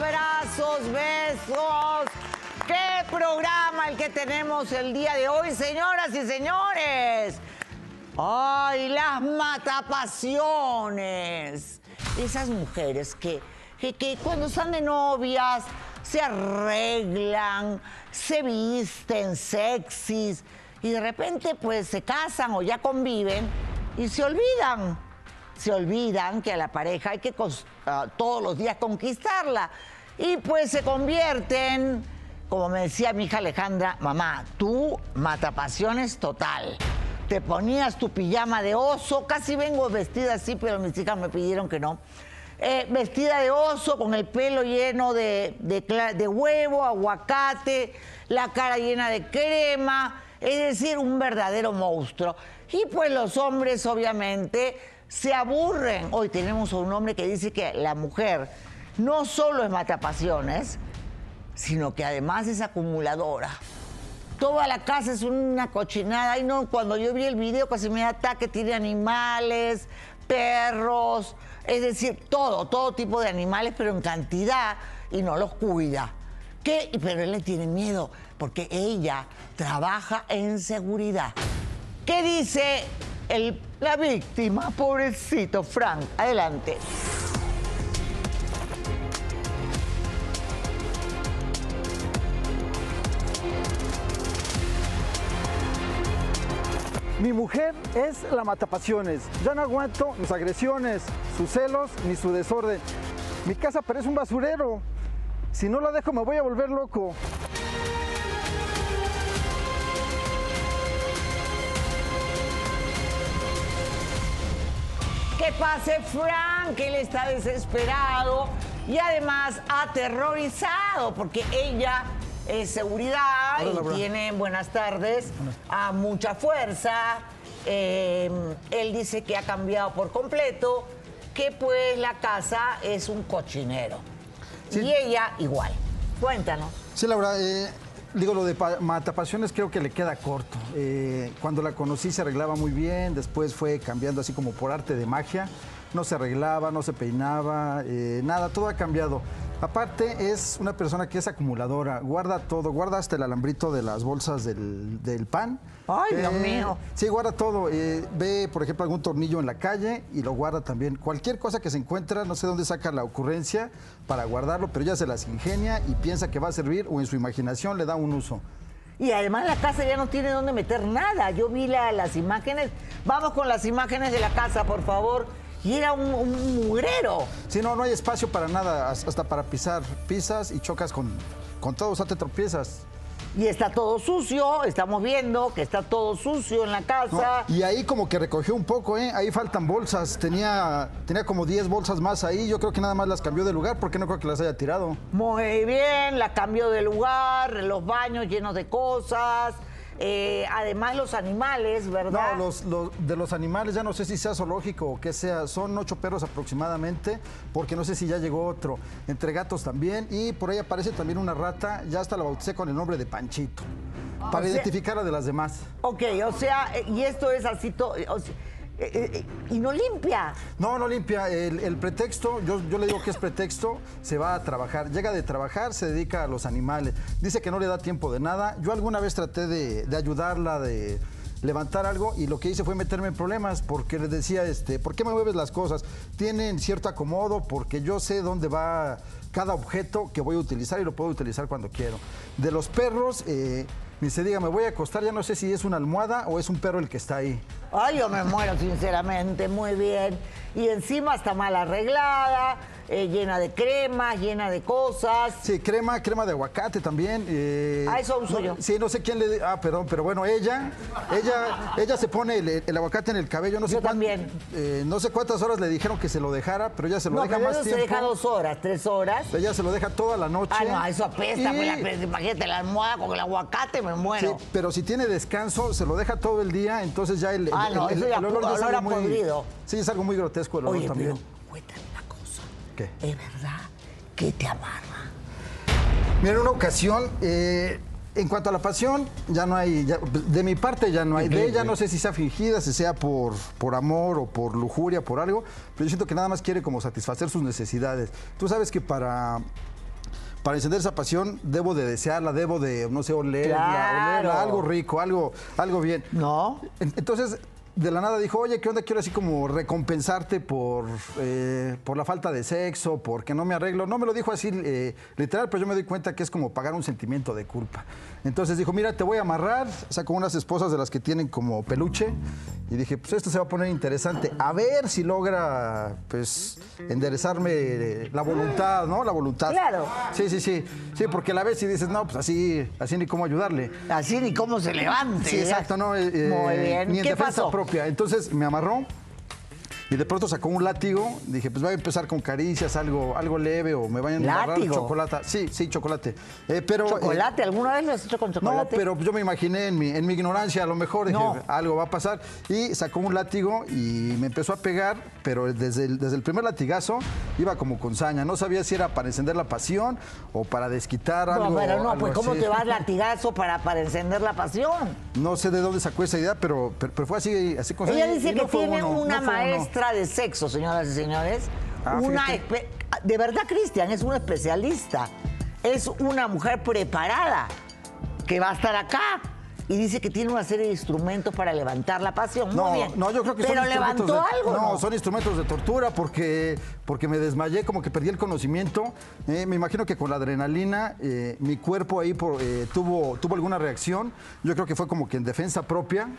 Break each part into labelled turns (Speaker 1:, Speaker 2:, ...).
Speaker 1: abrazos, besos. ¡Qué programa el que tenemos el día de hoy, señoras y señores! ¡Ay, las matapasiones! Esas mujeres que, que, que cuando están de novias se arreglan, se visten sexys y de repente pues se casan o ya conviven y se olvidan. Se olvidan que a la pareja hay que cons- ah, todos los días conquistarla. Y pues se convierten, como me decía mi hija Alejandra, mamá, tú matapasiones total. Te ponías tu pijama de oso, casi vengo vestida así, pero mis hijas me pidieron que no. Eh, vestida de oso, con el pelo lleno de, de cla- de huevo, aguacate, la cara llena de crema, es decir, un verdadero monstruo. Y pues los hombres obviamente se aburren. Hoy tenemos a un hombre que dice que la mujer no solo es matapasiones, sino que además es acumuladora. Toda la casa es una cochinada. Y no, cuando yo vi el video casi me da ataque, tiene animales, perros, es decir, todo, todo tipo de animales, pero en cantidad y no los cuida. ¿Qué? Y Pero él le tiene miedo porque ella trabaja en seguridad. ¿Qué dice el- la víctima? Pobrecito Frank, adelante.
Speaker 2: Mi mujer es la matapasiones. Ya no aguanto mis agresiones, sus celos ni su desorden. Mi casa parece un basurero. Si no la dejo me voy a volver loco.
Speaker 1: Que pase Frank, él está desesperado y además aterrorizado porque ella es seguridad
Speaker 2: Hola,
Speaker 1: y
Speaker 2: Laura.
Speaker 1: tiene, buenas tardes, a mucha fuerza. Eh, él dice que ha cambiado por completo, que pues la casa es un cochinero.
Speaker 2: Sí.
Speaker 1: Y ella igual. Cuéntanos.
Speaker 2: Sí, Laura, eh, digo, lo de pa- matapasiones creo que le queda corto. Eh, cuando la conocí se arreglaba muy bien, después fue cambiando así como por arte de magia. No se arreglaba, no se peinaba, eh, nada, todo ha cambiado. Aparte, es una persona que es acumuladora, guarda todo, guarda hasta el alambrito de las bolsas del, del pan. Eh,
Speaker 1: Ay, Dios mío.
Speaker 2: Sí, guarda todo. eh, ve, por ejemplo, algún tornillo en la calle y lo guarda también. Cualquier cosa que se encuentra, no sé dónde saca la ocurrencia para guardarlo, pero ella se las ingenia y piensa que va a servir o en su imaginación le da un uso.
Speaker 1: Y además la casa ya no tiene dónde meter nada. Yo vi la- las imágenes. Vamos con las imágenes de la casa, por favor. Y era un, un mugrero.
Speaker 2: Si no, no hay espacio para nada, has- hasta para pisar. Pisas y chocas con, con todo, o sea, te tropiezas.
Speaker 1: Y está todo sucio. Estamos viendo que está todo sucio en la
Speaker 2: ¿no?
Speaker 1: casa.
Speaker 2: Y ahí como que recogió un poco, ¿eh? Ahí faltan bolsas. Tenía, tenía como 10 bolsas más ahí. Yo creo que nada más las cambió de lugar porque no creo que las haya tirado.
Speaker 1: Muy bien, la cambió de lugar, los baños llenos de cosas. Eh, además los animales, ¿verdad?
Speaker 2: No, los, los- de los animales ya no sé si sea zoológico o qué sea, son ocho perros aproximadamente, porque no sé si ya llegó otro. Entre gatos también, y por ahí aparece también una rata, ya hasta la bauticé con el nombre de Panchito, para
Speaker 1: Ah, o sea-
Speaker 2: identificarla de las demás.
Speaker 1: Ok, o sea, eh, y esto es así eh, todo... eh, y no limpia.
Speaker 2: No, no limpia. El, el pretexto, yo, yo le digo que es pretexto, se va a trabajar. Llega de trabajar, se dedica a los animales. Dice que no le da tiempo de nada. Yo alguna vez traté de, de ayudarla, de levantar algo y lo que hice fue meterme en problemas porque le decía, este, ¿por qué me mueves las cosas? Tienen cierto acomodo porque yo sé dónde va cada objeto que voy a utilizar y lo puedo utilizar cuando quiero. De los perros, eh, me dice, diga, me voy a acostar, ya no sé si es una almohada o es un perro el que está ahí.
Speaker 1: Ay, yo me muero, sinceramente, muy bien. Y encima está mal arreglada, eh, llena de cremas, llena de cosas.
Speaker 2: Sí, crema, crema de aguacate también. eh,
Speaker 1: Ah, eso uso
Speaker 2: no-
Speaker 1: yo.
Speaker 2: Sí, no sé quién le... Ah, perdón, pero bueno, ella, ella, ella se pone el, el aguacate en el cabello. No sé
Speaker 1: Yo
Speaker 2: cuán-
Speaker 1: también.
Speaker 2: eh, no sé cuántas horas le dijeron que se lo dejara, pero ella se lo
Speaker 1: No,
Speaker 2: deja
Speaker 1: pero
Speaker 2: más
Speaker 1: eso se
Speaker 2: tiempo.
Speaker 1: deja dos horas, tres horas.
Speaker 2: Ella se lo deja toda la noche.
Speaker 1: Ah, no, eso apesta,
Speaker 2: Y-
Speaker 1: pues, la- pues, imagínate la almohada con el aguacate, me
Speaker 2: sí,
Speaker 1: muero.
Speaker 2: pero si tiene descanso, se lo deja todo el día, entonces ya el,
Speaker 1: Ah,
Speaker 2: el-
Speaker 1: no,
Speaker 2: el-
Speaker 1: eso ya
Speaker 2: el olor
Speaker 1: pu-
Speaker 2: es
Speaker 1: olor
Speaker 2: algo
Speaker 1: a
Speaker 2: muy-
Speaker 1: podrido.
Speaker 2: Sí, es algo muy grotesco el olor
Speaker 1: Oye,
Speaker 2: también.
Speaker 1: pero cuéntame una cosa.
Speaker 2: ¿Qué?
Speaker 1: ¿Es verdad que te amarra?
Speaker 2: Mira, en una ocasión, eh, en cuanto a la pasión, ya no hay, ya- de mi parte ya no hay. De ella no sé si sea fingida, si sea por, por amor o por lujuria, por algo, pero yo siento que nada más quiere como satisfacer sus necesidades. Tú sabes que para... para encender esa pasión debo de desearla, debo de, no sé, olerla,
Speaker 1: Claro.
Speaker 2: olerla, algo rico, algo, algo bien.
Speaker 1: ¿No?
Speaker 2: En- Entonces, de la nada dijo, oye, ¿qué onda? Quiero así como recompensarte por, eh, por la falta de sexo, porque no me arreglo. No me lo dijo así eh, literal, pero yo me doy cuenta que es como pagar un sentimiento de culpa. Entonces dijo, mira, te voy a amarrar. Sacó unas esposas de las que tienen como peluche. Y dije, pues esto se va a poner interesante. A ver si logra, pues, enderezarme eh, la voluntad, ¿no? La voluntad.
Speaker 1: Claro.
Speaker 2: Sí, sí, sí. Sí, porque a la vez si dices, no, pues así, así ni cómo ayudarle.
Speaker 1: Así ni cómo se levante.
Speaker 2: Sí, exacto, no. eh, eh,
Speaker 1: Muy bien.
Speaker 2: Ni en
Speaker 1: ¿Qué
Speaker 2: defensa
Speaker 1: pasó?
Speaker 2: propia. Entonces me amarró y de pronto sacó un látigo. Dije, pues va a empezar con caricias, algo, algo leve o me vayan a agarrar
Speaker 1: ¿Látigo?
Speaker 2: chocolate. Sí, sí, chocolate. Eh, pero, eh,
Speaker 1: ¿Chocolate? ¿Alguna vez lo has hecho con
Speaker 2: no,
Speaker 1: chocolate?
Speaker 2: pero yo me imaginé en mi, en mi ignorancia, a lo mejor dije,
Speaker 1: No.
Speaker 2: algo va a pasar. Y sacó un látigo y me empezó a pegar, pero desde el, desde el primer latigazo iba como con saña. No sabía si era para encender la pasión o para desquitar algo.
Speaker 1: No, pero no,
Speaker 2: algo
Speaker 1: pues ¿cómo
Speaker 2: así.
Speaker 1: te vas latigazo para, para encender la pasión?
Speaker 2: No sé de dónde sacó esa idea, pero, pero, pero fue así. así con-
Speaker 1: Ella
Speaker 2: y-
Speaker 1: dice
Speaker 2: y no
Speaker 1: que
Speaker 2: fue
Speaker 1: tiene
Speaker 2: uno,
Speaker 1: una
Speaker 2: no fue uno.
Speaker 1: maestra de sexo, señoras y señores.
Speaker 2: Ah,
Speaker 1: una
Speaker 2: fíjate.
Speaker 1: espe- de verdad, Cristian, es un especialista. Es una mujer preparada que va a estar acá. Y dice que tiene una serie de instrumentos para levantar la pasión.
Speaker 2: No,
Speaker 1: Muy bien.
Speaker 2: no, yo creo que
Speaker 1: Pero
Speaker 2: son
Speaker 1: levantó
Speaker 2: instrumentos de,
Speaker 1: algo.
Speaker 2: No,
Speaker 1: ¿no?
Speaker 2: son instrumentos de tortura porque, porque me desmayé, como que perdí el conocimiento. Eh, me imagino que con la adrenalina eh, mi cuerpo ahí por, eh, tuvo, tuvo alguna reacción. Yo creo que fue como que en defensa propia.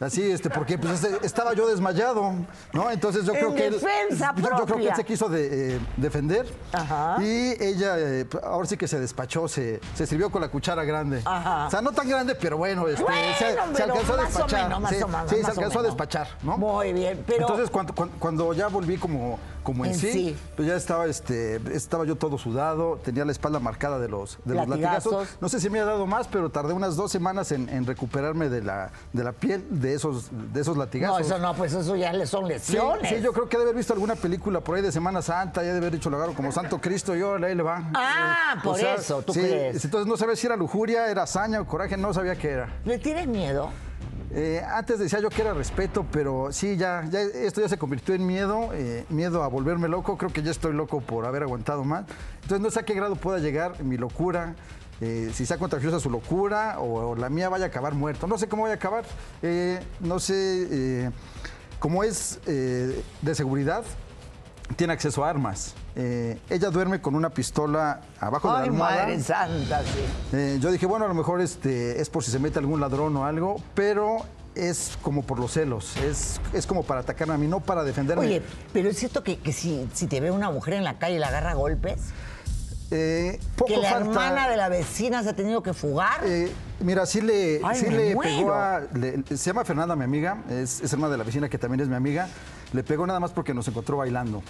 Speaker 2: Así, este, porque pues, este, estaba yo desmayado, ¿no? Entonces yo
Speaker 1: En
Speaker 2: creo que él-
Speaker 1: defensa
Speaker 2: yo- Yo creo que
Speaker 1: propia.
Speaker 2: él se quiso de, eh, defender.
Speaker 1: Ajá.
Speaker 2: Y ella, eh, ahora sí que se despachó, se, se sirvió con la cuchara grande.
Speaker 1: Ajá.
Speaker 2: O sea, no tan grande, pero bueno, este,
Speaker 1: Bueno,
Speaker 2: se, se
Speaker 1: pero
Speaker 2: alcanzó a
Speaker 1: más o
Speaker 2: despachar.
Speaker 1: menos, más
Speaker 2: sí,
Speaker 1: o menos,
Speaker 2: sí, se
Speaker 1: más o
Speaker 2: alcanzó a
Speaker 1: menos.
Speaker 2: despachar, ¿no?
Speaker 1: Muy bien, pero
Speaker 2: Entonces, cuando, cuando- cuando ya volví como, como en,
Speaker 1: En
Speaker 2: sí,
Speaker 1: sí.
Speaker 2: pues ya estaba, este, estaba yo todo sudado, tenía la espalda marcada de los, de los
Speaker 1: Latigazos.
Speaker 2: latigazos. No sé si me ha dado más, pero tardé unas dos semanas en, en recuperarme de la, de la piel de esos, de esos
Speaker 1: no,
Speaker 2: latigazos.
Speaker 1: eso no, pues eso ya le son
Speaker 2: Sí,
Speaker 1: lesiones.
Speaker 2: sí, yo creo que debe haber visto alguna película por ahí de Semana Santa, ya debe haber dicho lo agarro como Santo Cristo y órale, ahí le va.
Speaker 1: Ah, por eso, ¿tú
Speaker 2: sí,
Speaker 1: crees?
Speaker 2: Entonces no sabía si era lujuria, era hazaña o coraje, no sabía qué era.
Speaker 1: ¿Le tienes miedo?
Speaker 2: Eh, antes decía yo que era respeto, pero sí, ya, ya esto ya se convirtió en miedo, eh, miedo a volverme loco. Creo que ya estoy loco por haber aguantado más. Entonces no sé a qué grado pueda llegar mi locura, eh, si sea contagiosa su locura o, o la mía vaya a acabar muerto. No sé cómo voy a acabar, eh, no sé, eh, como es eh, de seguridad, tiene acceso a armas. Eh, ella duerme con una pistola abajo de la
Speaker 1: Ay,
Speaker 2: almohada.
Speaker 1: madre santa, sí.
Speaker 2: Eh, yo dije, bueno, a lo mejor este, es por si se mete algún ladrón o algo, pero es como por los celos, es, es como para atacarme a mí, no para defenderme.
Speaker 1: Oye, pero es cierto que, que si, si te ve una mujer en la calle y la agarra a golpes,
Speaker 2: Eh, poco
Speaker 1: que la
Speaker 2: falta-
Speaker 1: hermana de la vecina se ha tenido que fugar.
Speaker 2: Eh, mira, sí le,
Speaker 1: Ay,
Speaker 2: sí
Speaker 1: me
Speaker 2: le
Speaker 1: muero.
Speaker 2: pegó a. le- se llama Fernanda, mi amiga, es, es hermana de la vecina que también es mi amiga. Le pegó nada más porque nos encontró bailando.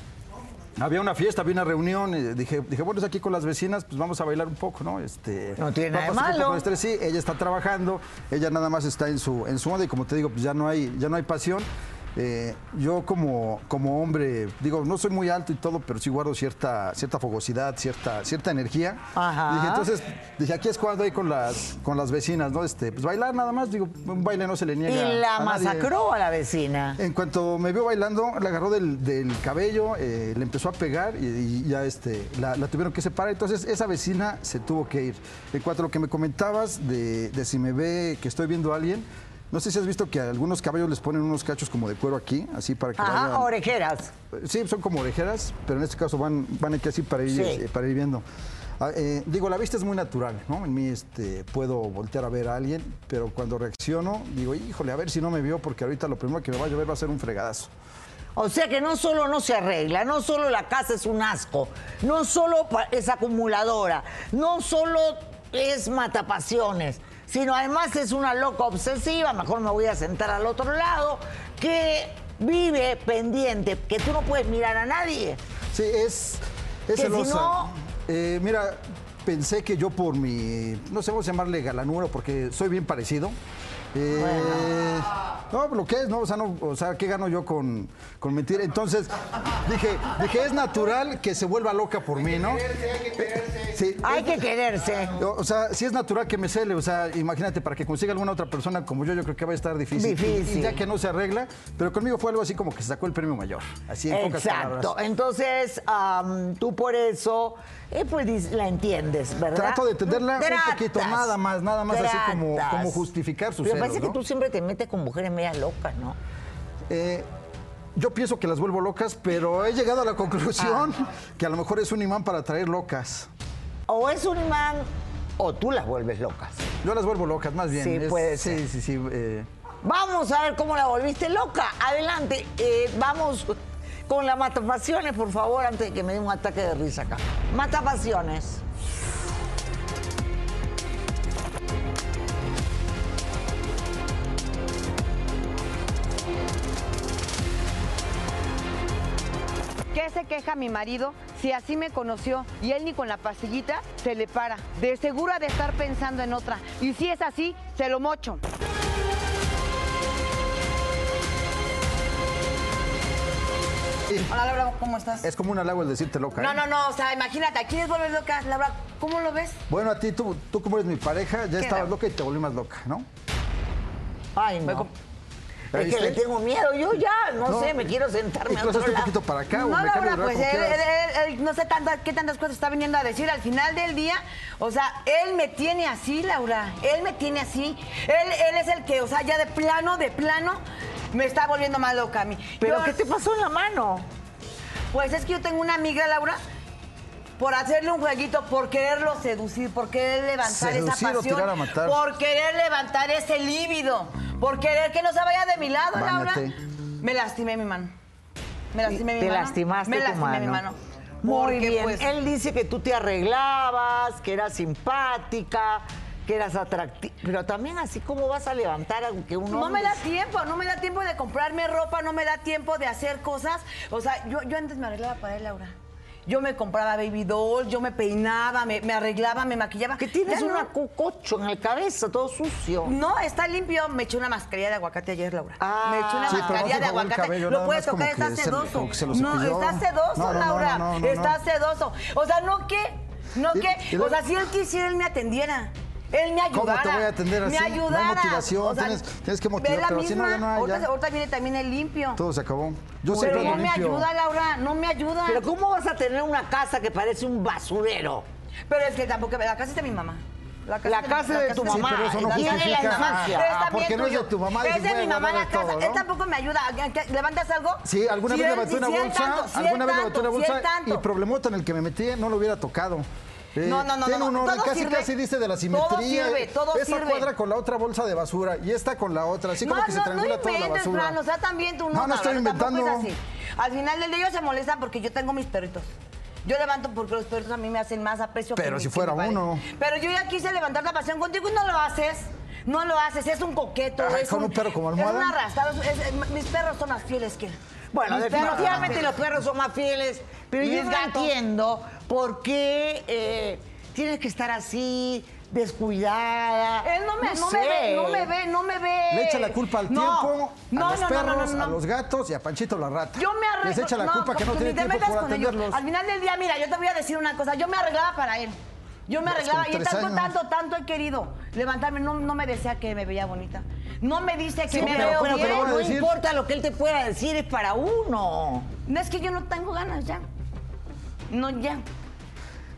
Speaker 2: Había una fiesta, había una reunión, eh, dije, dije, bueno, es aquí con las vecinas, pues vamos a bailar un poco, ¿no? Este,
Speaker 1: No tiene nada de
Speaker 2: vamos a pasar un
Speaker 1: malo.
Speaker 2: poco de este estrés. Sí, ella está trabajando, ella nada más está en su, en su onda y como te digo, pues ya no hay, ya no hay pasión. Eh, yo como, como hombre, digo, no soy muy alto y todo, pero sí guardo cierta, cierta fogosidad, cierta, cierta energía.
Speaker 1: Ajá.
Speaker 2: Dije, entonces entonces, dije, aquí es cuando hay con las, con las vecinas, ¿no? Este, pues bailar nada más, digo, un baile no se le niega.
Speaker 1: y la
Speaker 2: a nadie.
Speaker 1: masacró a la vecina.
Speaker 2: En cuanto me vio bailando, la agarró del, del cabello, eh, le empezó a pegar y, y ya este, la, la tuvieron que separar. Entonces, esa vecina se tuvo que ir. En cuanto a lo que me comentabas de, de si me ve que estoy viendo a alguien, no sé si has visto que a algunos caballos les ponen unos cachos como de cuero aquí, así para que
Speaker 1: Ajá,
Speaker 2: vayan-
Speaker 1: orejeras.
Speaker 2: Sí, son como orejeras, pero en este caso van, van aquí así para ir,
Speaker 1: Sí.
Speaker 2: eh, para ir viendo. Ah, eh, digo, la vista es muy natural, ¿no? En mí este, puedo voltear a ver a alguien, pero cuando reacciono, digo, híjole, a ver si no me vio, porque ahorita lo primero que me va a llover va a ser un fregadazo.
Speaker 1: O sea que no solo no se arregla, no solo la casa es un asco, no solo pa- es acumuladora, no solo es matapasiones, sino además es una loca obsesiva, mejor me voy a sentar al otro lado, que vive pendiente, que tú no puedes mirar a nadie.
Speaker 2: Sí, es, es
Speaker 1: Que si
Speaker 2: celosa.
Speaker 1: no-
Speaker 2: Eh, mira, pensé que yo por mi, no sé cómo llamarle galanura, porque soy bien parecido. Eh, No, lo que es, ¿no? O sea, no, o sea, ¿qué gano yo con, con mentir? Entonces, dije, dije, es natural que se vuelva loca por mí, ¿no? Sí,
Speaker 1: Hay que quererse.
Speaker 2: o o sea, sí es natural que me cele, o sea, imagínate, para que consiga alguna otra persona como yo, yo creo que va a estar difícil.
Speaker 1: Difícil.
Speaker 2: Y ya que no se arregla, pero conmigo fue algo así como que se sacó el premio mayor. Así en pocas palabras.
Speaker 1: Exacto. Entonces, am, tú por eso, eh, pues dis- la entiendes, ¿verdad?
Speaker 2: Trato de entenderla
Speaker 1: Tratas,
Speaker 2: un poquito, nada más, nada más así como,
Speaker 1: tratas.
Speaker 2: como justificar sus
Speaker 1: Pero parece
Speaker 2: celos, ¿no?
Speaker 1: que tú siempre te metes con mujeres media locas, ¿no?
Speaker 2: Eh, yo pienso que las vuelvo locas, pero he llegado a la conclusión que a lo mejor es un imán para traer locas.
Speaker 1: Ah. O es un imán o tú las vuelves locas.
Speaker 2: Yo las vuelvo locas, más bien.
Speaker 1: Sí,
Speaker 2: Es-
Speaker 1: puede
Speaker 2: Sí, sí, sí. eh,
Speaker 1: Vamos a ver cómo la volviste loca. Adelante, eh, vamos con las matapasiones, por favor, antes de que me dé un ataque de risa acá. Matapasiones.
Speaker 3: ¿Qué se queja mi marido si así me conoció y él ni con la pastillita se le para? De seguro ha de estar pensando en otra. Y si es así, se lo mocho.
Speaker 4: Hola Laura, ¿cómo estás?
Speaker 2: es como un halago el decirte loca.
Speaker 4: No,
Speaker 2: ¿eh?
Speaker 4: no, no, o sea, imagínate, aquí es volver loca, Laura, ¿cómo lo ves?
Speaker 2: Bueno, a ti, tú, tú como eres mi pareja, ya estabas
Speaker 4: raro.
Speaker 2: loca y te volví más loca, ¿no?
Speaker 1: Ay,
Speaker 2: ¿Ya
Speaker 1: no. Es que
Speaker 2: viste?
Speaker 1: le tengo miedo, yo ya, no,
Speaker 2: No,
Speaker 1: sé, me quiero sentarme a
Speaker 2: incluso
Speaker 1: otro
Speaker 2: hazte un
Speaker 1: lado.
Speaker 2: poquito para acá, o
Speaker 4: no,
Speaker 2: me cambio
Speaker 4: Laura,
Speaker 2: de lugar
Speaker 4: pues él,
Speaker 2: como
Speaker 1: eh,
Speaker 2: quieras.
Speaker 4: él- él no sé tantas- qué tantas cosas está viniendo a decir al final del día. O sea, él me tiene así, Laura, él me tiene así. Él, él es el que, o sea, ya de plano, de plano, me está volviendo más loca a mí.
Speaker 1: ¿Pero
Speaker 4: Yo-
Speaker 1: qué te pasó en la mano?
Speaker 4: Pues es que yo tengo una amiga, Laura, por hacerle un jueguito, por quererlo seducir, por querer levantar
Speaker 2: Seducir
Speaker 4: esa
Speaker 2: o
Speaker 4: pasión,
Speaker 2: tirar a matar.
Speaker 4: por querer levantar ese líbido, por querer que no se vaya de mi lado,
Speaker 2: Báñate.
Speaker 4: Laura. Me lastimé mi mano. Me lastimé mi
Speaker 1: te
Speaker 4: mano.
Speaker 1: lastimaste
Speaker 4: Me
Speaker 1: tu
Speaker 4: lastimé
Speaker 1: mano.
Speaker 4: mi mano.
Speaker 1: Muy
Speaker 4: Porque,
Speaker 1: bien.
Speaker 4: pues,
Speaker 1: Él dice que tú te arreglabas, que eras simpática, que eras atractiva. Pero también así como vas a levantar aunque un
Speaker 4: No
Speaker 1: hombre
Speaker 4: me da tiempo, no me da tiempo de comprarme ropa, no me da tiempo de hacer cosas. O sea, yo, yo antes me arreglaba para él, Laura. Yo me compraba baby doll, yo me peinaba, me, me arreglaba, me maquillaba.
Speaker 1: Que tienes
Speaker 4: Ya
Speaker 1: un
Speaker 4: no.
Speaker 1: cococho en el cabeza, todo sucio.
Speaker 4: No, está limpio. Me eché una mascarilla de aguacate ayer, Laura.
Speaker 1: Ah.
Speaker 4: me eché una
Speaker 1: Sí, pero no
Speaker 4: mascarilla
Speaker 2: se
Speaker 4: de
Speaker 2: jugó el
Speaker 4: aguacate.
Speaker 2: cabello,
Speaker 4: lo
Speaker 2: nada
Speaker 4: puedes
Speaker 2: más como
Speaker 4: tocar, está
Speaker 2: que se le-
Speaker 4: sedoso.
Speaker 2: como que se lo
Speaker 4: no,
Speaker 2: cepilló.
Speaker 4: está sedoso,
Speaker 2: No, no, no,
Speaker 4: Laura.
Speaker 2: no, no, no.
Speaker 4: está sedoso. O sea, no que, no
Speaker 2: Y-
Speaker 4: que.
Speaker 2: y
Speaker 4: O
Speaker 2: luego-
Speaker 4: sea, si él quisiera, él me atendiera. Él me
Speaker 2: ¿Cómo te
Speaker 4: ayudara.
Speaker 2: voy a atender así?
Speaker 4: Me
Speaker 2: No hay
Speaker 4: ayudara.
Speaker 2: motivación, tienes- tienes que
Speaker 4: ve
Speaker 2: motivar,
Speaker 4: la
Speaker 2: pero así no,
Speaker 4: misma.
Speaker 2: ya no hay,
Speaker 4: ahorita,
Speaker 2: ya.
Speaker 4: ahorita viene también el limpio.
Speaker 2: Todo se acabó. Yo
Speaker 4: Pero
Speaker 2: siempre
Speaker 4: no
Speaker 2: ando
Speaker 4: me
Speaker 2: limpio.
Speaker 4: ayuda, Laura. No me ayuda.
Speaker 1: Pero ¿cómo vas a tener una casa que parece un basurero?
Speaker 4: Pero es que tampoco. La casa es de mi mamá.
Speaker 1: La
Speaker 4: mi-
Speaker 1: casa de tu
Speaker 4: mi-
Speaker 1: mamá.
Speaker 2: pero eso no
Speaker 1: y es de la
Speaker 2: justifica.
Speaker 4: Pero
Speaker 1: infancia.
Speaker 4: es
Speaker 2: Ah,
Speaker 4: también
Speaker 2: porque no es
Speaker 4: tuyo.
Speaker 2: de tu mamá,
Speaker 4: Es de
Speaker 2: dices,
Speaker 4: mi
Speaker 2: "Voy a
Speaker 4: mamá la
Speaker 2: guardar
Speaker 4: casa.
Speaker 2: todo",
Speaker 4: Él
Speaker 2: ¿no?
Speaker 4: tampoco me ayuda. ¿A- que- ¿Levantas algo?
Speaker 2: Sí, alguna
Speaker 4: Si
Speaker 2: vez
Speaker 4: él-
Speaker 2: levanté una
Speaker 4: si él
Speaker 2: bolsa,
Speaker 4: tanto, si
Speaker 2: alguna
Speaker 4: él
Speaker 2: vez levanté una
Speaker 4: tanto, si él
Speaker 2: bolsa y
Speaker 4: tanto.
Speaker 2: problemota en el que me metí no lo hubiera tocado. Eh,
Speaker 4: No, no, no,
Speaker 2: Tiene
Speaker 4: no,
Speaker 2: un
Speaker 4: no,
Speaker 2: orden,
Speaker 4: todo
Speaker 2: casi
Speaker 4: sirve.
Speaker 2: casi dice de la
Speaker 4: Todo
Speaker 2: simetría.
Speaker 4: sirve, todo
Speaker 2: Esa
Speaker 4: sirve.
Speaker 2: cuadra con la otra bolsa de basura y esta con la otra, así como
Speaker 4: no,
Speaker 2: que se
Speaker 4: no, no
Speaker 2: triangula toda la
Speaker 4: inventes,
Speaker 2: basura.
Speaker 4: Fran, o sea, también tú no.
Speaker 2: No, no estoy
Speaker 4: cabrón, tampoco
Speaker 2: inventando.
Speaker 4: es así. Al final del día ellos se molestan porque yo tengo mis perritos. Yo levanto porque los perritos a mí me hacen más aprecio que
Speaker 2: Pero
Speaker 4: mi-
Speaker 2: si
Speaker 4: que
Speaker 2: fuera
Speaker 4: mi padre.
Speaker 2: uno.
Speaker 4: Pero yo ya quise levantar la pasión contigo y no lo haces. No lo haces, es un coqueto.
Speaker 2: Ay,
Speaker 4: es
Speaker 2: con un perro como
Speaker 4: Es
Speaker 2: almohada.
Speaker 4: un arrastrado. es- es- mis perros son más fieles que él.
Speaker 1: Bueno,
Speaker 4: Mis perros son más
Speaker 1: definitivamente
Speaker 4: fieles.
Speaker 1: los perros son más fieles, pero
Speaker 4: Mis
Speaker 1: yo no
Speaker 4: gatos.
Speaker 1: entiendo por qué eh, tienes que estar así, descuidada.
Speaker 4: Él no me, no me
Speaker 1: sé.
Speaker 4: ve, no me ve, no me ve.
Speaker 2: Le echa la culpa al
Speaker 4: No,
Speaker 2: tiempo,
Speaker 4: no,
Speaker 2: a los
Speaker 4: no, no, no,
Speaker 2: perros,
Speaker 4: no, no.
Speaker 2: a los gatos y a Panchito la rata.
Speaker 4: Yo me arreglo.
Speaker 2: Les echa la
Speaker 4: no,
Speaker 2: culpa que no
Speaker 4: porque
Speaker 2: tiene
Speaker 4: ni te
Speaker 2: tiempo
Speaker 4: metas
Speaker 2: por
Speaker 4: con ellos.
Speaker 2: atenderlos.
Speaker 4: Al final del día, mira, yo te voy a decir una cosa. Yo me arreglaba para él. Yo me
Speaker 2: Vas
Speaker 4: arreglaba
Speaker 2: con
Speaker 4: y él
Speaker 2: tres
Speaker 4: tanto,
Speaker 2: años.
Speaker 4: tanto, tanto he querido levantarme. No, no me decía que me veía bonita. No me dice que
Speaker 1: Sí,
Speaker 4: me
Speaker 1: pero,
Speaker 4: veo
Speaker 1: pero-
Speaker 4: bien.
Speaker 1: pero
Speaker 2: Bueno,
Speaker 1: no
Speaker 2: decir-
Speaker 1: importa lo que él te pueda decir, es para uno.
Speaker 4: No es que yo no tengo ganas ya. No, ya.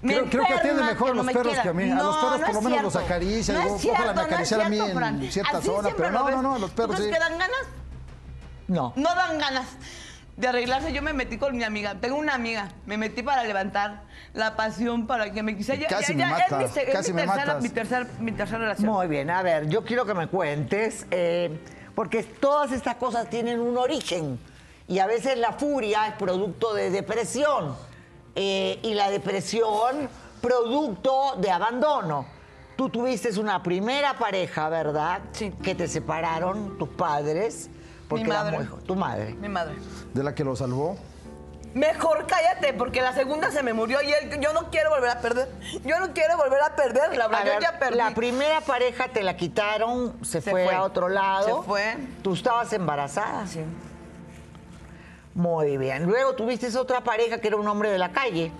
Speaker 2: Creo- creo que atiende
Speaker 4: enferma
Speaker 2: mejor a los
Speaker 4: me
Speaker 2: perros
Speaker 4: quieran.
Speaker 2: que a mí. A los
Speaker 4: no
Speaker 2: perros por lo
Speaker 4: es
Speaker 2: menos
Speaker 4: cierto.
Speaker 2: los acaricia,
Speaker 4: No
Speaker 2: digo,
Speaker 4: es cierto,
Speaker 2: ojalá me
Speaker 4: no es
Speaker 2: acariciara a mí
Speaker 4: cierto,
Speaker 2: en
Speaker 4: Fran.
Speaker 2: cierta
Speaker 4: Así
Speaker 2: zona,
Speaker 4: siempre
Speaker 2: pero no,
Speaker 4: lo ves.
Speaker 2: no, no, los
Speaker 4: ¿Tú
Speaker 2: perros
Speaker 4: crees
Speaker 2: sí.
Speaker 4: que dan ganas?
Speaker 1: No.
Speaker 4: No dan ganas de arreglarse. Yo me metí con mi amiga. Tengo una amiga. Me metí para levantar la pasión para que me quisiera.
Speaker 2: Casi me
Speaker 4: es mi
Speaker 2: matas,
Speaker 4: se- es
Speaker 2: casi
Speaker 4: mi
Speaker 2: me
Speaker 4: tercera,
Speaker 2: matas.
Speaker 4: mi tercer- mi tercera relación.
Speaker 1: Muy bien, a ver, yo quiero que me cuentes, eh, porque todas estas cosas tienen un origen y a veces la furia es producto de depresión eh, y la depresión producto de abandono. Tú tuviste una primera pareja, ¿verdad?
Speaker 4: Sí.
Speaker 1: Que te separaron tus padres. Porque
Speaker 4: Mi
Speaker 1: eras
Speaker 4: madre.
Speaker 1: muy jo- tu madre.
Speaker 4: Mi madre.
Speaker 2: De la que lo salvó.
Speaker 4: Mejor cállate, porque la segunda se me murió y él, yo no quiero volver a perder. Yo no quiero volver a perder, Laura.
Speaker 1: A
Speaker 4: yo
Speaker 1: ver,
Speaker 4: ya perdí.
Speaker 1: La primera pareja te la quitaron, se,
Speaker 4: Se
Speaker 1: fue,
Speaker 4: fue.
Speaker 1: a otro lado.
Speaker 4: Se fue.
Speaker 1: Tú estabas embarazada.
Speaker 4: Sí.
Speaker 1: Muy bien. Luego tuviste esa otra pareja que era un hombre de la calle.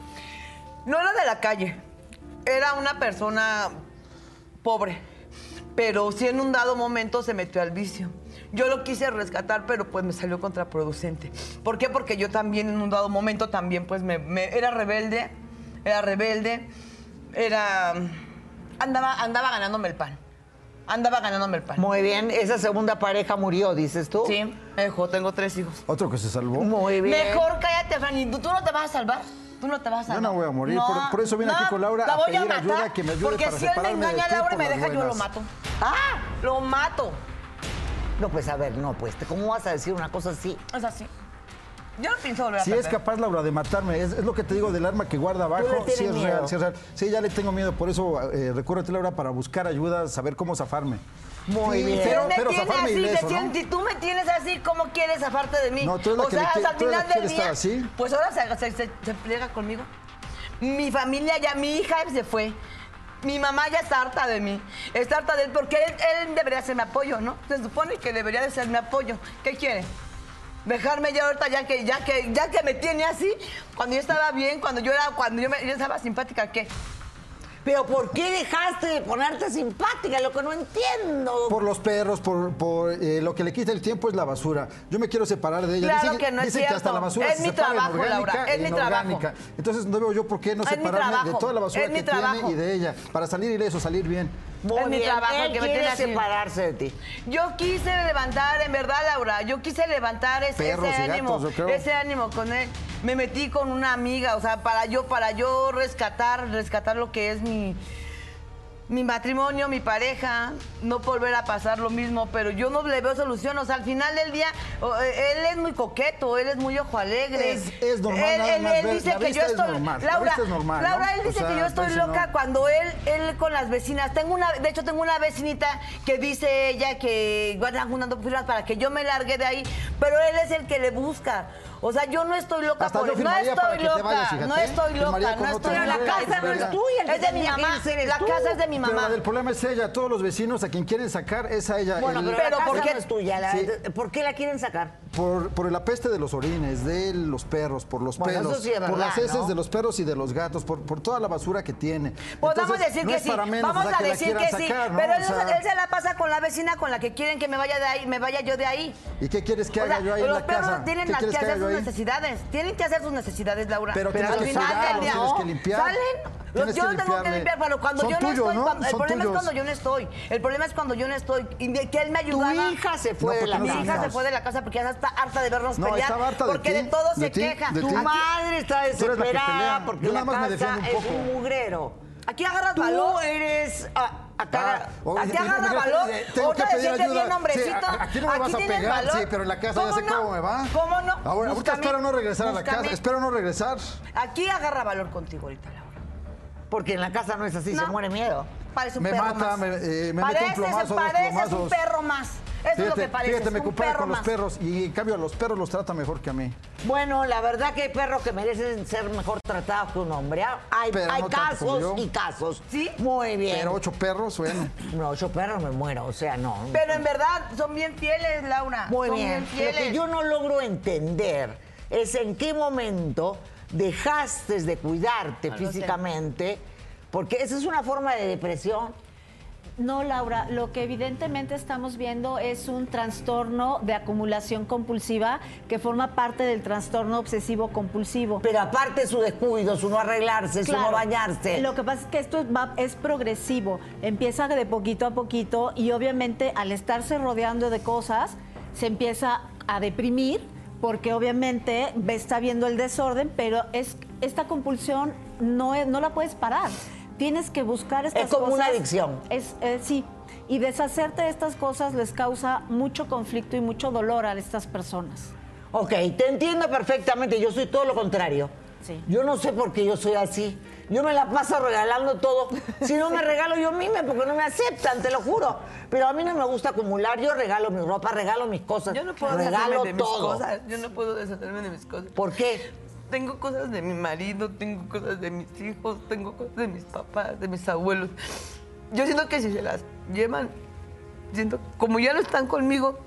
Speaker 4: No era de la calle. Era una persona pobre. Pero sí en un dado momento se metió al vicio. Yo lo quise rescatar, pero pues me salió contraproducente. ¿Por qué? Porque yo también en un dado momento también pues me, me- era rebelde, era rebelde, era andaba andaba ganándome el pan. Andaba ganándome el pan.
Speaker 1: Muy bien. Esa segunda pareja murió, dices tú.
Speaker 4: Sí, me dejó, tengo tres hijos.
Speaker 2: Otro que se salvó.
Speaker 1: Muy bien.
Speaker 4: Mejor cállate, Fanny. ¿Tú, tú no te vas a salvar. Tú no te vas a
Speaker 2: Yo
Speaker 4: salvar.
Speaker 2: no voy a morir, por- por eso vine aquí con Laura
Speaker 4: la
Speaker 2: a
Speaker 4: voy
Speaker 2: pedir
Speaker 4: matar,
Speaker 2: ayuda, que me ayude
Speaker 4: Porque
Speaker 2: para
Speaker 4: si él me
Speaker 2: separarme de
Speaker 4: engaña
Speaker 2: ti
Speaker 4: Laura y
Speaker 2: por
Speaker 4: me
Speaker 2: las
Speaker 4: deja, yo lo
Speaker 2: buenas.
Speaker 4: mato. ¡Ah! Lo mato.
Speaker 1: No, pues a ver, no, pues, ¿cómo vas a decir una cosa así?
Speaker 4: Es así. Yo no pienso volver a
Speaker 2: Si
Speaker 4: perder.
Speaker 2: es capaz, Laura, de matarme, es, es lo que te digo del arma que guarda abajo,
Speaker 1: Tú le tienes
Speaker 2: sí es
Speaker 1: miedo.
Speaker 2: real, sí es real. Sí, ya le tengo miedo, por eso eh, recurro a ti, Laura, para buscar ayuda, saber cómo zafarme.
Speaker 1: Muy
Speaker 2: Sí,
Speaker 1: bien.
Speaker 4: Si
Speaker 2: Pero,
Speaker 4: él me
Speaker 2: pero
Speaker 4: tiene
Speaker 2: zafarme
Speaker 4: así,
Speaker 2: ileso,
Speaker 4: me tiene-
Speaker 2: ¿no?
Speaker 4: si tú me tienes así, ¿cómo quieres zafarte de mí?
Speaker 2: No, tú eres la
Speaker 4: o
Speaker 2: que le
Speaker 4: sea,
Speaker 2: quiere-
Speaker 4: al
Speaker 2: tú eres la
Speaker 4: final
Speaker 2: que
Speaker 4: del
Speaker 2: quiere
Speaker 4: día,
Speaker 2: estar así.
Speaker 4: pues ahora se, se, se- se pliega conmigo. Mi familia ya, mi hija se fue. Mi mamá ya está harta de mí. Está harta de él porque él, él debería ser mi apoyo, ¿no? Se supone que debería de ser mi apoyo. ¿Qué quiere? Dejarme ya ahorita, ya que, ya que, ya que me tiene así, cuando yo estaba bien, cuando yo era, cuando yo, me- yo estaba simpática, ¿qué?
Speaker 1: Pero ¿por qué dejaste de ponerte simpática? Lo que no entiendo.
Speaker 2: Por los perros, por, por, eh, lo que le quita el tiempo es la basura. Yo me quiero separar de ella.
Speaker 4: Claro que no es
Speaker 2: dicen que hasta
Speaker 4: cierto.
Speaker 2: la basura
Speaker 4: Es
Speaker 2: se
Speaker 4: mi
Speaker 2: separa en
Speaker 4: trabajo,
Speaker 2: orgánica
Speaker 4: Laura, es
Speaker 2: e
Speaker 4: mi
Speaker 2: inorgánica.
Speaker 4: trabajo.
Speaker 2: Entonces no veo yo por qué no
Speaker 4: Es mi
Speaker 2: separarme de
Speaker 4: trabajo,
Speaker 2: toda la basura
Speaker 4: es mi
Speaker 2: que
Speaker 4: trabajo.
Speaker 2: tiene y de ella, para salir ileso, salir bien.
Speaker 1: Muy
Speaker 4: es mi
Speaker 1: bien,
Speaker 4: trabajo
Speaker 1: él
Speaker 4: el que me
Speaker 1: quiere
Speaker 4: tiene así.
Speaker 1: separarse de ti.
Speaker 4: Yo quise levantar, en verdad, Laura, yo quise levantar ese,
Speaker 2: Perros
Speaker 4: ese
Speaker 2: y gatos,
Speaker 4: ánimo,
Speaker 2: yo creo.
Speaker 4: ese ánimo con él. Me metí con una amiga, o sea, para yo, para yo rescatar, rescatar lo que es mi, mi matrimonio, mi pareja, no volver a pasar lo mismo, pero yo no le veo solución. O sea, al final del día, o- eh, él es muy coqueto, él es muy ojo alegre.
Speaker 2: Es- es normal,
Speaker 4: Él,
Speaker 2: nada
Speaker 4: él-
Speaker 2: más
Speaker 4: él
Speaker 2: ver-
Speaker 4: dice
Speaker 2: la
Speaker 4: que yo
Speaker 2: vista es
Speaker 4: estoy.
Speaker 2: normal, la
Speaker 4: Laura,
Speaker 2: vista es normal, ¿no?
Speaker 4: Laura, él
Speaker 2: O
Speaker 4: dice
Speaker 2: sea,
Speaker 4: que yo estoy
Speaker 2: pues, si no-
Speaker 4: loca cuando él, él con las vecinas. Tengo una, de hecho, tengo una vecinita que dice ella que guardan juntando firmas para que yo me largue de ahí, pero él es el que le busca. O sea, yo no estoy loca
Speaker 2: Hasta
Speaker 4: por
Speaker 2: yo
Speaker 4: él. No
Speaker 2: firmaría
Speaker 4: estoy
Speaker 2: para que te
Speaker 4: loca,
Speaker 2: vayas, fíjate,
Speaker 4: no
Speaker 2: ¿eh?
Speaker 4: estoy
Speaker 2: Firmaría
Speaker 4: loca,
Speaker 2: con
Speaker 4: no
Speaker 2: otro
Speaker 4: estoy
Speaker 2: hombre,
Speaker 4: loca.
Speaker 2: es verdad.
Speaker 4: es de mi mamá. La casa es de mi
Speaker 2: Pero
Speaker 4: mamá.
Speaker 2: la del problema es ella, todos los vecinos, a quien quieren sacar es a ella.
Speaker 1: Bueno,
Speaker 2: El-
Speaker 1: pero,
Speaker 4: Pero
Speaker 1: la casa
Speaker 4: ¿por qué?
Speaker 1: no es tuya. la-
Speaker 2: Sí.
Speaker 1: ¿Por qué la quieren sacar?
Speaker 2: Por, por la peste de los orines, de los perros, por los
Speaker 1: Bueno, eso
Speaker 2: pelos,
Speaker 1: sí es
Speaker 2: por
Speaker 1: verdad,
Speaker 2: las heces
Speaker 1: ¿no?
Speaker 2: de los perros y de los gatos, por, por toda la basura que tiene.
Speaker 4: Pues
Speaker 2: Entonces,
Speaker 4: vamos a decir
Speaker 2: no
Speaker 4: que
Speaker 2: es
Speaker 4: sí,
Speaker 2: para menos,
Speaker 4: vamos
Speaker 2: o sea,
Speaker 4: a
Speaker 2: que la
Speaker 4: decir
Speaker 2: quieran
Speaker 4: que sí,
Speaker 2: sacar, ¿no?
Speaker 4: pero
Speaker 2: O
Speaker 4: él, no
Speaker 2: sea,
Speaker 4: se- él se la pasa con la vecina con la que quieren que me vaya de ahí, me vaya yo de ahí.
Speaker 2: ¿Y qué quieres que
Speaker 4: O
Speaker 2: haga
Speaker 4: sea,
Speaker 2: yo ahí en
Speaker 4: los
Speaker 2: la
Speaker 4: perros
Speaker 2: casa?
Speaker 4: tienen
Speaker 2: ¿Qué
Speaker 4: las que
Speaker 2: quieres que
Speaker 4: hacer
Speaker 2: haga
Speaker 4: sus
Speaker 2: yo ahí?
Speaker 4: necesidades, tienen que hacer sus necesidades, Laura.
Speaker 2: Pero tienes
Speaker 4: al
Speaker 2: que
Speaker 4: final
Speaker 2: fregar,
Speaker 4: del
Speaker 2: los
Speaker 4: día,
Speaker 2: tienes
Speaker 4: no,
Speaker 2: que limpiar,
Speaker 4: Salen, los-
Speaker 2: tienes
Speaker 4: yo
Speaker 2: que
Speaker 4: tengo que
Speaker 2: limpiarle.
Speaker 4: limpiar, pero cuando
Speaker 2: Son
Speaker 4: yo no
Speaker 2: tuyos,
Speaker 4: estoy,
Speaker 2: ¿no?
Speaker 4: cuando- el
Speaker 2: Son
Speaker 4: problema es
Speaker 2: tuyos.
Speaker 4: cuando yo no estoy, el problema es cuando yo no estoy, y de que él me
Speaker 1: Tu
Speaker 4: ayudaba.
Speaker 1: hija se fue
Speaker 2: No,
Speaker 1: de la
Speaker 2: porque
Speaker 4: Mi
Speaker 2: no
Speaker 1: casa.
Speaker 4: hija se
Speaker 2: Vamos.
Speaker 4: fue de la casa porque ya está harta de vernos
Speaker 2: No,
Speaker 4: pelear.
Speaker 2: estaba harta de
Speaker 4: porque
Speaker 2: ti,
Speaker 4: de todo
Speaker 2: de
Speaker 4: se
Speaker 2: ti,
Speaker 4: queja.
Speaker 2: de
Speaker 1: Tu
Speaker 2: ti.
Speaker 4: Aquí-
Speaker 1: madre está
Speaker 2: Tú eres la que
Speaker 1: desesperada
Speaker 2: pelea.
Speaker 1: porque
Speaker 2: Yo
Speaker 1: la
Speaker 2: nada más me
Speaker 1: casa
Speaker 2: defiendo un
Speaker 1: es
Speaker 2: poco.
Speaker 1: un mugrero.
Speaker 4: Aquí agarras
Speaker 1: Tú
Speaker 4: valor.
Speaker 1: eres a, a cara-
Speaker 2: Ah, oye,
Speaker 4: Aquí
Speaker 2: te-
Speaker 4: agarra
Speaker 2: mira,
Speaker 4: valor.
Speaker 2: eh, Tengo que
Speaker 4: Otra
Speaker 2: pedir
Speaker 4: decía que bien
Speaker 2: ayuda.
Speaker 4: hombrecito.
Speaker 2: Sí, a- aquí no me
Speaker 4: Aquí
Speaker 2: vas a
Speaker 4: tienes
Speaker 2: pegar,
Speaker 4: valor.
Speaker 2: sí, pero en la casa ya
Speaker 4: ¿Cómo
Speaker 2: sé
Speaker 4: no?
Speaker 2: cómo me va.
Speaker 4: ¿Cómo no?
Speaker 2: Ahora, ahorita
Speaker 4: Búscame,
Speaker 2: espero no regresar a la
Speaker 4: búscame.
Speaker 2: casa, espero no regresar.
Speaker 4: Aquí agarra valor contigo ahorita, Laura.
Speaker 1: Porque en la casa no es así,
Speaker 4: No.
Speaker 1: se muere miedo.
Speaker 4: Parece un
Speaker 2: Me
Speaker 4: perro
Speaker 2: mata,
Speaker 4: más.
Speaker 2: me- eh, me mete un
Speaker 4: pareces,
Speaker 2: plomazo, dos
Speaker 4: pareces un
Speaker 2: plomazos.
Speaker 4: perro más. Eso es lo que pareces,
Speaker 2: fíjate, me
Speaker 4: un
Speaker 2: compara
Speaker 4: perro
Speaker 2: con
Speaker 4: más.
Speaker 2: los perros y en cambio a los perros los trata mejor que a mí.
Speaker 1: Bueno, la verdad que hay perros que merecen ser mejor tratados que un hombre. Ah, Hay,
Speaker 2: Pero
Speaker 1: hay
Speaker 2: no tanto como
Speaker 1: casos
Speaker 2: yo.
Speaker 1: y casos.
Speaker 4: Sí.
Speaker 1: Muy bien.
Speaker 2: Pero ocho perros, bueno.
Speaker 1: No, yo perro me muero, o sea, no.
Speaker 4: Pero en verdad, son bien fieles, Laura.
Speaker 1: Muy
Speaker 4: son
Speaker 1: bien. Lo
Speaker 4: fieles.
Speaker 1: que yo no logro entender es en qué momento dejaste de cuidarte
Speaker 4: No Ah, lo sé.
Speaker 1: físicamente, porque esa es una forma de depresión.
Speaker 5: No, Laura, lo que evidentemente estamos viendo es un trastorno de acumulación compulsiva que forma parte del trastorno obsesivo compulsivo.
Speaker 1: Pero aparte su descuido, su no arreglarse, su no
Speaker 5: Claro.
Speaker 1: bañarse.
Speaker 5: Lo que pasa es que esto va- es progresivo, empieza de poquito a poquito y obviamente al estarse rodeando de cosas se empieza a deprimir porque obviamente ve- está viendo el desorden, pero es esta compulsión no, es- no la puedes parar. Tienes que buscar estas
Speaker 1: como una
Speaker 5: cosas.
Speaker 1: adicción.
Speaker 5: Es, eh, sí. Y deshacerte de estas cosas les causa mucho conflicto y mucho dolor a estas personas.
Speaker 1: Ok, te entiendo perfectamente, yo soy todo lo contrario.
Speaker 5: Sí.
Speaker 1: Yo no sé por qué yo soy así. Yo me la paso regalando todo. Si no me regalo yo misma, porque no me aceptan, te lo juro. Pero a mí no me gusta acumular. Yo regalo mi ropa, regalo mis cosas.
Speaker 4: Yo no puedo
Speaker 1: regalo
Speaker 4: deshacerme de mis
Speaker 1: todo.
Speaker 4: cosas. Yo no puedo deshacerme de mis cosas.
Speaker 1: ¿Por qué?
Speaker 4: Tengo cosas de mi marido, tengo cosas de mis hijos, tengo cosas de mis papás, de mis abuelos. Yo siento que si se las llevan, siento, como ya no están conmigo,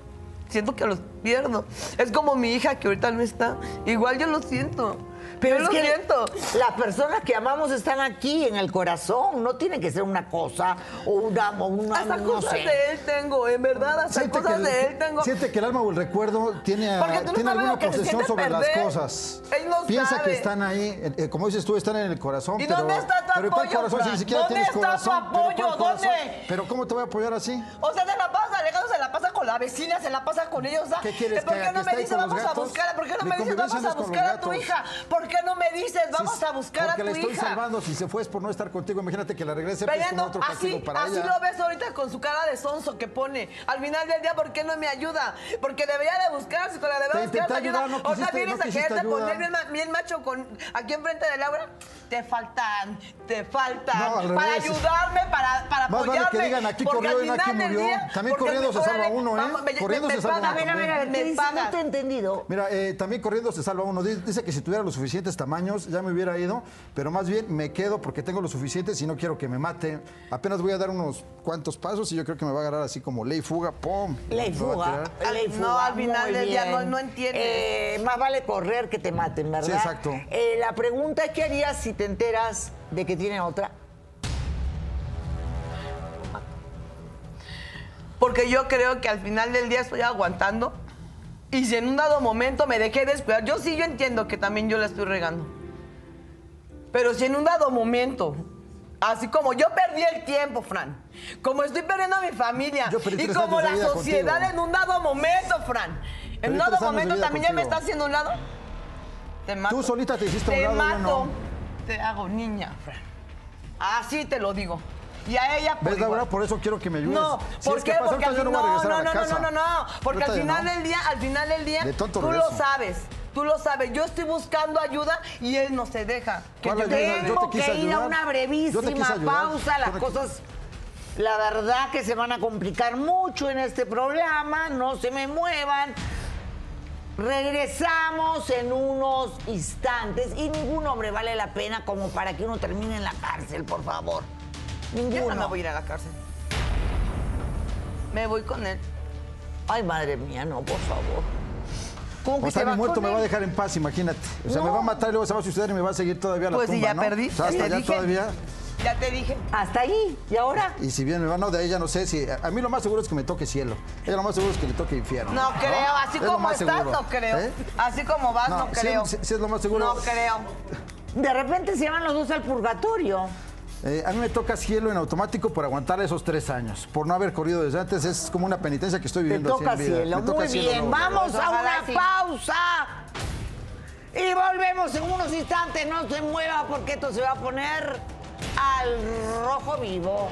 Speaker 4: siento que los pierdo. Es como mi hija que ahorita no está. Igual yo lo siento. Pero yo
Speaker 1: es
Speaker 4: lo
Speaker 1: que
Speaker 4: siento.
Speaker 1: Las personas que amamos están aquí en el corazón. No tiene que ser una cosa o una. O una
Speaker 4: Hasta
Speaker 1: no
Speaker 4: cosas
Speaker 1: sé.
Speaker 4: de él tengo, en verdad, hasta
Speaker 2: Siente que,
Speaker 4: cosas
Speaker 2: el,
Speaker 4: de él tengo.
Speaker 2: siente que el alma o el recuerdo tiene, a-
Speaker 4: Porque tú no
Speaker 2: tiene
Speaker 4: sabes
Speaker 2: alguna
Speaker 4: lo que se
Speaker 2: posesión
Speaker 4: siente
Speaker 2: sobre las
Speaker 4: perder.
Speaker 2: cosas.
Speaker 4: Él no
Speaker 2: Piensa
Speaker 4: sabe.
Speaker 2: que están ahí, eh, eh, como dices tú, están en el corazón.
Speaker 4: ¿Y
Speaker 2: pero,
Speaker 4: dónde está tu
Speaker 2: pero ¿cuál
Speaker 4: apoyo,
Speaker 2: corazón si ni
Speaker 4: Fran?
Speaker 2: siquiera
Speaker 4: ¿Dónde
Speaker 2: tienes
Speaker 4: está tu
Speaker 2: corazón? Pero ¿cuál
Speaker 4: apoyo?
Speaker 2: corazón?
Speaker 4: ¿Dónde?
Speaker 2: Pero ¿cómo te voy a apoyar así?
Speaker 4: O sea, se la pasa Alejandro, se la pasa con la vecina, se la pasa con ellos. O sea,
Speaker 2: ¿Qué quieres,
Speaker 4: ¿Por
Speaker 2: que
Speaker 4: qué
Speaker 2: haga?
Speaker 4: no
Speaker 2: ¿Que
Speaker 4: me
Speaker 2: esté ahí
Speaker 4: dices
Speaker 2: con los
Speaker 4: vamos a
Speaker 2: gatos?
Speaker 4: buscarla? ¿Por qué no
Speaker 2: Mi
Speaker 4: me dices
Speaker 2: convivencia
Speaker 4: vamos
Speaker 2: no
Speaker 4: a
Speaker 2: es con los
Speaker 4: buscar a tu
Speaker 2: gatos.
Speaker 4: hija? ¿Por qué no me dices vamos
Speaker 2: Si-
Speaker 4: a buscar a
Speaker 2: porque
Speaker 4: tu
Speaker 2: la estoy
Speaker 4: hija?
Speaker 2: salvando. Si se fue es por no estar contigo. Imagínate que la regrese pues, con
Speaker 4: Peleando,
Speaker 2: otro castigo
Speaker 4: así,
Speaker 2: para
Speaker 4: así
Speaker 2: ella.
Speaker 4: lo ves ahorita con su cara de sonso que pone. Al final del día, ¿por qué no me ayuda? Porque debería de buscar, si con la
Speaker 2: Te
Speaker 4: debería buscar
Speaker 2: intenté
Speaker 4: tu ayuda.
Speaker 2: ayudar, no
Speaker 4: o sea,
Speaker 2: quisiste-
Speaker 4: vienes
Speaker 2: no
Speaker 4: a
Speaker 2: quisiste
Speaker 4: quererte
Speaker 2: ayuda.
Speaker 4: poner bien, ma- bien macho con aquí enfrente de Laura. Te faltan, te faltan.
Speaker 2: No, al
Speaker 4: para
Speaker 2: revés.
Speaker 4: ayudarme, para, para
Speaker 2: Más vale
Speaker 4: apoyarme.
Speaker 2: que digan, aquí
Speaker 4: Porque
Speaker 2: corrió
Speaker 4: al
Speaker 2: y aquí
Speaker 4: final del
Speaker 2: murió.
Speaker 4: día-
Speaker 2: También
Speaker 4: porque
Speaker 2: corriendo se
Speaker 4: mejor
Speaker 2: salva
Speaker 4: le-
Speaker 2: uno, ¿eh?
Speaker 4: vamos, me-
Speaker 2: Corriendo
Speaker 4: me
Speaker 2: se salva
Speaker 4: pagan,
Speaker 2: uno
Speaker 1: A ver, a ver, a ver.
Speaker 4: me
Speaker 1: ¿Qué dices? No
Speaker 4: pagan.
Speaker 1: te he entendido.
Speaker 2: Mira, eh, también corriendo se salva uno. Di- Dice que si tuviera los suficientes tamaños ya me hubiera ido, pero más bien me quedo porque tengo los suficientes y no quiero que me mate. Apenas voy a dar unos cuantos pasos y yo creo que me va a agarrar así como ley fuga, ¡pum!
Speaker 1: Ley
Speaker 2: Me va a
Speaker 1: fuga,
Speaker 2: tirar.
Speaker 1: ley
Speaker 4: Al-
Speaker 1: fuga.
Speaker 4: Eh, no, al final
Speaker 1: muy
Speaker 4: del día no-
Speaker 1: bien.
Speaker 4: no entiendes.
Speaker 1: Eh, más vale correr que te maten, ¿verdad?
Speaker 2: Sí, exacto.
Speaker 1: Eh, la pregunta es, ¿qué harías si te enteras de que tienen otra?
Speaker 4: Porque yo creo que al final del día estoy aguantando. Y si en un dado momento me dejé descuidar, yo sí yo entiendo que también yo la estoy regando. Pero si en un dado momento, así como yo perdí el tiempo, Fran, como estoy perdiendo a mi familia
Speaker 2: Yo perdí
Speaker 4: y
Speaker 2: tres
Speaker 4: como
Speaker 2: años de
Speaker 4: la
Speaker 2: vida
Speaker 4: sociedad
Speaker 2: contigo.
Speaker 4: en un dado momento, Fran, en un
Speaker 2: Perdí tres años
Speaker 4: dado
Speaker 2: de
Speaker 4: momento
Speaker 2: vida
Speaker 4: también ya me
Speaker 2: contigo.
Speaker 4: está haciendo a un lado. Te mato.
Speaker 2: Tú solita te hiciste a
Speaker 4: Te
Speaker 2: un lado, yo
Speaker 4: mato.
Speaker 2: no.
Speaker 4: Te hago niña, Fran. Así te lo digo. Y a ella por
Speaker 2: ¿Ves,
Speaker 4: igual.
Speaker 2: Laura? Por eso quiero que me ayudes.
Speaker 4: No,
Speaker 2: Si
Speaker 4: ¿por
Speaker 2: es que
Speaker 4: qué?
Speaker 2: pasa
Speaker 4: Porque al fin-
Speaker 2: ahorita, yo no
Speaker 4: no,
Speaker 2: voy a
Speaker 4: no,
Speaker 2: regresar a
Speaker 4: no,
Speaker 2: la
Speaker 4: no,
Speaker 2: casa.
Speaker 4: no, no, no, porque
Speaker 2: Ahorita
Speaker 4: al
Speaker 2: ya
Speaker 4: final
Speaker 2: no.
Speaker 4: del día, al final del día,
Speaker 2: De tonto
Speaker 4: tú lo
Speaker 2: regreso.
Speaker 4: sabes, tú lo sabes. Yo estoy buscando ayuda y él no se deja. Que
Speaker 2: ¿Cuál
Speaker 4: yo-
Speaker 2: ayuda? Yo te
Speaker 1: Tengo que
Speaker 2: quise
Speaker 1: ir a
Speaker 2: ayudar.
Speaker 1: una
Speaker 2: Yo te quise
Speaker 1: brevísima
Speaker 2: ayudar.
Speaker 1: pausa. Las
Speaker 2: Yo te-
Speaker 1: cosas, la verdad que se van a complicar mucho en este programa. No se me muevan. Regresamos en unos instantes y ningún hombre vale la pena como para que uno termine en la cárcel, por favor.
Speaker 4: Ya no me
Speaker 1: Ninguno.
Speaker 4: voy a ir a la cárcel. Me voy con él.
Speaker 1: Ay, madre mía, no, por favor. ¿Cómo
Speaker 2: O
Speaker 1: que
Speaker 2: sea,
Speaker 1: se
Speaker 2: mi
Speaker 1: va
Speaker 2: muerto
Speaker 1: con
Speaker 2: me va a
Speaker 1: él?
Speaker 2: dejar en paz, imagínate. O sea, me va a matar y luego se va a suicidar y me va a seguir todavía a la
Speaker 4: Pues si
Speaker 2: tumba,
Speaker 4: ya
Speaker 2: ¿no?
Speaker 4: perdí,
Speaker 2: O sea,
Speaker 4: ya
Speaker 2: hasta
Speaker 4: te
Speaker 2: allá
Speaker 4: dije.
Speaker 2: todavía.
Speaker 4: Ya te dije.
Speaker 1: Hasta ahí. ¿Y ahora?
Speaker 2: Y si bien me va, no, de ahí ya no sé si. A mí lo más seguro es que me toque cielo. Ella lo más seguro es que le toque infierno.
Speaker 4: No creo, así
Speaker 2: Es lo
Speaker 4: como
Speaker 2: más
Speaker 4: estás,
Speaker 2: seguro.
Speaker 4: no creo.
Speaker 2: ¿Eh?
Speaker 4: Así como vas, no,
Speaker 2: No, sí es-
Speaker 4: creo.
Speaker 2: sí- sí es lo más seguro.
Speaker 4: No creo.
Speaker 1: De repente se van los dos al purgatorio.
Speaker 2: Eh, a mí me toca cielo en automático por aguantar esos tres años. Por no haber corrido desde antes, es como una penitencia que estoy
Speaker 1: Te
Speaker 2: viviendo. así en
Speaker 1: toca
Speaker 2: vida.
Speaker 1: cielo.
Speaker 2: Me toca
Speaker 1: Muy
Speaker 2: cielo,
Speaker 1: bien,
Speaker 2: no,
Speaker 1: vamos a
Speaker 4: Ojalá
Speaker 1: una
Speaker 4: sí.
Speaker 1: pausa. Y volvemos en unos instantes. No se mueva porque esto se va a poner al rojo vivo.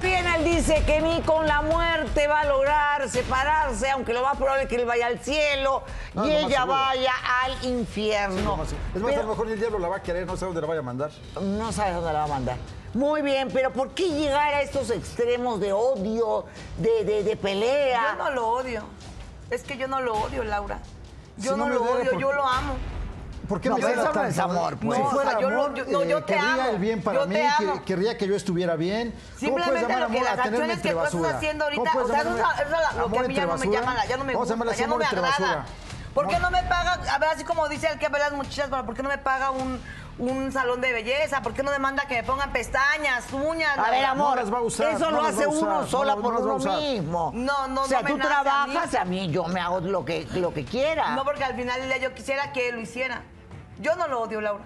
Speaker 1: Pienal dice que ni con la muerte va a lograr separarse, aunque lo más probable es que él vaya al cielo
Speaker 2: No,
Speaker 1: y
Speaker 2: es Ah, lo más
Speaker 1: ella
Speaker 2: seguro.
Speaker 1: vaya al infierno.
Speaker 2: no, Es más, a
Speaker 1: Pero-
Speaker 2: lo mejor el diablo la va a querer, no sé dónde la vaya a mandar.
Speaker 1: no sabes dónde la va a mandar. Muy bien, pero ¿por qué llegar a estos extremos de odio, de, de, de
Speaker 4: Yo
Speaker 1: pelea?
Speaker 4: no lo odio. Es que yo no lo odio, Laura. Yo
Speaker 2: Si no
Speaker 4: no,
Speaker 2: me
Speaker 4: lo
Speaker 2: duele,
Speaker 4: odio,
Speaker 2: ¿por
Speaker 4: yo
Speaker 2: qué?
Speaker 4: lo amo.
Speaker 2: ¿Por qué
Speaker 1: No,
Speaker 2: me
Speaker 1: pero
Speaker 2: cela
Speaker 1: eso no
Speaker 2: tanto?
Speaker 1: es amor, pues.
Speaker 2: Si
Speaker 4: No, o
Speaker 2: fuera
Speaker 4: sea, yo lo-
Speaker 2: amor,
Speaker 4: yo- no,
Speaker 2: eh,
Speaker 4: yo te
Speaker 2: querría
Speaker 4: amo.
Speaker 2: el bien para
Speaker 4: Yo
Speaker 2: mí,
Speaker 4: te
Speaker 2: que-
Speaker 4: amo.
Speaker 2: querría que yo estuviera bien. ¿Cómo puedes
Speaker 4: Simplemente
Speaker 2: llamar
Speaker 4: lo que
Speaker 2: amor a
Speaker 4: las
Speaker 2: tenerme
Speaker 4: acciones que
Speaker 2: entre
Speaker 4: tú estás
Speaker 2: basura?
Speaker 4: haciendo ahorita,
Speaker 2: ¿Cómo puedes
Speaker 4: o sea, eso
Speaker 2: llamarme
Speaker 4: es la- lo que a
Speaker 2: amor
Speaker 4: mí ya
Speaker 2: entre
Speaker 4: no me
Speaker 2: basura?
Speaker 4: llama, la- ya no me
Speaker 2: Vamos a llamarle
Speaker 4: gusta,
Speaker 2: así,
Speaker 4: ya no
Speaker 2: amor
Speaker 4: me
Speaker 2: entre basura.
Speaker 4: agrada. ¿Por qué
Speaker 2: Amor-
Speaker 4: no me paga, a ver, así como dice el que ve las muchachas, bueno, ¿por qué no me paga un, un salón de belleza? ¿Por qué no me manda que me pongan pestañas, uñas?
Speaker 1: A ver,
Speaker 4: Laura?
Speaker 1: amor,
Speaker 2: No las va a usar,
Speaker 1: eso
Speaker 2: no
Speaker 1: lo
Speaker 2: las va
Speaker 1: hace
Speaker 2: a usar,
Speaker 1: uno
Speaker 2: no
Speaker 1: sola
Speaker 2: las- no
Speaker 1: por
Speaker 2: las va a
Speaker 1: uno
Speaker 2: usar.
Speaker 1: mismo.
Speaker 4: No, no,
Speaker 1: O sea,
Speaker 4: no me
Speaker 1: tú
Speaker 4: nace a mí.
Speaker 1: trabajas a mí. yo me hago lo que, lo que quiera.
Speaker 4: No, porque al final del día yo quisiera que él lo hiciera. Yo no lo odio, Laura.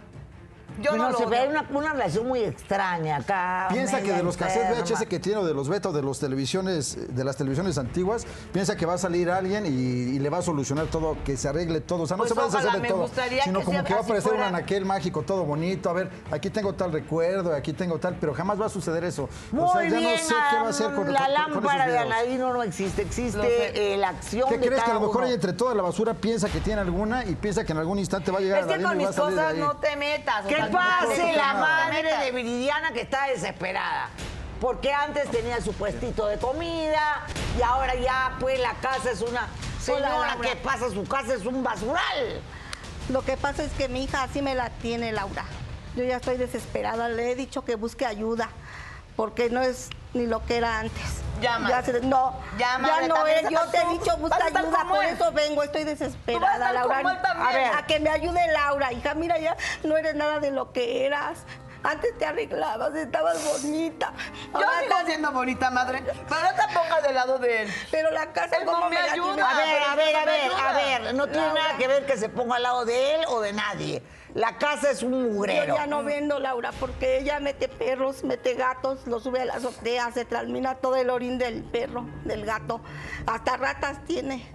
Speaker 4: Yo
Speaker 1: Bueno,
Speaker 4: no, lo
Speaker 1: Pues se ve
Speaker 4: odio.
Speaker 1: una, una relación muy extraña acá.
Speaker 2: Piensa que
Speaker 1: media
Speaker 2: de los
Speaker 1: enferma.
Speaker 2: cassettes VHS que tiene o de los beta o de los televisiones, eh, de las televisiones antiguas, piensa que va a salir alguien y, y le va a solucionar todo, que se arregle todo. O sea, no
Speaker 4: Pues
Speaker 2: se va a
Speaker 4: ojalá,
Speaker 2: deshacer
Speaker 4: me
Speaker 2: de todo.
Speaker 4: gustaría
Speaker 2: Sino
Speaker 4: que
Speaker 2: como
Speaker 4: sea
Speaker 2: que va a
Speaker 4: así
Speaker 2: aparecer un
Speaker 4: fuera.
Speaker 2: anaquel mágico, todo bonito. A ver, aquí tengo tal recuerdo, aquí tengo tal, pero jamás va a suceder eso.
Speaker 1: Muy
Speaker 2: o sea, ya
Speaker 1: bien,
Speaker 2: no sé qué va a hacer con
Speaker 1: la
Speaker 2: con- con esos
Speaker 1: lámpara de
Speaker 2: videos.
Speaker 1: Aladino no existe,
Speaker 4: Lo sé.
Speaker 1: existe eh, la acción
Speaker 2: ¿Qué
Speaker 1: de
Speaker 2: crees que a
Speaker 1: cada
Speaker 2: lo mejor
Speaker 1: uno.
Speaker 2: ella entre toda la basura piensa que tiene alguna y piensa que en algún instante va a llegar
Speaker 4: Es
Speaker 2: a
Speaker 4: que
Speaker 2: Aladino
Speaker 4: con
Speaker 2: y va
Speaker 4: mis
Speaker 2: a salir de
Speaker 4: cosas
Speaker 2: ahí?
Speaker 4: no te metas. o
Speaker 1: Que
Speaker 4: sea, no te
Speaker 1: pase
Speaker 4: metas,
Speaker 1: la
Speaker 4: no te
Speaker 1: madre
Speaker 4: metas.
Speaker 1: de Viridiana que está desesperada. Porque antes tenía su puestito de comida y ahora ya pues la casa es una señora
Speaker 6: Laura.
Speaker 1: que pasa su casa es un basural.
Speaker 6: Lo que pasa es que mi hija así me la tiene Laura. Yo ya estoy desesperada, le he dicho que busque ayuda, porque no es ni lo que era antes.
Speaker 7: Llama.
Speaker 6: Ya se- no,
Speaker 7: Llama,
Speaker 6: ya no
Speaker 7: también
Speaker 6: es. Yo
Speaker 7: estás
Speaker 6: te he
Speaker 7: tú.
Speaker 6: dicho busca
Speaker 7: Vas a estar
Speaker 6: ayuda,
Speaker 7: como
Speaker 6: por
Speaker 7: él.
Speaker 6: eso vengo, estoy
Speaker 7: Tú vas a
Speaker 6: desesperada,
Speaker 7: estar
Speaker 6: Laura.
Speaker 7: como él también.
Speaker 6: A ver, a que me ayude Laura, hija, mira ya no eres nada de lo que eras. Antes te arreglabas, estabas bonita.
Speaker 4: Yo
Speaker 6: Ahora
Speaker 4: sigo
Speaker 6: estás-
Speaker 4: siendo bonita, madre. Pero no te pongas del lado de él.
Speaker 6: Pero la casa
Speaker 4: Él no
Speaker 6: como
Speaker 4: me
Speaker 6: la
Speaker 4: ayuda.
Speaker 6: tiene-
Speaker 1: A ver, a ver, a ver, a
Speaker 4: ayuda.
Speaker 1: ver, no tiene nada que ver que se ponga al lado de él o de nadie. La casa es un mugrero.
Speaker 6: Yo ya no vendo, Laura, porque ella mete perros, mete gatos, los sube a las azotea, se transmina todo el orín del perro, del gato. Hasta ratas tiene.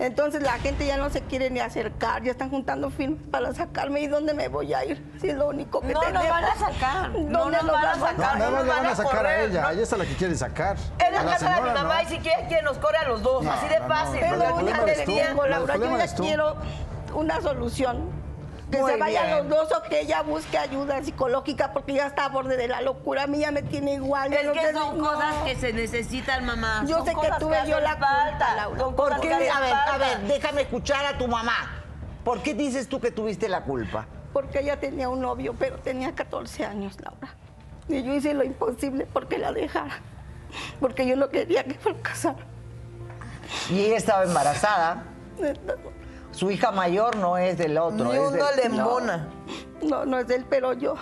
Speaker 6: Entonces la gente ya no se quiere ni acercar, ya están juntando firmas para sacarme. ¿Y dónde me voy a ir? Si es lo único que
Speaker 7: No nos
Speaker 6: tenemos.
Speaker 7: van a sacar, no
Speaker 6: ¿Dónde
Speaker 7: nos
Speaker 6: nos
Speaker 7: van a
Speaker 6: vamos?
Speaker 2: No,
Speaker 7: sacar.
Speaker 2: nada más
Speaker 7: nos
Speaker 2: le van
Speaker 7: van
Speaker 2: a
Speaker 7: a
Speaker 2: sacar a
Speaker 7: correr,
Speaker 2: ella.
Speaker 7: ¿no?
Speaker 2: Ella es la que quiere sacar.
Speaker 7: Es la,
Speaker 2: A
Speaker 7: casa de
Speaker 2: señora,
Speaker 7: mi mamá
Speaker 2: ¿no?
Speaker 7: y si quiere que nos corre a los dos,
Speaker 2: No,
Speaker 7: así de
Speaker 2: no, no,
Speaker 7: fácil.
Speaker 6: Es
Speaker 2: Pero el
Speaker 6: lo único
Speaker 2: problema
Speaker 6: que
Speaker 2: eres tú,
Speaker 6: tengo,
Speaker 2: el
Speaker 6: Laura. Yo
Speaker 2: problema
Speaker 6: ya
Speaker 2: eres tú.
Speaker 6: quiero una solución. Que
Speaker 1: Muy
Speaker 6: se vayan los
Speaker 1: bien.
Speaker 6: dos o que ella busque ayuda psicológica porque ya está a borde de la locura. A mí ya me tiene igual. ya
Speaker 7: Es
Speaker 6: no
Speaker 7: que
Speaker 6: sé-
Speaker 7: son
Speaker 6: no.
Speaker 7: cosas que se necesitan, mamá.
Speaker 6: Yo
Speaker 7: Son
Speaker 6: sé que
Speaker 7: cosas
Speaker 6: tuve yo
Speaker 7: hacen
Speaker 6: la culpa, Laura.
Speaker 7: Son
Speaker 1: ¿Por
Speaker 7: cosas
Speaker 1: qué?
Speaker 7: que hacen
Speaker 1: A ver, a
Speaker 7: falta.
Speaker 1: ver, déjame escuchar a tu mamá. ¿Por qué dices tú que tuviste la culpa?
Speaker 6: Porque ella tenía un novio, pero tenía 14 años, Laura. Y yo hice lo imposible porque la dejara. Porque yo no quería que fracasara.
Speaker 1: Y ella estaba embarazada. Su hija mayor no es del otro.
Speaker 4: Ni
Speaker 1: es de-
Speaker 4: uno le embona.
Speaker 6: No, no es él, pero yo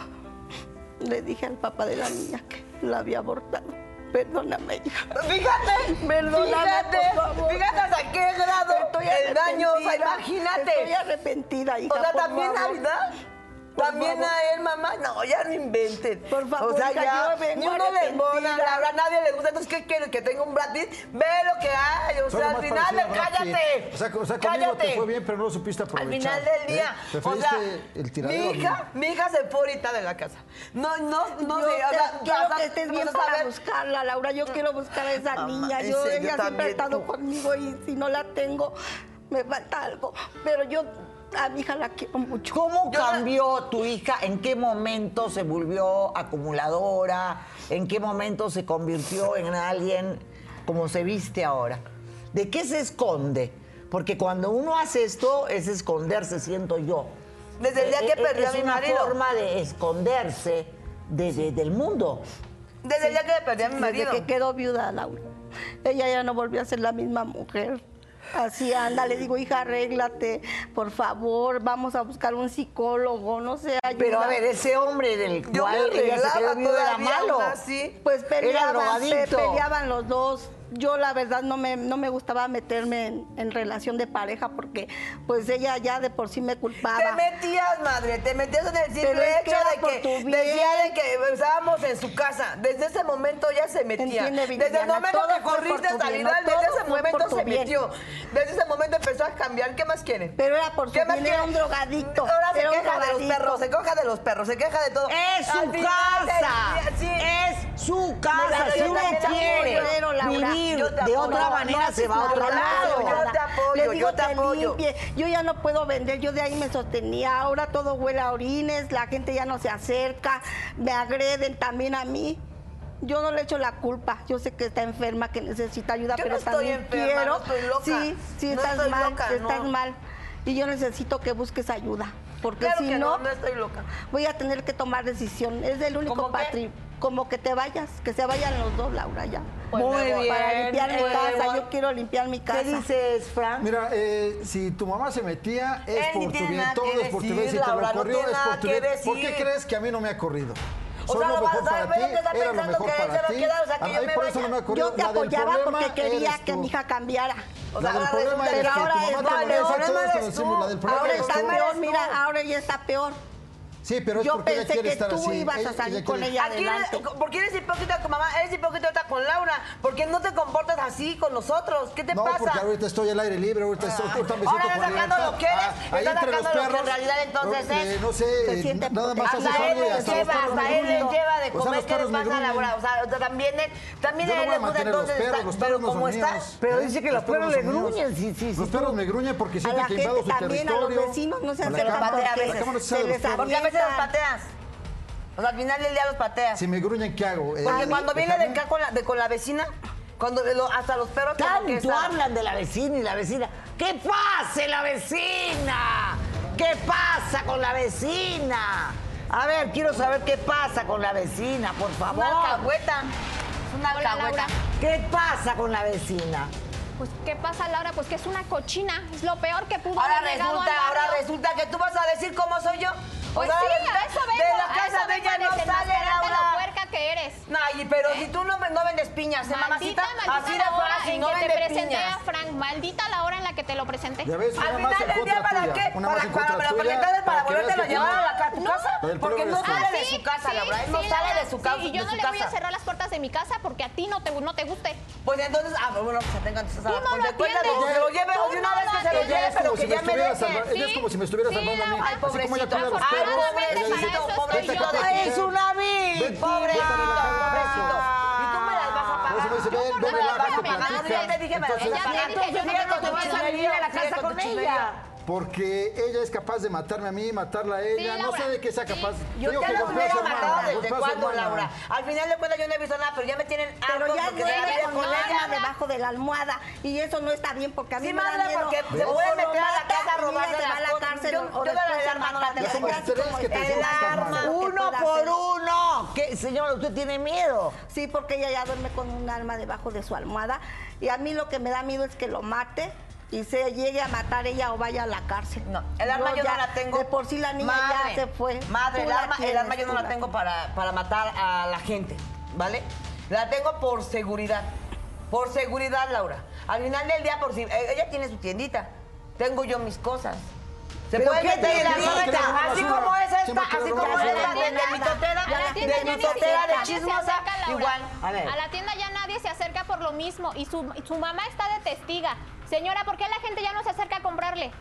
Speaker 6: le dije al papá de la niña que la había abortado. Perdóname, hija.
Speaker 4: Fíjate,
Speaker 6: Perdóname,
Speaker 4: fíjate,
Speaker 6: por favor.
Speaker 4: fíjate hasta qué grado
Speaker 6: Estoy
Speaker 4: el daño, o sea,
Speaker 6: arrepentida. Estoy
Speaker 4: imagínate.
Speaker 6: arrepentida, hija.
Speaker 4: O sea,
Speaker 6: por
Speaker 4: también
Speaker 6: favor.
Speaker 4: a Aida, también
Speaker 6: favor.
Speaker 4: a él, mamá, no, ya no inventen.
Speaker 6: Por favor,
Speaker 4: o sea,
Speaker 6: hija,
Speaker 4: ya,
Speaker 6: yo vengo
Speaker 4: ni uno le embona,
Speaker 6: arrepentida.
Speaker 4: Laura, nadie le gusta, entonces, ¿qué quieres? ¿Que tenga un Brad Pitt? Ve lo que hay, o
Speaker 2: Son lo
Speaker 4: sea, al
Speaker 2: más
Speaker 4: final,
Speaker 2: parecido a Brad Pitt.
Speaker 4: cállate,
Speaker 2: O sea, o sea, conmigo
Speaker 4: cállate.
Speaker 2: te fue bien, pero no lo supiste aprovechar.
Speaker 4: Al final del día,
Speaker 2: ¿eh?
Speaker 4: o
Speaker 2: Preferiste
Speaker 4: sea,
Speaker 2: el
Speaker 4: mi
Speaker 2: tiradero.
Speaker 4: hija, mi hija se fue ahorita de la casa. No, no, no,
Speaker 6: yo
Speaker 4: sé, o
Speaker 6: te-
Speaker 4: sea,
Speaker 6: quiero
Speaker 4: vas a-
Speaker 6: que estés bien
Speaker 4: vas a
Speaker 6: para
Speaker 4: saber- Mm. Ah,
Speaker 6: buscarla, Laura. Yo quiero buscar a esa
Speaker 4: Mamá,
Speaker 6: niña.
Speaker 4: en
Speaker 6: Yo,
Speaker 4: serio,
Speaker 6: ella siempre
Speaker 4: también
Speaker 6: ha estado
Speaker 4: tú.
Speaker 6: conmigo y si no la tengo, me falta algo. Pero yo a mi hija la quiero mucho.
Speaker 1: ¿Cómo cambió tu hija? ¿En qué momento se volvió acumuladora? ¿En qué momento se convirtió en alguien como se viste ahora? ¿De qué se esconde? Porque cuando uno hace esto es esconderse, siento yo.
Speaker 4: Desde el día que
Speaker 1: Eh, eh,
Speaker 4: perdí a
Speaker 1: es
Speaker 4: mi
Speaker 1: una
Speaker 4: marido.
Speaker 1: forma de esconderse de- de- del mundo.
Speaker 4: Desde el día que perdí a mi marido.
Speaker 6: Desde que quedó viuda, Laura. Ella ya no volvió a ser la misma mujer. Así anda, le digo, hija, arréglate, por favor, vamos a buscar un psicólogo, no sé, ayuda.
Speaker 1: Pero a ver, ese hombre del
Speaker 4: Yo me
Speaker 1: cual ella se
Speaker 4: arreglaba
Speaker 1: quedó viuda era
Speaker 4: todavía,
Speaker 1: malo.
Speaker 4: aún así.
Speaker 6: Pues
Speaker 1: Era
Speaker 6: peleaban, se
Speaker 1: drogadicto.
Speaker 6: peleaban los dos. Yo la verdad no me, no me gustaba meterme en, en relación de pareja porque pues ella ya de por sí me
Speaker 4: Te
Speaker 6: culpaba.
Speaker 4: metías, madre, te metías en el
Speaker 6: Pero
Speaker 4: simple
Speaker 6: es que
Speaker 4: hecho
Speaker 6: era por
Speaker 4: de
Speaker 6: tu
Speaker 4: que
Speaker 6: bien.
Speaker 4: decía de que estábamos en su casa. Desde ese momento ya se metía.
Speaker 6: Entiende,
Speaker 4: desde el
Speaker 6: Viridiana,
Speaker 4: momento
Speaker 6: todo
Speaker 4: que
Speaker 6: fue por
Speaker 4: corriste
Speaker 6: tu
Speaker 4: a
Speaker 6: bien,
Speaker 4: salir,
Speaker 6: no,
Speaker 4: desde
Speaker 6: todo
Speaker 4: ese
Speaker 6: fue por
Speaker 4: momento
Speaker 6: tu
Speaker 4: se
Speaker 6: bien.
Speaker 4: metió. Desde ese momento empezó a cambiar. ¿Qué más quieren?
Speaker 6: Pero era por su
Speaker 4: ¿Qué más
Speaker 6: bien, era
Speaker 4: quieren?
Speaker 6: un drogadicto,
Speaker 4: Ahora se
Speaker 6: era un
Speaker 4: queja de los
Speaker 6: drogadicto.
Speaker 4: perros, se queja de los perros, se queja de todo.
Speaker 1: Es
Speaker 4: Al
Speaker 1: su
Speaker 4: final
Speaker 1: casa.
Speaker 4: del día, sí.
Speaker 1: Es su casa.
Speaker 6: Pero
Speaker 1: Si
Speaker 6: yo
Speaker 1: uno
Speaker 6: también te
Speaker 1: quiere
Speaker 6: apoyo, pero, Laura,
Speaker 1: vivir
Speaker 4: yo te
Speaker 1: de
Speaker 4: apoyo.
Speaker 1: otra
Speaker 4: No,
Speaker 1: manera,
Speaker 6: no
Speaker 1: se va a
Speaker 6: haces
Speaker 1: otro
Speaker 6: nada,
Speaker 1: lado.
Speaker 6: no haces
Speaker 4: Yo te apoyo,
Speaker 6: Le digo
Speaker 4: yo te
Speaker 6: que
Speaker 4: apoyo.
Speaker 6: limpie. Yo ya no puedo vender, yo de ahí me sostenía. Ahora todo huele a orines, la gente ya no se acerca, me agreden también a mí. Yo no le echo la culpa. Yo sé que está enferma, que necesita ayuda,
Speaker 4: Yo no
Speaker 6: pero
Speaker 4: estoy
Speaker 6: también
Speaker 4: enferma,
Speaker 6: quiero.
Speaker 4: no estoy loca.
Speaker 6: Sí, sí,
Speaker 4: No
Speaker 6: estás
Speaker 4: estoy
Speaker 6: mal,
Speaker 4: loca,
Speaker 6: estás
Speaker 4: no.
Speaker 6: mal. Y yo necesito que busques ayuda, porque
Speaker 4: Claro
Speaker 2: Pues
Speaker 6: si
Speaker 4: que
Speaker 6: no,
Speaker 4: no, no estoy loca.
Speaker 6: voy a tener que tomar decisión. Es el único
Speaker 4: ¿Cómo qué?
Speaker 6: patri, como que te vayas, que se vayan los dos, Laura, ya.
Speaker 4: Pues
Speaker 1: Muy
Speaker 4: me voy.
Speaker 1: bien.
Speaker 6: Para limpiar mi
Speaker 4: Eh,
Speaker 6: casa,
Speaker 4: voy.
Speaker 6: yo quiero limpiar mi casa.
Speaker 1: ¿Qué dices, Frank?
Speaker 2: Mira, eh, si tu mamá se metía, es
Speaker 4: Él ni
Speaker 2: por tu
Speaker 4: tiene
Speaker 2: bien.
Speaker 4: nada
Speaker 2: Todo
Speaker 4: que
Speaker 2: es por tu
Speaker 4: decir,
Speaker 2: bien. Si te
Speaker 4: Laura,
Speaker 2: lo
Speaker 4: no
Speaker 2: corrió,
Speaker 4: tiene
Speaker 2: es por
Speaker 4: nada
Speaker 2: tu
Speaker 4: que
Speaker 2: bien. ¿Por qué
Speaker 4: decir.
Speaker 2: crees que a mí no me ha corrido?
Speaker 4: O
Speaker 2: Soy
Speaker 4: sea,
Speaker 2: lo
Speaker 4: lo vas
Speaker 2: mejor
Speaker 4: a
Speaker 2: para
Speaker 4: saber,
Speaker 2: ti,
Speaker 4: lo que está
Speaker 2: era lo
Speaker 4: pensando
Speaker 2: mejor
Speaker 4: que él
Speaker 2: para
Speaker 4: se
Speaker 2: ti.
Speaker 4: lo queda, o sea, que
Speaker 2: A
Speaker 4: yo
Speaker 2: mí
Speaker 4: me
Speaker 2: por eso no
Speaker 4: vaya.
Speaker 2: me ha corrido.
Speaker 6: Yo te
Speaker 2: La del
Speaker 6: apoyaba
Speaker 2: problema
Speaker 6: porque
Speaker 2: eres
Speaker 6: quería que
Speaker 2: tú.
Speaker 6: mi hija cambiara.
Speaker 4: O
Speaker 2: La
Speaker 4: sea,
Speaker 2: del
Speaker 4: ahora
Speaker 2: problema
Speaker 4: resulta
Speaker 2: eres
Speaker 6: que
Speaker 2: tú.
Speaker 6: ahora
Speaker 2: Tu mamá
Speaker 6: es-
Speaker 2: te
Speaker 6: vale,
Speaker 2: molesta,
Speaker 6: ahora
Speaker 2: todo
Speaker 4: eres
Speaker 2: esto lo decimos.
Speaker 4: tú.
Speaker 2: La del problema
Speaker 6: Ahora
Speaker 2: eres
Speaker 6: está
Speaker 2: tú.
Speaker 6: peor,
Speaker 4: tú.
Speaker 6: mira, ahora ella está peor.
Speaker 2: Sí, pero es
Speaker 6: Yo
Speaker 2: porque ella
Speaker 6: pensé
Speaker 2: quiere
Speaker 6: que
Speaker 2: estar
Speaker 6: tú
Speaker 2: así.
Speaker 6: ibas a
Speaker 2: Ella-
Speaker 6: salir
Speaker 2: ella
Speaker 6: con
Speaker 2: quiere-
Speaker 6: ella.
Speaker 4: Aquí eres-
Speaker 6: adelante.
Speaker 4: ¿Por qué eres hipócrita con mamá? Eres hipócrita con Laura. ¿Por qué no te comportas así con nosotros? ¿Qué te
Speaker 2: No,
Speaker 4: pasa?
Speaker 2: porque ahorita estoy al aire libre, ahorita estoy, ahorita me
Speaker 4: Ahora
Speaker 2: siento
Speaker 4: estás
Speaker 2: con
Speaker 4: sacando
Speaker 2: libertad.
Speaker 4: lo que eres,
Speaker 2: ahí
Speaker 4: estás
Speaker 2: entre los
Speaker 4: sacando lo que en
Speaker 2: perros,
Speaker 4: realidad entonces
Speaker 2: eh,
Speaker 4: es.
Speaker 2: No sé,
Speaker 6: Se siente
Speaker 2: nada más
Speaker 6: protegida.
Speaker 2: haces
Speaker 4: Hasta él
Speaker 6: Hasta
Speaker 2: algo y
Speaker 4: les
Speaker 2: hasta los
Speaker 4: lleva,
Speaker 2: perros
Speaker 4: hasta
Speaker 2: me
Speaker 4: él les
Speaker 2: gruñen.
Speaker 4: lleva de
Speaker 2: O sea,
Speaker 4: comer.
Speaker 2: los
Speaker 4: ¿Qué le
Speaker 2: perros me
Speaker 4: pasa a
Speaker 2: gruñen.
Speaker 4: Laura? O sea, o sea, también él, también
Speaker 2: Yo no
Speaker 4: él
Speaker 2: voy
Speaker 4: le
Speaker 2: a
Speaker 4: gusta
Speaker 2: mantener los
Speaker 4: entonces.
Speaker 2: perros,
Speaker 4: está-
Speaker 2: los
Speaker 4: pero
Speaker 2: perros no
Speaker 4: como
Speaker 2: son
Speaker 4: está,
Speaker 2: míos. ¿Eh?
Speaker 1: Pero dice que los perros le
Speaker 2: son míos.
Speaker 1: gruñen, sí, sí, sí.
Speaker 2: Los perros me gruñen porque
Speaker 6: A
Speaker 2: sienten
Speaker 6: la
Speaker 2: que invado
Speaker 6: gente
Speaker 2: su
Speaker 6: también, a
Speaker 2: territorio.
Speaker 6: los vecinos no se
Speaker 2: Con la
Speaker 6: acercan
Speaker 2: cámara-
Speaker 6: porque a
Speaker 2: la
Speaker 6: veces
Speaker 2: cámara no se
Speaker 6: se
Speaker 2: sabe de los
Speaker 6: les
Speaker 2: perros.
Speaker 4: porque a veces los
Speaker 6: avientan.
Speaker 4: pateas. O sea, al final del día los pateas.
Speaker 2: Si me gruñen, ¿qué hago? Eh,
Speaker 4: Porque
Speaker 2: eh,
Speaker 4: cuando viene de
Speaker 2: dejarme-
Speaker 4: acá con la, de- con la vecina, cuando lo- hasta los perros como que
Speaker 1: Tanto
Speaker 4: están-
Speaker 1: hablan de la vecina y la vecina. ¿Qué pase la vecina? ¿Qué pasa con la vecina? A ver, quiero saber qué pasa con la vecina, por favor.
Speaker 4: Una alcahueta. Es una
Speaker 8: Hola,
Speaker 4: alcahueta.
Speaker 8: Laura.
Speaker 1: ¿Qué pasa con la vecina?
Speaker 8: Pues, ¿qué pasa, Laura? Pues que es una cochina. Es lo peor que pudo
Speaker 4: Ahora
Speaker 8: haber llegado
Speaker 4: resulta,
Speaker 8: al barrio.
Speaker 4: ahora resulta que tú vas a decir cómo soy yo.
Speaker 8: Pues
Speaker 4: O sea,
Speaker 8: sí,
Speaker 4: resulta-
Speaker 8: a eso vengo.
Speaker 4: De la
Speaker 8: a
Speaker 4: casa
Speaker 8: eso
Speaker 4: de ella
Speaker 8: vengo,
Speaker 4: no
Speaker 8: a
Speaker 4: sale,
Speaker 8: desenmascararte
Speaker 4: Laura.
Speaker 8: lo puerca que eres. ¿Eh?
Speaker 4: Ay, pero si tú no, me- no vendes piñas, ¿eh, mamacita?
Speaker 8: Maldita,
Speaker 4: Así
Speaker 8: maldita
Speaker 4: de
Speaker 8: la hora
Speaker 4: fácil,
Speaker 8: en
Speaker 4: no
Speaker 8: que te
Speaker 4: vendes
Speaker 8: presenté
Speaker 4: piñas.
Speaker 8: a Frank. Maldita la hora en la que te lo presenté.
Speaker 2: Ya
Speaker 4: Al
Speaker 2: ves, una más en
Speaker 4: final del día,
Speaker 2: contra
Speaker 4: ¿para
Speaker 2: tuya.
Speaker 4: qué?
Speaker 2: Una
Speaker 4: para
Speaker 2: más en
Speaker 4: cuando me
Speaker 2: contra
Speaker 4: lo
Speaker 2: tuya,
Speaker 4: presentaras para
Speaker 2: que veas
Speaker 4: volvértelo a
Speaker 2: que tú-
Speaker 4: llevar a la ca- a tu
Speaker 8: No.
Speaker 4: casa.
Speaker 2: La del
Speaker 4: Porque
Speaker 2: pueblo
Speaker 4: no
Speaker 2: eres tú.
Speaker 4: sale de
Speaker 8: Ah, sí,
Speaker 4: su casa,
Speaker 8: sí,
Speaker 4: Laura. Él no
Speaker 8: sí,
Speaker 4: sale
Speaker 8: Laura,
Speaker 4: de su casa.
Speaker 8: Sí, y yo
Speaker 4: de
Speaker 8: no
Speaker 4: su
Speaker 8: le voy a
Speaker 4: casa.
Speaker 8: cerrar las puertas de mi casa porque a ti no te, no te guste.
Speaker 4: Pues entonces, ah, bueno, que se tengan entonces a
Speaker 8: Tú
Speaker 4: la
Speaker 8: no lo
Speaker 4: consecuencia pues, de que
Speaker 8: atiendes.
Speaker 4: se lo lleve o
Speaker 8: Tú
Speaker 4: de una
Speaker 8: no
Speaker 4: vez
Speaker 8: lo
Speaker 4: que se lo
Speaker 8: atiendes.
Speaker 4: lleve,
Speaker 2: Ella es
Speaker 4: pero
Speaker 2: como
Speaker 4: que
Speaker 2: si
Speaker 4: ya
Speaker 2: me
Speaker 4: me
Speaker 2: estuviera
Speaker 4: deje.
Speaker 2: salvando. Ella es
Speaker 8: Sí.
Speaker 2: como si me estuviera
Speaker 8: Sí,
Speaker 2: salvando a mí.
Speaker 8: Laura. Ay,
Speaker 2: Así como ella cuida a los
Speaker 8: pobrecito.
Speaker 2: perros.
Speaker 4: Es
Speaker 2: ella dice, "Vete acá de aquí".
Speaker 8: Afortunadamente para eso estoy yo.
Speaker 4: una
Speaker 2: Vete,
Speaker 4: vil,
Speaker 2: vete a
Speaker 4: pobrecito,
Speaker 2: relajar.
Speaker 4: pobrecito. Y tú me las vas a
Speaker 2: Por eso
Speaker 4: pagar.
Speaker 2: me dice,
Speaker 8: Yo
Speaker 2: "Ven,
Speaker 8: por
Speaker 2: ven,
Speaker 8: nada
Speaker 2: relaja,
Speaker 8: me
Speaker 2: te
Speaker 8: pagas,
Speaker 2: platica".
Speaker 8: ya te
Speaker 4: dije, me las
Speaker 2: Entonces,
Speaker 4: vas a pagar.
Speaker 8: Entonces, yo no
Speaker 4: Sigue
Speaker 8: te
Speaker 4: con tu
Speaker 8: vas a
Speaker 4: chismería,
Speaker 1: venir a la
Speaker 4: sigue
Speaker 1: casa
Speaker 4: tu
Speaker 1: con
Speaker 4: chismería.
Speaker 1: ella.
Speaker 2: Porque ella es capaz de matarme a mí, matarla a ella.
Speaker 8: Sí,
Speaker 2: no
Speaker 8: Laura.
Speaker 2: sé de qué sea
Speaker 8: Sí.
Speaker 2: capaz.
Speaker 4: Yo
Speaker 2: Digo
Speaker 4: ya
Speaker 2: que
Speaker 4: los
Speaker 2: golpea a
Speaker 4: hubiera
Speaker 2: su hermana,
Speaker 4: matado desde
Speaker 2: golpea a su
Speaker 4: cuándo,
Speaker 2: hermana.
Speaker 4: Laura. Al final de cuentas yo no he visto nada, pero ya me tienen algo
Speaker 6: Pero ya
Speaker 4: porque de la
Speaker 6: duerme
Speaker 4: vida
Speaker 6: con
Speaker 4: con
Speaker 6: ella
Speaker 4: ella.
Speaker 6: debajo de la almohada y eso no está bien porque a mí
Speaker 4: Sí,
Speaker 6: me da
Speaker 4: madre,
Speaker 6: miedo.
Speaker 4: porque
Speaker 6: O
Speaker 4: se puede
Speaker 6: lo
Speaker 4: meter a la
Speaker 6: mata
Speaker 4: casa a
Speaker 6: y ella
Speaker 4: robarle
Speaker 6: se va
Speaker 4: las
Speaker 6: a la
Speaker 4: cosas.
Speaker 6: cárcel
Speaker 4: Yo-
Speaker 6: o
Speaker 4: yo de la
Speaker 6: después se
Speaker 4: hermana
Speaker 6: mata.
Speaker 4: la
Speaker 2: Ya somos
Speaker 6: Ya
Speaker 2: tres
Speaker 6: como
Speaker 2: que te
Speaker 6: el
Speaker 2: llevas esta
Speaker 6: arma
Speaker 2: hermana.
Speaker 6: que pueda
Speaker 1: Uno por
Speaker 6: hacer.
Speaker 1: uno. ¿Qué, señora, usted tiene miedo.
Speaker 6: Sí, porque ella ya duerme con un arma debajo de su almohada y a mí lo que me da miedo es que lo mate y se llegue a matar ella o vaya a la cárcel.
Speaker 4: No, el arma yo,
Speaker 6: ya-
Speaker 4: no la tengo.
Speaker 6: De por sí la niña
Speaker 4: Madre,
Speaker 6: ya se fue.
Speaker 4: Madre,
Speaker 6: ¿eh? Tú
Speaker 4: el
Speaker 6: la
Speaker 4: arma, el
Speaker 6: tienes,
Speaker 4: arma yo no
Speaker 6: tú
Speaker 4: la tengo para, para matar a la gente, ¿vale? La tengo por seguridad. Por seguridad, Laura. Al final del día, por si eh, ella tiene su tiendita. Tengo yo mis cosas. Se
Speaker 1: ¿Pero
Speaker 4: puede
Speaker 1: qué
Speaker 4: meter en la
Speaker 1: tiendita?
Speaker 4: gaveta,
Speaker 2: Siempre
Speaker 4: Así
Speaker 2: basura,
Speaker 4: como es esta,
Speaker 2: siempre
Speaker 4: así
Speaker 2: tirando
Speaker 4: como
Speaker 1: basura.
Speaker 4: esta, de, de mi totera,
Speaker 8: A la tienda
Speaker 4: de
Speaker 8: ya
Speaker 4: mi
Speaker 8: ni
Speaker 4: totera, de
Speaker 8: siquiera se
Speaker 4: chismosa,
Speaker 8: acerca, Laura.
Speaker 4: igual.
Speaker 8: A, la tienda ya nadie se acerca por lo mismo y su, y su mamá está de testiga. Señora, ¿por qué la gente ya no se acerca a comprarle?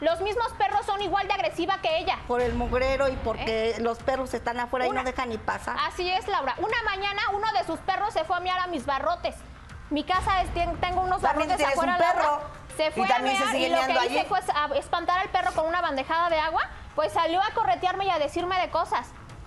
Speaker 8: Los mismos perros son igual de agresiva que ella. ¿Eh?
Speaker 6: Por el mugrero y porque los perros están afuera
Speaker 8: Una-
Speaker 6: y no dejan ni pasar.
Speaker 8: Así es, Laura. Una mañana uno de sus perros se fue a miar a mis barrotes. Mi casa es, tien- tengo unos
Speaker 4: También
Speaker 8: barrotes
Speaker 4: tienes un
Speaker 8: afuera. Laura.
Speaker 4: perro.
Speaker 8: Se fue
Speaker 4: Y también
Speaker 8: a
Speaker 4: se
Speaker 8: mear
Speaker 4: sigue
Speaker 8: y lo que
Speaker 4: meando
Speaker 8: hice
Speaker 4: allí.
Speaker 8: fue a espantar al perro con una bandejada de agua. Pues salió a corretearme y a decirme de cosas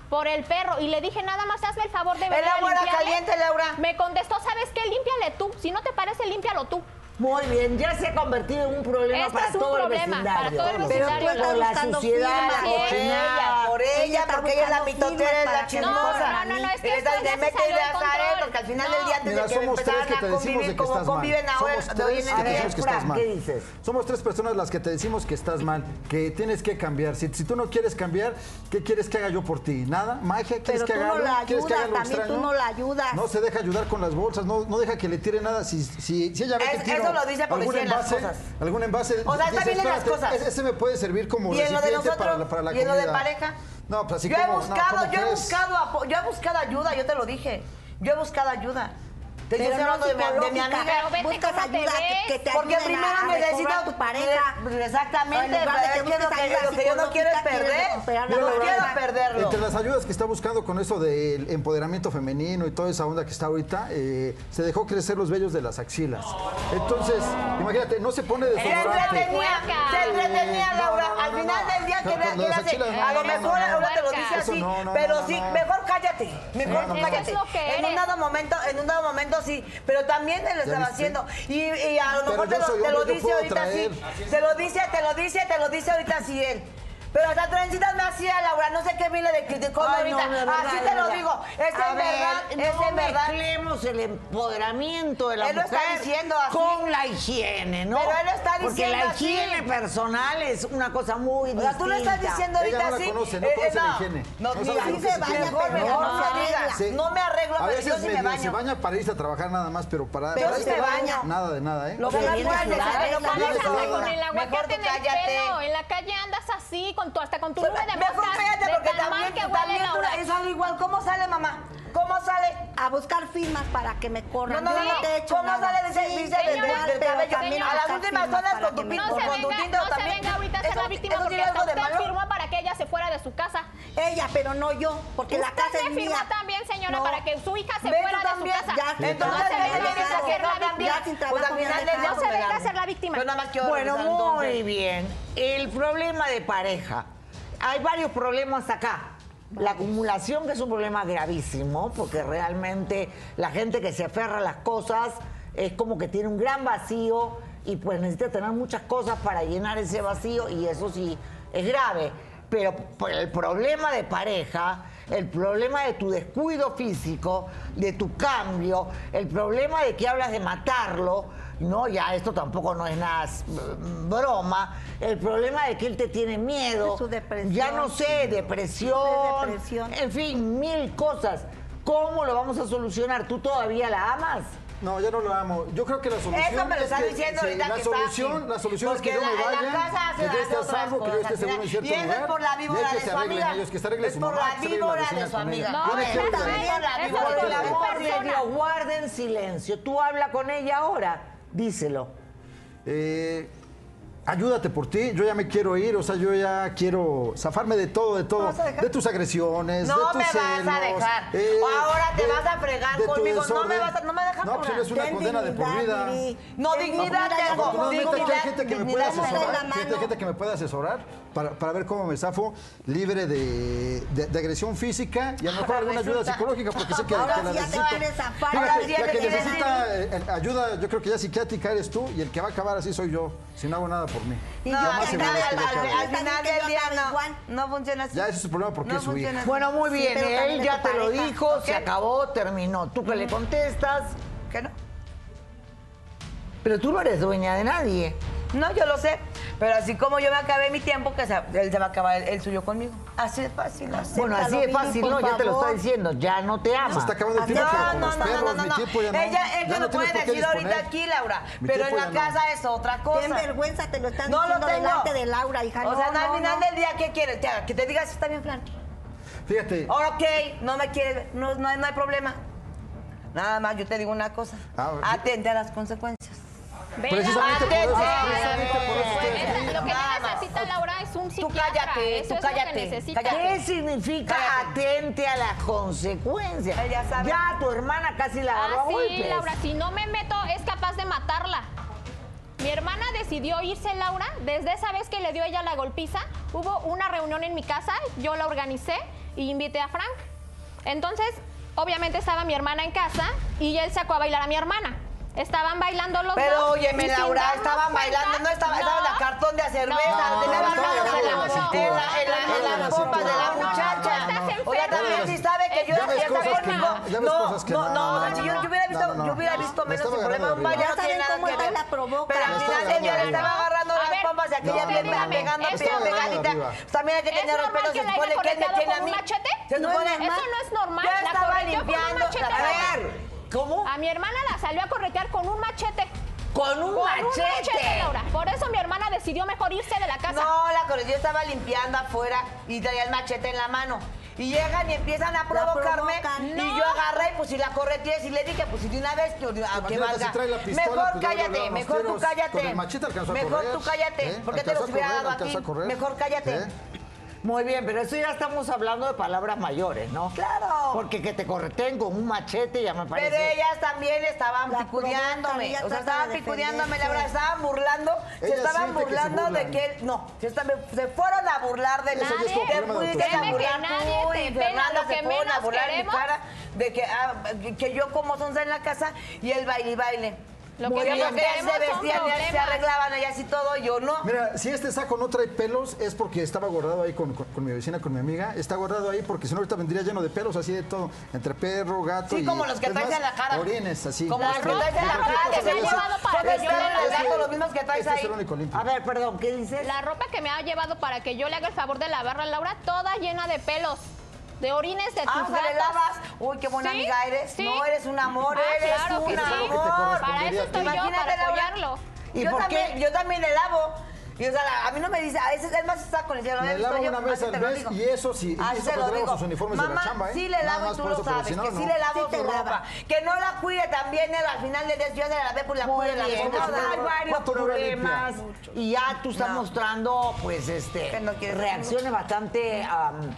Speaker 8: por el perro. Y le dije, nada más hazme el favor de venir a
Speaker 4: agua era
Speaker 8: limpiarle".
Speaker 4: caliente, Laura.
Speaker 8: Me contestó, ¿sabes qué? Límpiale tú. Si no te parece, límpialo tú.
Speaker 1: Muy bien, ya se ha convertido en un problema
Speaker 8: Esto
Speaker 1: para
Speaker 8: Este es un
Speaker 1: todo el
Speaker 8: problema, para
Speaker 1: vecindario.
Speaker 8: todo el
Speaker 1: Pero
Speaker 8: vecindario,
Speaker 1: por
Speaker 6: Laura.
Speaker 1: la suciedad, la
Speaker 8: Así es.
Speaker 1: cochinada.
Speaker 4: por ella,
Speaker 6: está
Speaker 4: porque ella es la
Speaker 6: buscando
Speaker 4: mitotera, es
Speaker 6: firmas
Speaker 4: la
Speaker 6: para que
Speaker 8: No,
Speaker 4: chismosa.
Speaker 8: no, no, no, es que
Speaker 4: Eres
Speaker 8: esto
Speaker 4: la
Speaker 8: ya
Speaker 4: de
Speaker 8: se
Speaker 4: mete
Speaker 8: salió
Speaker 4: ideas
Speaker 8: del control.
Speaker 4: a él, porque al final del día antes
Speaker 2: Mira,
Speaker 4: de que
Speaker 2: somos tres
Speaker 4: empezaran
Speaker 2: que
Speaker 4: a
Speaker 2: te decimos de
Speaker 4: convivir
Speaker 2: que
Speaker 4: como
Speaker 2: estás mal.
Speaker 4: conviven ahora,
Speaker 2: Somos
Speaker 4: de hoy en
Speaker 2: tres
Speaker 4: el
Speaker 2: que te
Speaker 4: día.
Speaker 2: decimos que estás
Speaker 1: Frank,
Speaker 2: mal.
Speaker 1: ¿qué dices?
Speaker 2: Somos tres personas las que te decimos que estás mal, que tienes que cambiar. Si, si tú no quieres cambiar, ¿qué quieres que haga yo por ti? ¿Nada? ¿Magia? ¿Quieres
Speaker 6: Pero
Speaker 2: que
Speaker 6: tú
Speaker 2: haga
Speaker 6: no
Speaker 2: algo?
Speaker 6: la
Speaker 2: ¿Quieres que haga algo
Speaker 6: ayudas, también tú
Speaker 2: extraño?
Speaker 6: no la ayudas.
Speaker 2: No se deja ayudar con las bolsas, no, no deja que le tire nada. Si, si, si ella ve
Speaker 4: Es-
Speaker 2: que tiro
Speaker 4: eso lo dice la
Speaker 2: algún
Speaker 4: policía en las
Speaker 2: envase,
Speaker 4: cosas.
Speaker 2: algún envase,
Speaker 4: O sea, está
Speaker 2: dice,
Speaker 4: bien en las
Speaker 2: "Espérate, e-,
Speaker 4: cosas".
Speaker 2: Ese, ese me puede servir como
Speaker 4: Y en lo de
Speaker 2: recipiente para la,
Speaker 4: nosotros,
Speaker 2: para la
Speaker 4: y en lo
Speaker 2: comida.
Speaker 4: de pareja.
Speaker 2: No, pues así
Speaker 4: yo
Speaker 2: como...
Speaker 4: he
Speaker 2: no,
Speaker 4: buscado, yo
Speaker 2: ¿cómo
Speaker 4: he
Speaker 2: crees?
Speaker 4: buscado, apo- yo he buscado ayuda, yo te lo dije. Yo he buscado ayuda. Te
Speaker 6: Pero
Speaker 4: estoy
Speaker 6: no
Speaker 4: hablando de mi, de mi
Speaker 6: psicológica,
Speaker 4: amiga.
Speaker 8: Pero vete
Speaker 6: buscas
Speaker 8: cómo te
Speaker 6: ayuda
Speaker 8: ves.
Speaker 6: que, que te
Speaker 4: Porque
Speaker 6: ayuden
Speaker 4: primero
Speaker 6: a
Speaker 4: necesito
Speaker 6: necesito tu pareja.
Speaker 4: Exactamente,
Speaker 6: En lugar de que
Speaker 4: pero es que lo
Speaker 6: busques
Speaker 4: que-
Speaker 6: ayuda
Speaker 4: lo que yo no quiero es
Speaker 6: psicológica, quieres
Speaker 4: perder.
Speaker 6: recuperar
Speaker 4: No
Speaker 6: la
Speaker 4: quiero
Speaker 6: pareja.
Speaker 4: perderlo.
Speaker 2: Entre las ayudas que está buscando con eso del empoderamiento femenino y toda esa onda que está ahorita, eh, se dejó crecer los vellos de las axilas. Entonces, imagínate, no se pone
Speaker 4: Se
Speaker 2: desodorante.
Speaker 4: entretenía, se entretenía,
Speaker 2: No,
Speaker 4: Laura.
Speaker 2: no, no,
Speaker 4: Al
Speaker 2: no,
Speaker 4: final
Speaker 2: no.
Speaker 4: del día
Speaker 2: No,
Speaker 4: que
Speaker 2: con
Speaker 4: que
Speaker 2: las
Speaker 4: hace,
Speaker 2: axilas, no,
Speaker 4: a lo
Speaker 2: no, no,
Speaker 4: mejor
Speaker 2: no.
Speaker 4: ahora te lo dice
Speaker 8: Eso
Speaker 4: así,
Speaker 2: no, no,
Speaker 4: pero
Speaker 2: no,
Speaker 4: sí,
Speaker 2: no.
Speaker 4: mejor cállate, mejor
Speaker 2: no, no.
Speaker 4: cállate.
Speaker 8: Eso es lo que
Speaker 4: en un
Speaker 8: eres.
Speaker 4: dado momento, en un dado momento sí, pero también él lo estaba
Speaker 2: viste?
Speaker 4: haciendo y, y a lo
Speaker 2: Pero
Speaker 4: mejor te
Speaker 2: yo
Speaker 4: lo,
Speaker 2: soy
Speaker 4: te lo
Speaker 2: hombre, yo
Speaker 4: dice
Speaker 2: puedo
Speaker 4: ahorita
Speaker 2: traer.
Speaker 4: así, te lo dice, te lo dice, te lo dice ahorita así él. Pero hasta trencitas me hacía Laura, no sé qué vino de criticó
Speaker 1: Ay, no,
Speaker 4: ahorita.
Speaker 1: de verdad,
Speaker 4: así
Speaker 1: de
Speaker 4: te lo
Speaker 1: verdad.
Speaker 4: digo, es
Speaker 1: A
Speaker 4: en verdad,
Speaker 1: ver,
Speaker 4: es
Speaker 1: no
Speaker 4: en verdad.
Speaker 1: mezclemos el empoderamiento de la
Speaker 4: Él lo
Speaker 1: mujer
Speaker 4: está diciendo así.
Speaker 1: con la higiene, ¿no?
Speaker 4: Pero él lo está
Speaker 1: Porque la
Speaker 4: diciendo así.
Speaker 1: higiene personal es una cosa muy
Speaker 4: O
Speaker 1: distinta.
Speaker 4: sea, tú lo estás diciendo ahorita
Speaker 2: Ella no la
Speaker 4: así. Eh,
Speaker 2: conoce, no conoce la higiene.
Speaker 4: No,
Speaker 2: No
Speaker 4: mira,
Speaker 2: sabe lo
Speaker 4: así se
Speaker 2: que se
Speaker 4: baña,
Speaker 2: siente.
Speaker 4: pero
Speaker 2: No,
Speaker 4: mejor no se diga.
Speaker 2: Se-
Speaker 4: No me arreglo,
Speaker 2: a
Speaker 4: pero
Speaker 2: veces
Speaker 4: yo sí me
Speaker 2: medio
Speaker 4: baño.
Speaker 2: se baña para irse a trabajar nada más, pero para,
Speaker 4: Pero
Speaker 2: para
Speaker 4: sí me
Speaker 2: irse a bañar,
Speaker 4: baño.
Speaker 2: Nada de nada, ¿eh?
Speaker 4: Lo
Speaker 2: Sí,
Speaker 4: que
Speaker 2: viene
Speaker 4: más
Speaker 2: sudada.
Speaker 4: sudada,
Speaker 8: Pero
Speaker 4: lo
Speaker 8: ¿cómo
Speaker 4: que
Speaker 8: andas
Speaker 4: más
Speaker 8: hasta
Speaker 4: sudada.
Speaker 8: con el
Speaker 4: Mejor tú
Speaker 8: aguacate en el
Speaker 4: cállate.
Speaker 8: pelo? En la calle andas así, con tu, hasta con tu nube de moscas.
Speaker 4: Mejor cállate
Speaker 8: de
Speaker 4: porque
Speaker 8: tan mal
Speaker 4: también,
Speaker 8: que huele
Speaker 4: también tú
Speaker 8: Laura.
Speaker 4: la- es algo igual. ¿Cómo sale, mamá? ¿Cómo sale?
Speaker 6: A buscar firmas para que me
Speaker 4: No,
Speaker 6: corran.
Speaker 4: no,
Speaker 6: Yo
Speaker 4: no, no.
Speaker 6: te he hecho
Speaker 4: ¿Cómo
Speaker 6: nada.
Speaker 4: sale de ese
Speaker 6: Sí,
Speaker 4: dice del-
Speaker 8: señora,
Speaker 4: del- del
Speaker 6: pero
Speaker 4: cabello?
Speaker 6: también
Speaker 4: A las
Speaker 6: buscar
Speaker 4: últimas
Speaker 6: firmas
Speaker 4: horas
Speaker 6: para
Speaker 4: con tu
Speaker 6: que me
Speaker 4: pinto,
Speaker 8: No se
Speaker 6: corran.
Speaker 4: con tu
Speaker 8: venga,
Speaker 4: tinta
Speaker 8: no se
Speaker 4: también.
Speaker 8: venga ahorita a ser
Speaker 4: Eso-
Speaker 8: la víctima
Speaker 4: eso
Speaker 8: porque
Speaker 4: tiene algo
Speaker 8: hasta
Speaker 4: de
Speaker 8: usted
Speaker 4: malo.
Speaker 8: firmó para que ella se fuera de su casa.
Speaker 6: Ella, pero no yo, porque la
Speaker 8: usted
Speaker 6: casa es
Speaker 8: le firmó
Speaker 6: mía.
Speaker 8: también, señora,
Speaker 6: No.
Speaker 8: para que su hija se
Speaker 4: Ve tú
Speaker 8: fuera de
Speaker 4: también,
Speaker 8: su casa.
Speaker 6: ya se
Speaker 4: Entonces,
Speaker 8: no se
Speaker 6: fue,
Speaker 4: ¿qué
Speaker 6: ya
Speaker 8: venga
Speaker 4: le dices
Speaker 8: a
Speaker 6: se
Speaker 4: que
Speaker 8: ser
Speaker 4: no
Speaker 8: la
Speaker 6: fue,
Speaker 8: víctima.
Speaker 6: ya sin trabajo
Speaker 4: Pues al
Speaker 6: me han
Speaker 4: final del día
Speaker 6: dejado.
Speaker 8: No se venga a ser la
Speaker 4: Melanie.
Speaker 8: víctima.
Speaker 4: Yo nada más quiero
Speaker 1: Bueno,
Speaker 4: regresar, entonces.
Speaker 1: muy bien. El problema de pareja. Hay varios problemas acá. La acumulación, que es un problema gravísimo, porque realmente la gente que se aferra a las cosas es como que tiene un gran vacío y pues necesita tener muchas cosas para llenar ese vacío y eso sí es grave. Pero por el problema de pareja, el problema de tu descuido físico, de tu cambio, el problema de que hablas de matarlo, no, ya esto tampoco no es nada s- broma, el problema de que él te tiene miedo,
Speaker 6: De su depresión.
Speaker 1: ya no sé, depresión,
Speaker 6: De depresión.
Speaker 1: en fin, mil cosas. ¿Cómo lo vamos a solucionar? ¿Tú todavía la amas?
Speaker 2: No, ya no lo amo. Yo creo que la solución.
Speaker 4: Eso me lo
Speaker 2: es
Speaker 4: está
Speaker 2: que-
Speaker 4: diciendo
Speaker 2: sí,
Speaker 4: ahorita
Speaker 2: la
Speaker 4: que
Speaker 2: solución,
Speaker 4: está aquí.
Speaker 2: La solución es que
Speaker 4: Porque
Speaker 2: yo me
Speaker 4: la- en
Speaker 2: vaya.
Speaker 4: la casa hace-
Speaker 2: que yo
Speaker 4: hace
Speaker 2: esté a
Speaker 4: otras
Speaker 2: salvo, que yo
Speaker 4: cosas,
Speaker 2: esté seguro en
Speaker 4: mira.
Speaker 2: cierto
Speaker 4: Y eso es
Speaker 2: lugar.
Speaker 4: por la
Speaker 2: y hay
Speaker 4: víbora
Speaker 2: que
Speaker 4: de
Speaker 2: se
Speaker 4: su
Speaker 2: arreglen
Speaker 4: amiga.
Speaker 2: ellos, que se arregle
Speaker 4: Es
Speaker 2: su
Speaker 4: por
Speaker 2: mamá,
Speaker 4: la
Speaker 2: que se arreglen
Speaker 4: víbora
Speaker 2: las
Speaker 4: de
Speaker 2: vecinas
Speaker 4: su
Speaker 2: con ella.
Speaker 4: amiga.
Speaker 8: No,
Speaker 2: Tiene que
Speaker 8: esa
Speaker 2: arreglar.
Speaker 8: no es,
Speaker 4: la
Speaker 8: esa
Speaker 4: víbora
Speaker 8: es
Speaker 4: de la
Speaker 8: otra
Speaker 4: voz,
Speaker 8: persona.
Speaker 1: Pero guarden silencio. Tú habla con ella ahora. Díselo.
Speaker 2: Eh, ayúdate por ti, yo ya me quiero ir, o sea, yo ya quiero zafarme de todo, de todo,
Speaker 4: vas a dejar?
Speaker 2: de tus agresiones, de
Speaker 4: No
Speaker 2: tus
Speaker 4: me vas a
Speaker 2: celos, eh,
Speaker 4: dejar. Ahora te vas a fregar
Speaker 2: de tu
Speaker 4: conmigo. No me
Speaker 2: desorden.
Speaker 4: vas a- no me dejas
Speaker 2: No, pues
Speaker 4: por la-
Speaker 2: es una
Speaker 6: Ten
Speaker 2: condena de por vida.
Speaker 6: dignidad, Viri.
Speaker 4: No,
Speaker 6: Ten
Speaker 4: dignidad
Speaker 6: dignidad,
Speaker 4: tengo.
Speaker 6: amor.
Speaker 2: Afortunadamente aquí hay
Speaker 4: Dignidad,
Speaker 2: gente que me puede
Speaker 4: dignidad
Speaker 6: me da la
Speaker 2: asesorar, gente,
Speaker 6: mano.
Speaker 2: gente que me puede asesorar para, para ver cómo me zafo libre de, de- de agresión física y a lo mejor
Speaker 4: Ahora
Speaker 2: alguna ayuda
Speaker 4: resulta-
Speaker 2: psicológica porque sé que,
Speaker 6: Ahora
Speaker 2: que la
Speaker 6: sí ya te
Speaker 2: necesito.
Speaker 6: van a zafar.
Speaker 2: Fíjate,
Speaker 6: Ahora sí ya
Speaker 2: la
Speaker 6: te
Speaker 2: que
Speaker 6: quieren-
Speaker 2: necesita eh, ayuda, yo creo que ya psiquiátrica eres tú y el que va a acabar así soy yo, si no hago nada por mí.
Speaker 6: Y
Speaker 4: No,
Speaker 6: yo
Speaker 4: al
Speaker 2: Jamás se me
Speaker 4: final,
Speaker 2: va a
Speaker 4: al,
Speaker 2: dejar de
Speaker 4: al-
Speaker 2: cara.
Speaker 4: al final
Speaker 6: Yo
Speaker 4: del día
Speaker 6: estaba igual.
Speaker 4: no, no funciona así.
Speaker 2: Ya ese es su problema porque
Speaker 4: No
Speaker 2: es su hija.
Speaker 4: funciona así.
Speaker 1: Bueno, muy
Speaker 6: Sí,
Speaker 1: bien.
Speaker 6: pero también
Speaker 1: Él
Speaker 6: es
Speaker 1: ya
Speaker 6: tu
Speaker 1: te lo
Speaker 6: pareja.
Speaker 1: dijo, se acabó, terminó. ¿Tú que
Speaker 4: Mm.
Speaker 1: le contestas?
Speaker 4: ¿Qué no?
Speaker 1: Pero tú no eres dueña de nadie.
Speaker 4: No, yo lo sé. Pero así como yo me acabé mi tiempo, que se- él se va a acabar el, el suyo conmigo. Así de fácil. así.
Speaker 1: Bueno, así es
Speaker 6: Viri,
Speaker 1: fácil,
Speaker 6: por
Speaker 1: no, ya te lo está
Speaker 6: favor.
Speaker 1: diciendo, ya no te ama.
Speaker 2: Se está acabando el tiempo,
Speaker 4: Ah, No,
Speaker 2: pero con
Speaker 4: no,
Speaker 2: los
Speaker 4: no,
Speaker 2: perros,
Speaker 4: no, no,
Speaker 2: mi
Speaker 4: no.
Speaker 2: tiempo ya no.
Speaker 4: Ella, ella
Speaker 2: ya
Speaker 4: lo
Speaker 2: tienes
Speaker 4: puede
Speaker 2: por qué
Speaker 4: decir ahorita
Speaker 2: disponer.
Speaker 4: aquí, Laura.
Speaker 2: Mi
Speaker 4: pero en
Speaker 2: tiempo
Speaker 4: la
Speaker 2: ya no.
Speaker 4: casa es otra cosa.
Speaker 6: Ten vergüenza, te lo están
Speaker 4: No lo
Speaker 6: diciendo
Speaker 4: tengo.
Speaker 6: delante de Laura, hija.
Speaker 4: O sea,
Speaker 6: No,
Speaker 4: no, al
Speaker 6: no,
Speaker 4: final
Speaker 6: no.
Speaker 4: del día, ¿qué quieres? Te- Que te digas, está bien, Flan.
Speaker 2: Fíjate,
Speaker 4: Ahora, ok, no me quieres, ver, no, no, hay- no hay problema. Nada más, yo te digo una cosa.
Speaker 2: Ah, yo-
Speaker 4: Atente a las consecuencias.
Speaker 8: Ve
Speaker 2: Precisamente
Speaker 8: la-
Speaker 2: por eso,
Speaker 8: Ah,
Speaker 2: precisamente por eso estoy
Speaker 8: esa-
Speaker 2: aquí.
Speaker 8: Lo que
Speaker 4: Nada
Speaker 8: ella
Speaker 4: más.
Speaker 8: necesita Laura es un
Speaker 4: Tú
Speaker 8: psiquiatra.
Speaker 4: cállate,
Speaker 8: eso
Speaker 4: tú
Speaker 8: es lo
Speaker 4: cállate,
Speaker 8: que necesita.
Speaker 4: cállate.
Speaker 1: ¿Qué significa
Speaker 4: Cállate.
Speaker 1: atente a las consecuencias?
Speaker 4: Ella sabe.
Speaker 1: Ya tu hermana casi la agarró
Speaker 8: Ah,
Speaker 1: a
Speaker 8: sí,
Speaker 1: golpes.
Speaker 8: Laura, si no me meto, es capaz de matarla. Mi hermana decidió irse, Laura. Desde esa vez que le dio ella la golpiza, hubo una reunión en mi casa, yo la organicé y invité a Frank. Entonces, obviamente estaba mi hermana en casa y él sacó a bailar a mi hermana. Estaban bailando los
Speaker 4: Pero
Speaker 8: dos.
Speaker 4: óyeme,
Speaker 8: y sin
Speaker 4: Laura,
Speaker 8: darnos
Speaker 4: estaban
Speaker 8: cuenta-
Speaker 4: bailando, no estaba, estaba en la cartón de cerveza,
Speaker 8: No,
Speaker 4: tenía
Speaker 8: no,
Speaker 4: las manos
Speaker 8: no,
Speaker 4: en la, en la,
Speaker 8: no, no,
Speaker 4: en
Speaker 8: no,
Speaker 4: la, en la
Speaker 8: no, no,
Speaker 4: copa
Speaker 8: no,
Speaker 4: de la
Speaker 8: no, no,
Speaker 4: muchacha.
Speaker 8: no, no, no.
Speaker 4: Oiga, también
Speaker 8: Estás
Speaker 4: si sabe que yo ya
Speaker 8: enferma. Ya ves
Speaker 4: estaba
Speaker 8: cosas que
Speaker 4: conmigo.
Speaker 8: no,
Speaker 2: ya ves
Speaker 4: No,
Speaker 2: cosas que
Speaker 4: no,
Speaker 2: no,
Speaker 4: no, o
Speaker 2: no,
Speaker 4: sea,
Speaker 2: no,
Speaker 4: si yo
Speaker 2: no.
Speaker 4: yo hubiera visto,
Speaker 2: No, no,
Speaker 4: yo hubiera
Speaker 2: no.
Speaker 4: visto
Speaker 2: Me
Speaker 4: menos el
Speaker 2: estaba
Speaker 4: problema
Speaker 2: ganando
Speaker 4: un
Speaker 2: arriba.
Speaker 4: baño
Speaker 6: Ya
Speaker 4: tiene
Speaker 6: saben
Speaker 4: nada
Speaker 6: cómo
Speaker 4: que
Speaker 6: está
Speaker 4: ver.
Speaker 6: la provoca.
Speaker 4: Pero al
Speaker 2: Me
Speaker 4: final
Speaker 2: estaba
Speaker 4: del día le
Speaker 2: ganando
Speaker 4: estaba
Speaker 2: arriba.
Speaker 4: agarrando
Speaker 8: A
Speaker 4: las
Speaker 8: ver,
Speaker 4: pompas y aquella
Speaker 2: no,
Speaker 4: me estaba
Speaker 2: dígame,
Speaker 4: pegando,
Speaker 8: ¿es
Speaker 4: pegando,
Speaker 8: normal?
Speaker 4: pegadita. Pues También hay que
Speaker 8: ¿Es
Speaker 4: tener
Speaker 8: normal
Speaker 4: respeto,
Speaker 8: que
Speaker 4: se
Speaker 8: la haya
Speaker 4: supone que él me
Speaker 8: correteado
Speaker 4: tiene a
Speaker 8: con
Speaker 4: mí.
Speaker 8: un machete?
Speaker 4: Se
Speaker 8: No
Speaker 4: supone-
Speaker 8: es normal. Eso no es normal,
Speaker 4: Yo
Speaker 8: la
Speaker 4: estaba
Speaker 8: correteó con un
Speaker 4: limpiando
Speaker 8: machete,
Speaker 4: la
Speaker 8: Laura.
Speaker 4: cara.
Speaker 1: ¿Cómo?
Speaker 8: A mi hermana la salió a corretear con un machete.
Speaker 1: Con un
Speaker 8: Con un machete,
Speaker 1: machete.
Speaker 8: Laura. Por eso mi hermana decidió mejor irse de la casa.
Speaker 4: No, la corre- yo estaba limpiando afuera y traía el machete en la mano. Y llegan y empiezan a provocarme.
Speaker 6: provocan.
Speaker 4: Y yo agarré y pues si la correteé, y le dije, pues si de una vez que, a que
Speaker 2: Imagínate
Speaker 4: valga.
Speaker 2: si trae la pistola,
Speaker 4: mejor
Speaker 2: pues, ya
Speaker 4: cállate,
Speaker 2: hablamos
Speaker 4: mejor tú
Speaker 2: tiros.
Speaker 4: cállate.
Speaker 2: Con el machete alcanzó a
Speaker 4: mejor
Speaker 2: correr,
Speaker 4: tú cállate,
Speaker 2: ¿eh?
Speaker 4: porque te
Speaker 2: Alcanzó
Speaker 4: los
Speaker 2: a
Speaker 4: hubiera
Speaker 2: correr,
Speaker 4: dado aquí.
Speaker 2: alcanzó a correr,
Speaker 4: Mejor cállate.
Speaker 2: ¿eh?
Speaker 1: Muy bien, pero eso ya estamos hablando de palabras mayores, ¿no?
Speaker 4: Claro.
Speaker 1: Porque que te correten con un machete ya me parece.
Speaker 4: Pero ellas también estaban
Speaker 6: La
Speaker 4: picudeándome.
Speaker 6: provocan, ella
Speaker 4: O sea,
Speaker 6: trata
Speaker 4: estaban
Speaker 6: de
Speaker 4: picudeándome, la
Speaker 6: defenderse.
Speaker 4: verdad, estaban burlando. se
Speaker 2: Ellas
Speaker 4: estaban
Speaker 2: sienten que se
Speaker 4: burlando de
Speaker 2: burlan.
Speaker 4: que él. No, se, estaban- se fueron a burlar de
Speaker 2: Eso
Speaker 4: nadie.
Speaker 2: ya es un problema de
Speaker 4: fuiste
Speaker 2: autoestima.
Speaker 4: a burlar
Speaker 8: Créeme
Speaker 4: tú
Speaker 8: que nadie
Speaker 4: y
Speaker 8: te pela,
Speaker 4: Fernanda
Speaker 8: lo
Speaker 4: se
Speaker 8: que
Speaker 4: fueron a
Speaker 8: menos
Speaker 4: burlar en mi
Speaker 8: queremos.
Speaker 4: cara de que, ah, que yo como sonza en la casa y él baile y baile.
Speaker 8: Lo
Speaker 4: Porque
Speaker 8: que
Speaker 4: ellas
Speaker 8: menos
Speaker 4: se
Speaker 8: queremos son
Speaker 4: vestían, ellas se
Speaker 8: problemas.
Speaker 4: arreglaban, ellas y todo, yo no.
Speaker 2: Mira, si este saco no trae pelos es porque estaba guardado ahí con, con- con mi vecina, con mi amiga. Está guardado ahí porque si no ahorita vendría lleno de pelos, así de todo. Entre perro, gato
Speaker 4: Sí,
Speaker 2: y...
Speaker 4: como los que
Speaker 2: es
Speaker 4: traes
Speaker 2: más,
Speaker 4: en la cara.
Speaker 2: Orines, así.
Speaker 4: Como los que traes en la
Speaker 8: ropa,
Speaker 4: cara, que
Speaker 8: que
Speaker 4: se
Speaker 8: se han llevado para
Speaker 4: Son
Speaker 8: que yo
Speaker 4: vestidos
Speaker 8: le
Speaker 4: de gato,
Speaker 8: haga
Speaker 4: los mismos que traes
Speaker 2: Este es
Speaker 4: ahí.
Speaker 2: el único limpio.
Speaker 1: A ver, perdón, ¿qué dices?
Speaker 8: La ropa que me ha llevado para que yo le haga el favor de lavarla, Laura, toda llena de pelos, de orines de tus
Speaker 4: Ah, o sea, le
Speaker 8: gatos.
Speaker 4: lavas. Uy, qué buena
Speaker 8: Sí,
Speaker 4: amiga eres.
Speaker 8: sí.
Speaker 4: No, eres un amor,
Speaker 8: Ah,
Speaker 4: eres
Speaker 8: claro
Speaker 4: un
Speaker 8: que sí.
Speaker 4: amor.
Speaker 8: Para eso estoy yo, para
Speaker 4: Imagínate, Laura.
Speaker 8: apoyarlo.
Speaker 1: ¿Y
Speaker 4: yo,
Speaker 1: por
Speaker 4: también,
Speaker 1: qué?
Speaker 4: yo también le lavo. Y, o sea, la- a mí no me dice, a veces es más está con el cielo.
Speaker 2: Me lavo una vez al mes y eso sí. y
Speaker 4: Así
Speaker 2: eso
Speaker 4: Ah, te lo
Speaker 2: cuando
Speaker 4: digo.
Speaker 2: lavo sus uniformes de
Speaker 4: Mamá,
Speaker 2: la chamba, ¿eh?
Speaker 4: sí le
Speaker 2: Nada
Speaker 4: lavo y
Speaker 2: más
Speaker 4: tú
Speaker 2: por
Speaker 4: lo
Speaker 2: eso, pero
Speaker 4: sabes,
Speaker 2: si no,
Speaker 4: que sí
Speaker 2: no.
Speaker 4: le
Speaker 6: Sí
Speaker 4: lavo
Speaker 6: te
Speaker 4: su
Speaker 6: lava.
Speaker 4: ropa. Que no la cuide también, él al final del día, si yo se la ve, pues la
Speaker 1: Muy
Speaker 4: cuide. la
Speaker 1: bien,
Speaker 4: recojo.
Speaker 1: es una-
Speaker 4: Ay, varios
Speaker 1: cuatro problemas y ya tú estás
Speaker 4: No.
Speaker 1: mostrando, pues, este,
Speaker 4: Que no quieres.
Speaker 1: reacciones bastante am,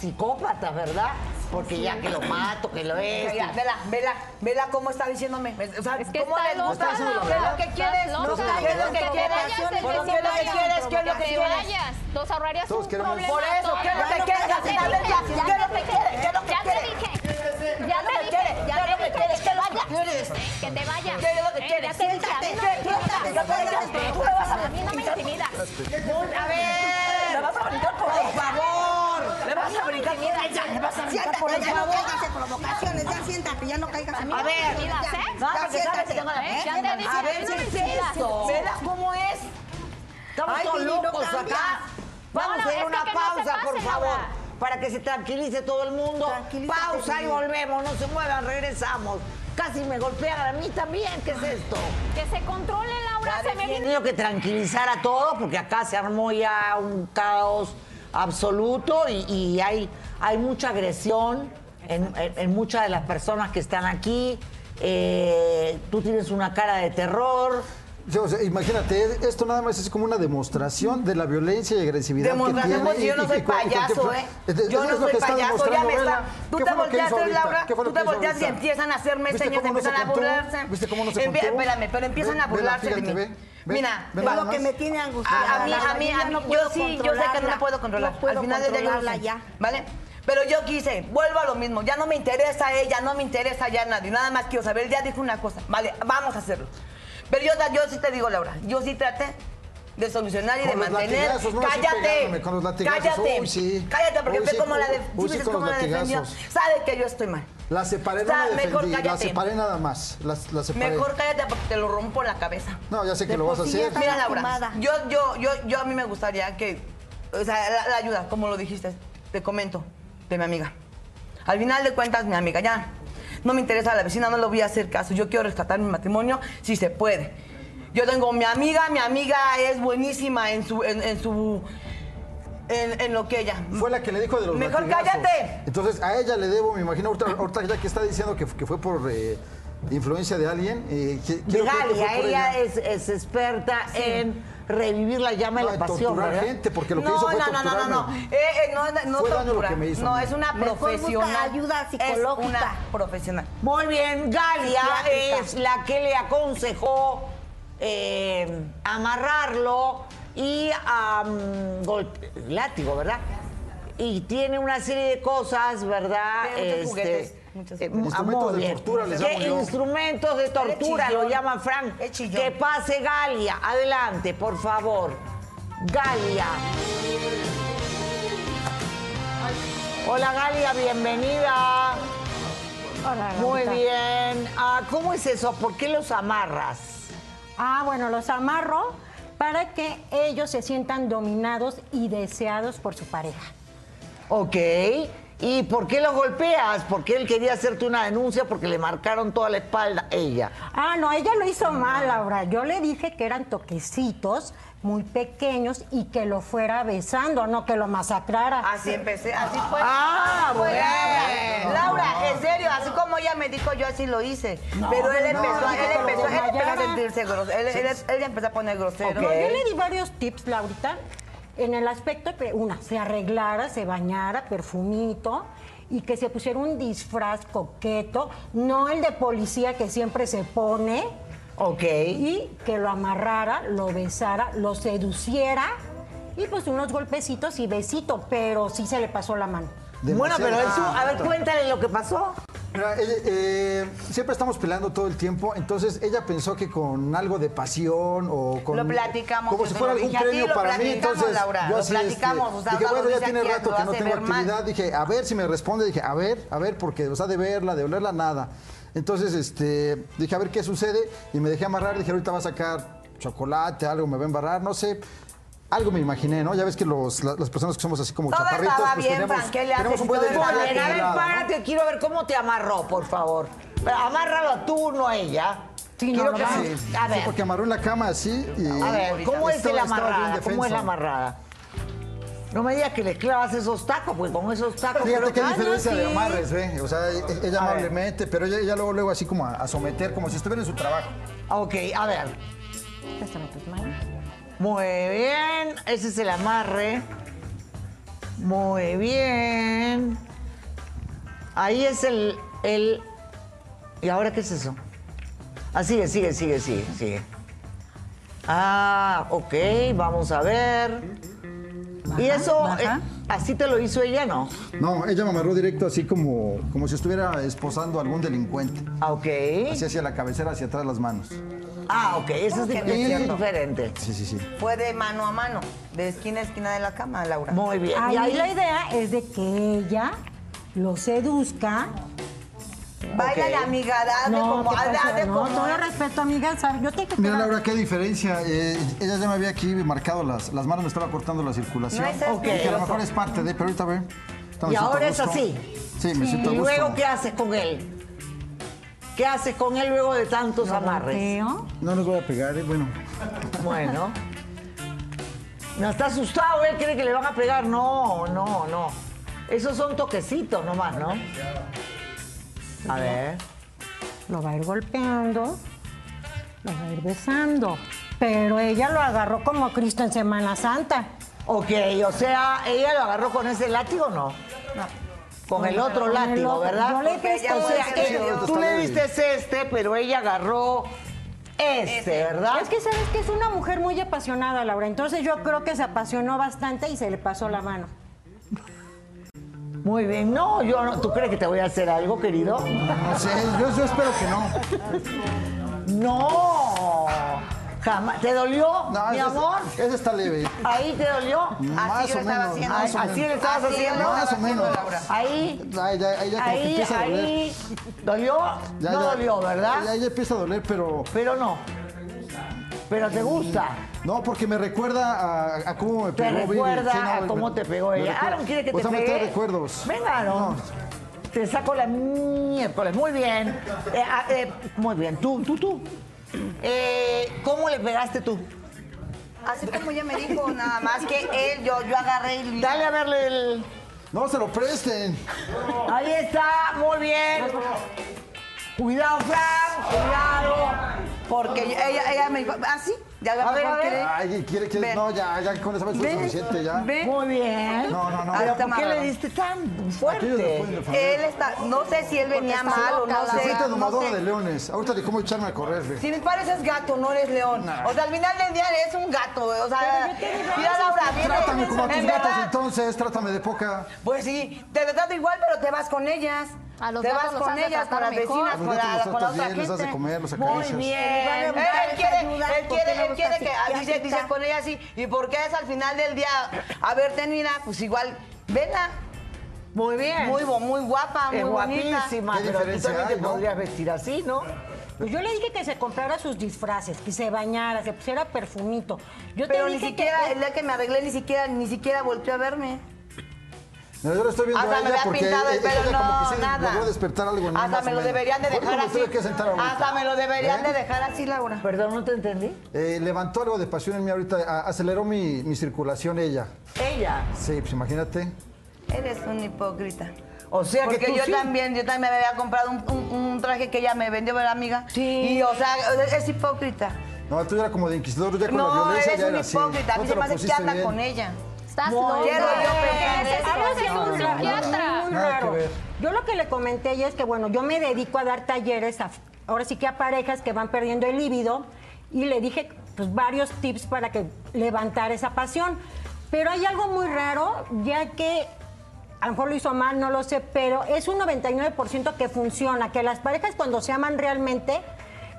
Speaker 1: psicópatas, ¿verdad? Porque ya que lo mato, que lo es.
Speaker 4: Mira, Vela, vela, vela cómo está diciéndome. O sea,
Speaker 8: Es que
Speaker 4: ¿cómo
Speaker 8: está
Speaker 4: les gusta?
Speaker 8: loca,
Speaker 4: ¿Qué es
Speaker 8: Laura.
Speaker 4: lo que
Speaker 8: Estás
Speaker 4: quieres? No,
Speaker 8: loca.
Speaker 4: ¿Qué es lo que
Speaker 8: Que te
Speaker 4: quieres?
Speaker 8: vayas,
Speaker 4: ¿Qué es lo
Speaker 8: que
Speaker 4: que
Speaker 8: te
Speaker 4: quieres? ¿Qué es lo que
Speaker 8: vayas,
Speaker 4: quieres?
Speaker 8: que te vayas. Nos ahorrarías
Speaker 2: Todos
Speaker 8: un
Speaker 2: queremos-
Speaker 8: problema.
Speaker 4: Por eso, ¿qué es lo que quieres al final del día? ¿Qué es lo que quieres? ¿Qué es lo que
Speaker 8: Ya te
Speaker 4: quieres?
Speaker 8: dije.
Speaker 4: Ya
Speaker 8: Ya
Speaker 4: no
Speaker 8: te
Speaker 4: me
Speaker 8: dije.
Speaker 4: quieres, ya no
Speaker 8: Ya
Speaker 4: me
Speaker 8: te
Speaker 4: quieres,
Speaker 8: dije.
Speaker 4: que vaya.
Speaker 8: Que te vayas.
Speaker 4: ¿Qué es lo que
Speaker 8: Eh,
Speaker 4: quieres?
Speaker 8: ya te dije. A mí no
Speaker 4: Siéntate, siéntate,
Speaker 8: me
Speaker 4: no te vayas,
Speaker 8: intimidas.
Speaker 4: tú me vas a-
Speaker 8: A mí no me intimidas.
Speaker 4: A ver.
Speaker 8: ¿La vas a brincar por ahí?
Speaker 4: favor.
Speaker 8: Le vas a brincar por ella. Le vas a
Speaker 6: Siéntate, ya no caigas en provocaciones, ya siéntate, ya no caigas en
Speaker 8: A ver,
Speaker 6: provocaciones,
Speaker 8: ¿eh?
Speaker 6: ya,
Speaker 8: No,
Speaker 6: ya siéntate.
Speaker 8: ¿Eh? Ya te dije.
Speaker 4: A ver,
Speaker 8: no
Speaker 4: ¿qué
Speaker 8: me
Speaker 4: es
Speaker 8: intimidas.
Speaker 4: esto? ¿Velas cómo es? Estamos
Speaker 1: Ay,
Speaker 4: todos
Speaker 1: Viri, no
Speaker 4: locos
Speaker 1: cambias.
Speaker 4: acá.
Speaker 1: Vamos
Speaker 8: No,
Speaker 1: a
Speaker 8: es
Speaker 1: hacer
Speaker 8: que
Speaker 1: una
Speaker 8: que no se
Speaker 1: pausa, por
Speaker 8: pasen
Speaker 1: favor,
Speaker 8: ahora.
Speaker 1: para que se tranquilice todo el mundo.
Speaker 6: Tranquilízate,
Speaker 1: Pausa y
Speaker 6: Viri.
Speaker 1: volvemos, no se muevan, regresamos. Casi me golpean a mí también, ¿qué es esto?
Speaker 8: Que se controle, Laura. Se me
Speaker 1: He
Speaker 8: vino.
Speaker 1: tenido que tranquilizar a todos porque acá se armó ya un caos absoluto y, y hay, hay mucha agresión en, en- en muchas de las personas que están aquí. Eh, tú tienes una cara de terror.
Speaker 2: Sí, o sea, imagínate, esto nada más es como una demostración de la violencia y agresividad
Speaker 4: Demostración,
Speaker 2: que
Speaker 4: pues
Speaker 2: tiene.
Speaker 4: yo no soy payaso, ¿eh? Yo no soy payaso, ya me está. Tú te volteaste, Laura, tú te volteas y empiezan a hacerme señas, empiezan a burlarse.
Speaker 2: ¿Viste cómo no se
Speaker 4: Empie-
Speaker 2: contó?
Speaker 4: Espérame, pero empiezan
Speaker 2: Ve-
Speaker 4: a
Speaker 2: vela,
Speaker 4: burlarse de
Speaker 2: fíjate,
Speaker 4: mí.
Speaker 2: ve, ve,
Speaker 4: Mira,
Speaker 2: ve
Speaker 6: Es
Speaker 2: nada
Speaker 6: lo que
Speaker 2: más.
Speaker 6: me tiene angustiada.
Speaker 4: A, a mí, a mí, a mí, yo sí, yo sé que no la puedo controlar.
Speaker 6: No puedo
Speaker 4: Al final del día yo lo
Speaker 6: controlarla
Speaker 4: sé,
Speaker 6: ya.
Speaker 4: ¿Vale? Pero yo quise, vuelvo a lo mismo. Ya no me interesa ella, no me interesa ya nadie. Nada más quiero saber, ya dijo una cosa. Vale, vamos a hacerlo. Pero yo, yo sí te digo, Laura, yo sí traté de solucionar y
Speaker 2: Con
Speaker 4: de
Speaker 2: los
Speaker 4: mantener.
Speaker 2: latigazos, no, sí
Speaker 4: cállate.
Speaker 2: pegándome con los latigazos.
Speaker 4: cállate.
Speaker 2: Uy, sí.
Speaker 4: Cállate, porque
Speaker 2: Uy,
Speaker 4: ve
Speaker 2: sí,
Speaker 4: cómo la de,
Speaker 2: uy,
Speaker 4: ¿tú
Speaker 2: sí,
Speaker 4: viste
Speaker 2: con los
Speaker 4: cómo la defendió.
Speaker 2: latigazos.
Speaker 4: Sabe que yo estoy mal.
Speaker 2: La separé, no
Speaker 4: Está,
Speaker 2: me
Speaker 4: mejor
Speaker 2: defendí, la
Speaker 4: cállate.
Speaker 2: separé nada más. La, la separé.
Speaker 4: Mejor cállate porque te lo rompo en la cabeza.
Speaker 2: No, ya sé que
Speaker 6: De
Speaker 2: lo vas a
Speaker 6: por sí ya
Speaker 2: hacer.
Speaker 6: está
Speaker 4: Mira,
Speaker 6: lastimada.
Speaker 4: Laura, yo, yo, yo, yo a mí me gustaría que, o sea, la, la ayuda, como lo dijiste, te comento, de mi amiga. Al final de cuentas, mi amiga, ya, no me interesa la vecina, no le voy a hacer caso, yo quiero rescatar mi matrimonio, si se puede. Yo tengo mi amiga, mi amiga es buenísima en su, en, en su, en, en lo que ella.
Speaker 2: Fue la que le dijo de los
Speaker 4: Mejor
Speaker 2: latigazos.
Speaker 4: cállate.
Speaker 2: Entonces, a ella le debo, me imagino, ahorita, ahorita ya que está diciendo que, que fue por eh, influencia de alguien. Eh, que- quiero creer que
Speaker 1: Legal,
Speaker 2: fue por
Speaker 1: ella es, es experta en revivir la llama
Speaker 2: No,
Speaker 1: de
Speaker 2: en
Speaker 1: la pasión,
Speaker 2: eh, torturar
Speaker 1: ¿verdad?
Speaker 2: gente, porque lo que
Speaker 4: No,
Speaker 2: hizo
Speaker 4: no,
Speaker 2: fue
Speaker 4: no, no, no, no,
Speaker 2: torturarme.
Speaker 4: Eh, eh, no, no
Speaker 2: Fue daño lo
Speaker 4: tortura.
Speaker 2: que me hizo
Speaker 4: no,
Speaker 2: a mí.
Speaker 4: es una
Speaker 6: Mejor busca
Speaker 4: profesional.
Speaker 6: ayuda
Speaker 4: Es una
Speaker 6: psicológica.
Speaker 4: profesional.
Speaker 1: Muy bien, Galia
Speaker 4: Psiquiátrica.
Speaker 1: es la que le aconsejó eh, amarrarlo y am, gol- látigo, ¿verdad? Y tiene una serie de cosas,
Speaker 6: Ah,
Speaker 1: ¿verdad?
Speaker 4: Muchos juguetes,
Speaker 6: este,
Speaker 4: muchos
Speaker 1: eh,
Speaker 4: juguetes.
Speaker 1: ah, muy
Speaker 2: Instrumentos de
Speaker 1: bien.
Speaker 2: tortura les
Speaker 1: ¿Qué
Speaker 2: llamo yo.
Speaker 1: instrumentos de tortura
Speaker 4: Es
Speaker 1: lo
Speaker 4: chillón.
Speaker 1: llama Frank?
Speaker 4: Es chillón.
Speaker 1: Que pase Galia, adelante, por favor. Galia. Hola Galia, bienvenida. Muy bien. Ah, ¿Cómo es eso? ¿Por qué los amarras?
Speaker 9: Ah, bueno, los amarro para que ellos se sientan dominados y deseados por su pareja.
Speaker 1: Ok. ¿Y por qué los golpeas? Porque él quería hacerte una denuncia porque le marcaron toda la espalda ella. Mm.
Speaker 9: Ah, no, ella lo hizo mal, Laura. Yo le dije que eran toquecitos muy pequeños y que lo fuera besando, no que lo masacrara.
Speaker 4: Así empecé, así fue.
Speaker 1: Ah,
Speaker 4: Fue
Speaker 1: bueno.
Speaker 4: Laura. Laura, en serio, así como ella me dijo, yo así lo hice. Pero él
Speaker 9: no,
Speaker 4: empezó,
Speaker 9: no,
Speaker 4: él
Speaker 9: no,
Speaker 4: empezó,
Speaker 9: no,
Speaker 4: él
Speaker 9: no,
Speaker 4: empezó a
Speaker 9: no.
Speaker 4: sentirse grosero. Él, él- él empezó a poner grosero.
Speaker 9: No, yo le di varios tips, Laurita, en el aspecto que una, se arreglara, se bañara, perfumito y que se pusiera un disfraz coqueto, no el de policía que siempre se pone,
Speaker 1: Ok.
Speaker 9: y que lo amarrara, lo besara, lo seduciera y pues unos golpecitos y besito, pero sí se le pasó la mano.
Speaker 1: Bueno,
Speaker 2: Demasiado.
Speaker 1: pero eso, a ver, cuéntale lo que pasó.
Speaker 2: Mira, ella, eh, siempre estamos peleando todo el tiempo, entonces ella pensó que con algo de pasión o con...
Speaker 4: Lo platicamos,
Speaker 2: Como
Speaker 4: yo
Speaker 2: si
Speaker 4: te
Speaker 2: fuera
Speaker 4: lo
Speaker 2: algún
Speaker 4: dije,
Speaker 2: premio
Speaker 4: así lo
Speaker 2: para mí,
Speaker 4: platicamos,
Speaker 2: entonces
Speaker 4: Laura,
Speaker 2: yo
Speaker 4: lo
Speaker 2: así, este,
Speaker 4: platicamos, o sea,
Speaker 2: dije,
Speaker 4: ahora
Speaker 2: bueno,
Speaker 4: lo
Speaker 2: ya
Speaker 4: dice
Speaker 2: tiene
Speaker 4: aquí,
Speaker 2: rato
Speaker 4: lo
Speaker 2: que no
Speaker 4: hace
Speaker 2: tengo
Speaker 4: ver mal.
Speaker 2: actividad, dije, a ver si me responde, dije, a ver, a ver, porque, o sea, de verla, de olerla, nada. Entonces, este, dije, a ver qué sucede, y me dejé amarrar, dije, ahorita va a sacar chocolate, algo, me va a embarrar, no sé... Algo me imaginé, ¿no? Ya ves que los- la- las personas que somos así como
Speaker 4: Todo
Speaker 2: chaparritos,
Speaker 4: estaba
Speaker 2: pues
Speaker 4: bien,
Speaker 2: tenemos,
Speaker 4: Fran, ¿qué le haces
Speaker 2: tenemos un
Speaker 4: si
Speaker 2: buen
Speaker 4: todo estaba
Speaker 2: detalle
Speaker 1: Bien, a ver,
Speaker 2: acumulado, ¿no?
Speaker 1: párate, quiero ver cómo te amarró, por favor. Pero amárralo tú, no ella.
Speaker 9: Sí,
Speaker 1: quiero
Speaker 9: no,
Speaker 1: que
Speaker 9: no,
Speaker 1: me-
Speaker 2: Sí,
Speaker 1: A
Speaker 2: sí,
Speaker 1: ver,
Speaker 2: porque amarró en la cama así y...
Speaker 1: a ver, ¿cómo es
Speaker 2: Estaba-
Speaker 1: la
Speaker 2: estaba bien
Speaker 1: amarrada? ¿Cómo es
Speaker 2: indefenso.
Speaker 1: la amarrada? No me digas que le clavas esos tacos, porque con esos tacos...
Speaker 2: Fíjate
Speaker 1: creo
Speaker 2: qué
Speaker 1: que-
Speaker 2: diferencia de amarres, ¿ve? O sea, e- ella
Speaker 1: Ah, A ver.
Speaker 2: amablemente, pero ella, ella luego, luego así como a, a someter, como si estuviera en su trabajo.
Speaker 1: Ok, a ver.
Speaker 9: Préstame tus manos.
Speaker 1: Muy bien, ese es el amarre. Muy bien. Ahí es el, el... ¿Y ahora qué es eso? Ah, sigue, sigue, sigue, sigue, sigue. Ah, ok, vamos a ver. Y eso, eh, así te lo hizo ella, ¿no?
Speaker 2: No, ella me amarró directo así como, como si estuviera esposando a algún delincuente.
Speaker 1: Ah, ok.
Speaker 2: Así hacia la cabecera, hacia atrás las manos.
Speaker 1: Ah, ok, eso es
Speaker 4: que no es
Speaker 1: diferente.
Speaker 4: cierto?
Speaker 1: diferente.
Speaker 2: Sí, sí, sí.
Speaker 4: Fue de mano a mano, de esquina a esquina de la cama, Laura.
Speaker 1: Muy bien.
Speaker 9: Ahí,
Speaker 1: y ahí
Speaker 9: la idea es de que ella lo seduzca.
Speaker 4: Baila la amiga, dale como,
Speaker 9: ¿qué pasó?
Speaker 4: dale
Speaker 9: No,
Speaker 4: como.
Speaker 9: todo respeto, amiga. ¿sabes? Yo tengo que
Speaker 2: Mira,
Speaker 9: estar-
Speaker 2: Laura, qué diferencia. Eh, ella ya me había aquí marcado las, las manos, me estaba cortando la circulación.
Speaker 4: No, esa es
Speaker 2: Y que a lo
Speaker 1: peligroso.
Speaker 2: mejor es parte de, pero ahorita ve. ahorita me
Speaker 1: Y
Speaker 2: siento a
Speaker 1: ahora es
Speaker 2: gusto.
Speaker 1: así.
Speaker 2: Sí, me siento a
Speaker 1: ¿Y
Speaker 2: gusto.
Speaker 1: luego qué haces con él? ¿Qué haces con él luego de tantos amarres?
Speaker 9: Creo.
Speaker 2: No nos voy a pegar, eh, bueno.
Speaker 1: Bueno. No está asustado, él cree que le van a pegar. No, no, no. Esos son toquecitos nomás, ¿no? A ver.
Speaker 9: lo va a ir golpeando, lo va a ir besando. Pero ella lo agarró como Cristo en Semana Santa.
Speaker 1: Ok, o sea, ella lo agarró con ese látigo, o ¿no? Con el otro
Speaker 9: Con el
Speaker 1: látigo,
Speaker 9: otro.
Speaker 1: ¿verdad?
Speaker 9: Yo le
Speaker 1: Porque
Speaker 9: dije,
Speaker 1: ella
Speaker 9: "Tú
Speaker 1: o sea,
Speaker 2: eres
Speaker 1: él-
Speaker 2: medio".
Speaker 1: tú le diste este, pero ella agarró este, ¿verdad?
Speaker 9: Es que sabes que es una mujer muy apasionada, Laura. Entonces yo creo que se apasionó bastante y se le pasó la mano.
Speaker 1: Muy bien. No, yo no. ¿Tú crees que te voy a hacer algo, querido?
Speaker 2: No sé, yo, yo espero que no.
Speaker 1: No. Jamás. ¿Te dolió,
Speaker 2: No,
Speaker 1: mi
Speaker 2: esa-
Speaker 1: amor?
Speaker 2: Esa está leve.
Speaker 1: Ahí te dolió.
Speaker 2: Más
Speaker 4: yo
Speaker 2: o
Speaker 4: estaba
Speaker 2: menos.
Speaker 4: haciendo.
Speaker 2: más o
Speaker 1: Ay, así
Speaker 2: menos.
Speaker 1: le estabas
Speaker 4: Así es,
Speaker 1: haciendo.
Speaker 4: lo
Speaker 2: Más o
Speaker 4: estaba haciendo,
Speaker 2: menos.
Speaker 4: Laura.
Speaker 1: Ahí.
Speaker 2: Ay, ya, ahí ya como que
Speaker 1: Ahí,
Speaker 2: empieza a doler.
Speaker 1: ahí. ¿Dolió?
Speaker 2: Ya,
Speaker 1: no
Speaker 2: ya.
Speaker 1: dolió, ¿verdad?
Speaker 2: Ya, ya empieza a doler, pero
Speaker 1: Pero no. Pero te gusta.
Speaker 2: No, porque me recuerda a, a cómo me
Speaker 1: Te
Speaker 2: pegó Vivi.
Speaker 1: recuerda
Speaker 2: Sí, no,
Speaker 1: a
Speaker 2: me-
Speaker 1: cómo te pegó
Speaker 2: me Pues
Speaker 1: ella.
Speaker 2: recuerda.
Speaker 1: Aaron quiere que
Speaker 2: O
Speaker 1: te
Speaker 2: sea, me
Speaker 1: pegue.
Speaker 2: trae recuerdos.
Speaker 1: Venga, Aaron. Te saco la miércoles. Muy bien. Eh, ah, eh, muy bien. Tú, tú, tú. Eh, ¿Cómo le pegaste tú?
Speaker 4: Así como ella me dijo, nada más que él, yo, yo agarré y
Speaker 1: Dale a verle el.
Speaker 2: No, se lo presten.
Speaker 1: Ahí está, muy bien. Cuidado, Fran, cuidado.
Speaker 4: porque yo- ella, ella me dijo, ah, sí, ya
Speaker 1: A
Speaker 4: lo
Speaker 1: ver,
Speaker 4: mejor
Speaker 1: a ver.
Speaker 4: que
Speaker 2: Ay, quiere que.
Speaker 4: Ven.
Speaker 2: No, ya, ya con esa vez fue suficiente ya.
Speaker 1: Muy
Speaker 4: ¿Eh?
Speaker 1: bien.
Speaker 2: No, no, no.
Speaker 1: Pero
Speaker 4: Ahí está
Speaker 1: ¿por qué le
Speaker 4: amarrado.
Speaker 1: diste tan
Speaker 2: Ellos
Speaker 1: fuerte?
Speaker 2: después de favor.
Speaker 4: él está, no sé si él venía
Speaker 9: está
Speaker 4: mal o
Speaker 9: loca,
Speaker 4: no
Speaker 9: la
Speaker 2: Se
Speaker 4: sé.
Speaker 2: siente
Speaker 4: Eh, no
Speaker 2: domadora
Speaker 4: sé.
Speaker 2: de leones. Ahorita le cómo echarme a correr, ve.
Speaker 4: Si me pareces gato, no eres león. O sea, al final del día eres un gato, güey. o sea, mira Laura, viene-
Speaker 2: Trátame como a tus
Speaker 4: en
Speaker 2: gatos
Speaker 4: verdad,
Speaker 2: entonces, trátame de poca.
Speaker 4: Pues sí, te trato igual, pero te vas con ellas.
Speaker 8: A los
Speaker 4: te
Speaker 8: gatos
Speaker 4: vas
Speaker 8: los
Speaker 4: con
Speaker 8: has de
Speaker 4: ellas, con
Speaker 8: tratar
Speaker 4: las
Speaker 8: mejor.
Speaker 4: vecinas,
Speaker 2: A los
Speaker 4: con
Speaker 2: gatos
Speaker 4: la,
Speaker 2: los
Speaker 4: con la
Speaker 2: tratas
Speaker 4: otra
Speaker 2: bien, les das de
Speaker 4: gente.
Speaker 2: comer, los
Speaker 1: Muy
Speaker 2: acaricias.
Speaker 1: bien.
Speaker 4: Él quiere, él quiere, él quiere que a- dice, dice con ella así, y porque es al final del día, a ver, ten, mira, pues igual, vela,
Speaker 1: Muy bien.
Speaker 4: muy, bo- muy guapa, muy
Speaker 1: es
Speaker 4: bonita.
Speaker 1: guapísima,
Speaker 2: Qué
Speaker 1: pero tú
Speaker 2: diferencia
Speaker 1: también
Speaker 2: hay,
Speaker 1: te
Speaker 2: ¿no?
Speaker 1: podrías vestir así, ¿no?
Speaker 9: Pues yo le dije que se comprara sus disfraces, que se bañara, se pusiera perfumito. Yo te
Speaker 4: Pero ni
Speaker 9: dije
Speaker 4: siquiera,
Speaker 9: que
Speaker 4: el día que me arreglé, ni siquiera, ni siquiera volteó a verme.
Speaker 2: No, yo lo estoy viendo
Speaker 4: Hasta
Speaker 2: a
Speaker 4: me
Speaker 2: ella
Speaker 4: había
Speaker 2: porque
Speaker 4: pintado el
Speaker 2: ella-
Speaker 4: pelo,
Speaker 2: ella como
Speaker 4: no,
Speaker 2: que se
Speaker 4: nada.
Speaker 2: logró despertar algo en mí,
Speaker 4: Hasta
Speaker 2: más
Speaker 4: me
Speaker 2: o
Speaker 4: lo
Speaker 2: menos.
Speaker 4: deberían de
Speaker 2: Por eso
Speaker 4: dejar
Speaker 2: me tuve
Speaker 4: así.
Speaker 2: que sentar ahorita.
Speaker 4: Hasta me lo deberían
Speaker 2: ¿Eh?
Speaker 4: de dejar así, Laura.
Speaker 1: Perdón, no te entendí.
Speaker 2: Eh, levantó algo de pasión en mí ahorita, a- aceleró mi, mi circulación ella.
Speaker 1: Ella.
Speaker 2: Sí, pues imagínate.
Speaker 4: Eres un hipócrita.
Speaker 1: O sea que
Speaker 4: Porque
Speaker 1: tú
Speaker 4: yo
Speaker 1: sí.
Speaker 4: también, yo también me había comprado un, un- un traje que ella me vendió, ¿verdad, amiga?
Speaker 9: Sí.
Speaker 4: Y, o sea, es, es hipócrita.
Speaker 2: No, tú era como de inquisidor, ya con la
Speaker 4: No,
Speaker 2: violencia
Speaker 4: eres
Speaker 2: ya
Speaker 4: un
Speaker 2: era así.
Speaker 4: hipócrita. A
Speaker 2: No
Speaker 4: mí
Speaker 2: te
Speaker 4: se
Speaker 2: lo
Speaker 4: me hace que
Speaker 2: pusiste
Speaker 4: anda
Speaker 2: bien.
Speaker 4: con ella.
Speaker 8: Estás
Speaker 1: Muy
Speaker 8: loca.
Speaker 1: bien.
Speaker 4: Quiero yo pensar eso.
Speaker 8: Ese es un
Speaker 9: No, no, no,
Speaker 8: psiquiatra.
Speaker 9: Muy
Speaker 2: Nada que
Speaker 9: raro.
Speaker 2: ver.
Speaker 9: Yo lo que le comenté a ella es que, bueno, yo me dedico a dar talleres a, ahora sí que a parejas que van perdiendo el líbido y le dije pues, varios tips para que levantar esa pasión. Pero hay algo muy raro, ya que a lo mejor lo hizo mal, no lo sé, pero es un 99% que funciona, que las parejas cuando se aman realmente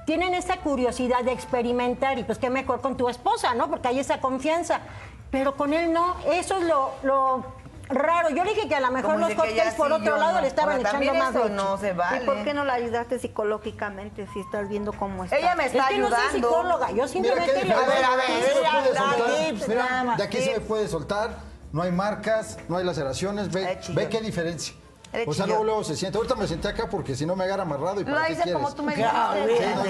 Speaker 9: tienen esa curiosidad de experimentar y pues qué mejor con tu esposa, ¿no? Porque hay esa confianza. Pero con él no, eso es lo, lo raro. Yo le dije que a lo mejor
Speaker 4: Como
Speaker 9: los
Speaker 4: de que ya
Speaker 9: cócteles por
Speaker 4: sí,
Speaker 9: otro
Speaker 4: yo
Speaker 9: lado
Speaker 4: no.
Speaker 9: le estaban
Speaker 4: Ahora,
Speaker 9: echando
Speaker 4: también
Speaker 9: más
Speaker 4: eso
Speaker 9: leche.
Speaker 4: no se vale.
Speaker 6: ¿Y por qué no la ayudaste psicológicamente si estás viendo cómo está?
Speaker 4: Ella me
Speaker 9: Es
Speaker 4: está
Speaker 9: que no
Speaker 4: ayudando.
Speaker 9: soy psicóloga, yo
Speaker 2: Mira,
Speaker 9: simplemente
Speaker 2: qué
Speaker 9: le
Speaker 2: diferencia.
Speaker 1: ver, a ver,
Speaker 2: Aquí se me
Speaker 1: mira,
Speaker 2: puede
Speaker 1: da
Speaker 2: soltar.
Speaker 1: tips,
Speaker 2: Mira,
Speaker 1: nada más,
Speaker 2: de aquí se me puede soltar, no hay marcas, no hay laceraciones, ve,
Speaker 4: Eres chillón.
Speaker 2: ve qué diferencia.
Speaker 4: Eres
Speaker 2: O sea,
Speaker 4: chillón.
Speaker 2: luego, luego se siente. Ahorita me senté acá porque si no me agarra amarrado y para
Speaker 4: Lo
Speaker 2: qué
Speaker 4: hice
Speaker 2: quieres.
Speaker 4: como tú me
Speaker 1: Claro,
Speaker 4: dijiste.
Speaker 1: sí, no,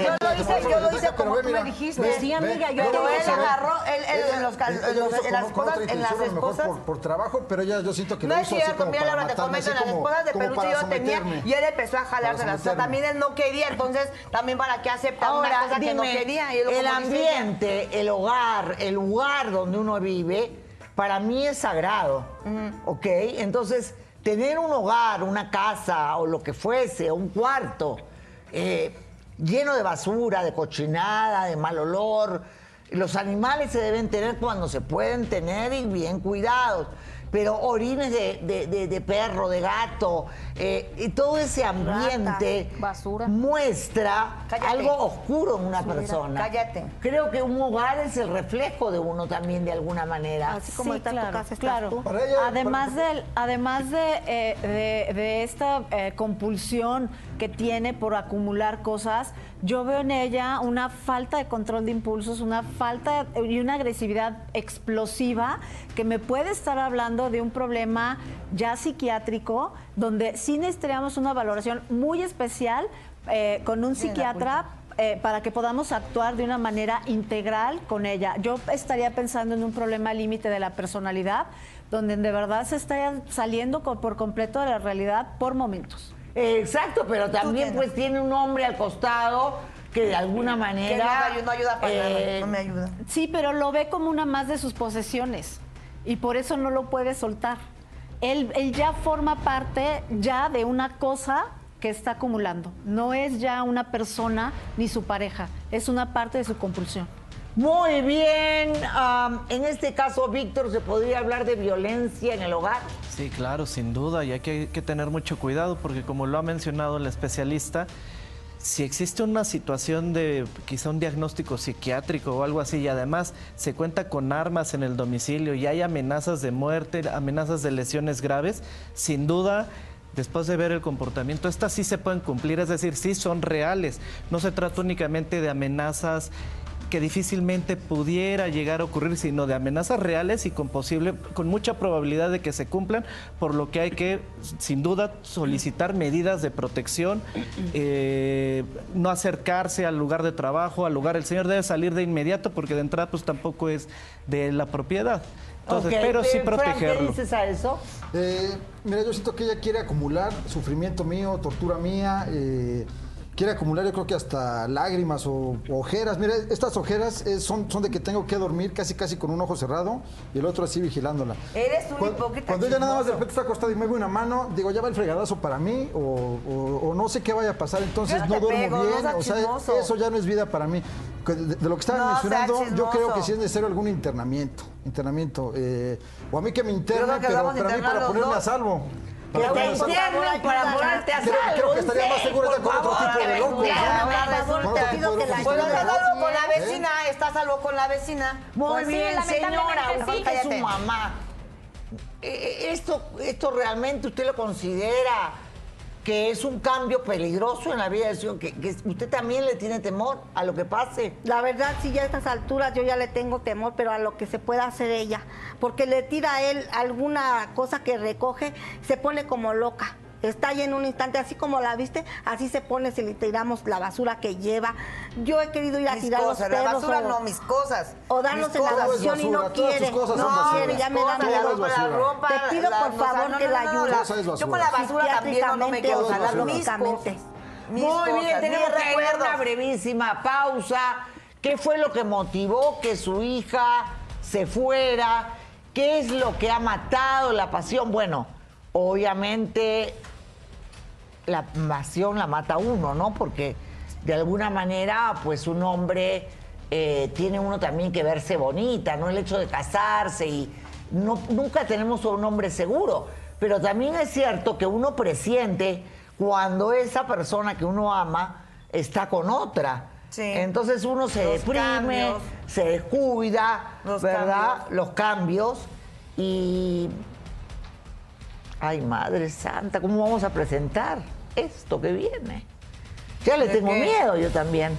Speaker 4: yo lo hice, yo lo hice como tú me dijiste.
Speaker 9: ve, Sí, amiga, yo
Speaker 4: Pero
Speaker 9: te
Speaker 4: él
Speaker 9: hice.
Speaker 4: agarró, él, él, en, los, cal- en los- en las
Speaker 2: cosas,
Speaker 4: cosas, en las esposas.
Speaker 2: Por, por trabajo, pero ella yo siento que
Speaker 4: No
Speaker 2: lo
Speaker 4: es
Speaker 2: hizo así
Speaker 4: cierto,
Speaker 2: como
Speaker 4: mira,
Speaker 2: para
Speaker 4: Laura, te
Speaker 2: matarme,
Speaker 4: comento,
Speaker 2: así
Speaker 4: en las
Speaker 2: como-
Speaker 4: esposas de
Speaker 2: como
Speaker 4: peluche
Speaker 2: para
Speaker 4: yo tenía
Speaker 2: someterme.
Speaker 4: y él empezó a jalárselas. O sea,
Speaker 2: someterme.
Speaker 4: también él no quería, entonces también para qué acepta una cosa que no quería. Y él,
Speaker 1: el
Speaker 4: como dice ella,
Speaker 1: ambiente, el hogar, el lugar donde uno vive, para mí es sagrado, ¿ok? Entonces, tener un hogar, una casa o lo que fuese, o un cuarto eh, lleno de basura, de cochinada, de mal olor, Los animales se deben tener cuando se pueden tener y bien cuidados. Pero orines de, de- de- de perro, de gato, eh, y todo ese ambiente
Speaker 8: basura.
Speaker 1: muestra
Speaker 4: Cállate.
Speaker 1: algo oscuro en una persona.
Speaker 4: cállate.
Speaker 1: Creo que un hogar es el reflejo de uno también de alguna manera.
Speaker 6: Así como está tu casa, estás tú.
Speaker 2: Para ella,
Speaker 5: además
Speaker 2: para-
Speaker 5: del, además de, eh, de- de esta eh, compulsión que tiene por acumular cosas, yo veo en ella una falta de control de impulsos, una falta y una agresividad explosiva que me puede estar hablando de un problema ya psiquiátrico, donde sí necesitaríamos una valoración muy especial eh, con un psiquiatra eh, para que podamos actuar de una manera integral con ella. Yo estaría pensando en un problema límite de la personalidad, donde de verdad se está saliendo co- por completo de la realidad por momentos.
Speaker 1: Exacto, pero también pues tiene un hombre al costado que de alguna
Speaker 4: Que no,
Speaker 1: manera...
Speaker 4: ayu- no ayuda para
Speaker 1: eh,
Speaker 4: nada, no me ayuda.
Speaker 5: Sí, pero lo ve como una más de sus posesiones y por eso no lo puede soltar. Él, él ya forma parte ya de una cosa que está acumulando. No es ya una persona ni su pareja, es una parte de su compulsión.
Speaker 1: Muy bien, am, en este caso, Víctor, ¿se podría hablar de violencia en el hogar?
Speaker 10: Sí, claro, sin duda, y aquí hay que tener mucho cuidado porque como lo ha mencionado el especialista, si existe una situación de quizá un diagnóstico psiquiátrico o algo así, y además se cuenta con armas en el domicilio y hay amenazas de muerte, amenazas de lesiones graves, sin duda, después de ver el comportamiento, estas sí se pueden cumplir, es decir, sí son reales. No se trata únicamente de amenazas que difícilmente pudiera llegar a ocurrir, sino de amenazas reales y con posible, con mucha probabilidad de que se cumplan, por lo que hay que, sin duda, solicitar medidas de protección, eh, no acercarse al lugar de trabajo, al lugar. El señor debe salir de inmediato porque de entrada pues tampoco es de la propiedad. Entonces,
Speaker 1: Ok,
Speaker 10: pero sí
Speaker 1: eh, Fran, ¿Qué
Speaker 10: protegerlo.
Speaker 1: dices a eso?
Speaker 2: Eh, mira, yo siento que ella quiere acumular sufrimiento mío, tortura mía, eh, quiere acumular yo creo que hasta lágrimas o ojeras. Mira, estas ojeras eh, son, son de que tengo que dormir casi casi con un ojo cerrado y el otro así vigilándola.
Speaker 4: Eres un
Speaker 2: Cuando-
Speaker 4: hipócrita
Speaker 2: Cuando ella nada más de
Speaker 4: chismoso.
Speaker 2: repente está acostada y mueve una mano, digo, ya va el fregadazo para mí o, o- o no sé qué vaya a pasar, entonces
Speaker 4: Yo no te
Speaker 2: no duermo
Speaker 4: pego, no
Speaker 2: bien.
Speaker 4: seas
Speaker 2: o sea,
Speaker 4: chismoso.
Speaker 2: eso ya no es vida para mí. Que De, de lo que estaban
Speaker 4: No seas
Speaker 2: mencionando, yo creo que
Speaker 4: chismoso.
Speaker 2: sí es necesario algún internamiento. Internamiento. eh, o a mí que me internen
Speaker 4: Yo creo que
Speaker 2: pero
Speaker 4: vamos a
Speaker 2: para mí
Speaker 4: internar
Speaker 2: para
Speaker 4: los
Speaker 2: ponerme
Speaker 4: dos.
Speaker 2: a salvo.
Speaker 4: Que
Speaker 2: Para
Speaker 4: te
Speaker 2: ponerme a salvo.
Speaker 4: internen para ponerte a
Speaker 2: Creo-
Speaker 4: salvo.
Speaker 2: creo que estaría más segura
Speaker 4: Por
Speaker 2: con otro
Speaker 4: favor,
Speaker 2: tipo de
Speaker 4: que me
Speaker 2: locos, ¿no?
Speaker 4: internen,
Speaker 2: Con otro
Speaker 4: resulta.
Speaker 2: tipo de locos
Speaker 4: Bueno,
Speaker 2: que se
Speaker 4: Pues estás
Speaker 2: llaman
Speaker 4: algo
Speaker 2: así,
Speaker 4: con la
Speaker 2: ¿eh?
Speaker 4: vecina, estás algo con la vecina.
Speaker 1: Muy
Speaker 8: Pues sí,
Speaker 1: bien, señora,
Speaker 8: lamentablemente
Speaker 1: usted
Speaker 8: sí.
Speaker 1: que es su
Speaker 4: Cállate.
Speaker 1: mamá. Eh, eh, Esto, esto realmente usted lo considera que es un cambio peligroso en la vida de su hijo, que, que usted también le tiene temor a lo que pase.
Speaker 6: La verdad, sí, ya a estas alturas yo ya le tengo temor, pero a lo que se pueda hacer ella. Porque le tira a él alguna cosa que recoge, se pone como loca. Está ahí en un instante, así como la viste, así se pone si le tiramos la basura que lleva. Yo he querido ir a
Speaker 4: Mis
Speaker 6: tirar los
Speaker 4: cosas,
Speaker 6: perros.
Speaker 4: la basura
Speaker 6: o-
Speaker 4: no, mis cosas.
Speaker 6: o darnos
Speaker 4: Mis
Speaker 6: en la
Speaker 4: cosas.
Speaker 2: Todo es
Speaker 6: adopción y no
Speaker 2: basura, todas tus
Speaker 6: quiere.
Speaker 2: cosas
Speaker 6: no
Speaker 2: son basura.
Speaker 6: quiere, ya me
Speaker 4: Cosas,
Speaker 6: dan
Speaker 2: Todo
Speaker 4: la
Speaker 2: es
Speaker 6: miedo.
Speaker 4: ropa, la
Speaker 2: basura.
Speaker 4: ropa,
Speaker 6: Te pido,
Speaker 4: la-
Speaker 6: por
Speaker 4: no, o sea,
Speaker 6: favor,
Speaker 4: no,
Speaker 6: que
Speaker 4: no,
Speaker 6: la
Speaker 4: no, no,
Speaker 6: ayudes.
Speaker 2: Todo es basura.
Speaker 4: Yo con la basura también no, no me quedo. O sea, las- mis
Speaker 6: Psiquiátricamente o
Speaker 4: cosas, mis
Speaker 1: Muy bien,
Speaker 4: cosas, mis
Speaker 1: tenemos que ir a
Speaker 4: recuerdos.
Speaker 1: una brevísima pausa. ¿Qué fue lo que motivó que su hija se fuera? ¿Qué es lo que ha matado la pasión? Bueno, obviamente la pasión la mata uno, ¿no? Porque de alguna manera, pues un hombre eh, tiene uno también que verse bonita, ¿no? El hecho de casarse y no, nunca tenemos a un hombre seguro. Pero también es cierto que uno presiente cuando esa persona que uno ama está con otra.
Speaker 4: Sí.
Speaker 1: Entonces uno se
Speaker 4: Los
Speaker 1: deprime,
Speaker 4: cambios.
Speaker 1: se descuida,
Speaker 4: Los
Speaker 1: ¿verdad?
Speaker 4: cambios.
Speaker 1: Los cambios. Y Ay, madre santa, ¿cómo vamos a presentar esto que viene? Ya le
Speaker 4: ¿De
Speaker 1: tengo
Speaker 4: qué?
Speaker 1: miedo yo también.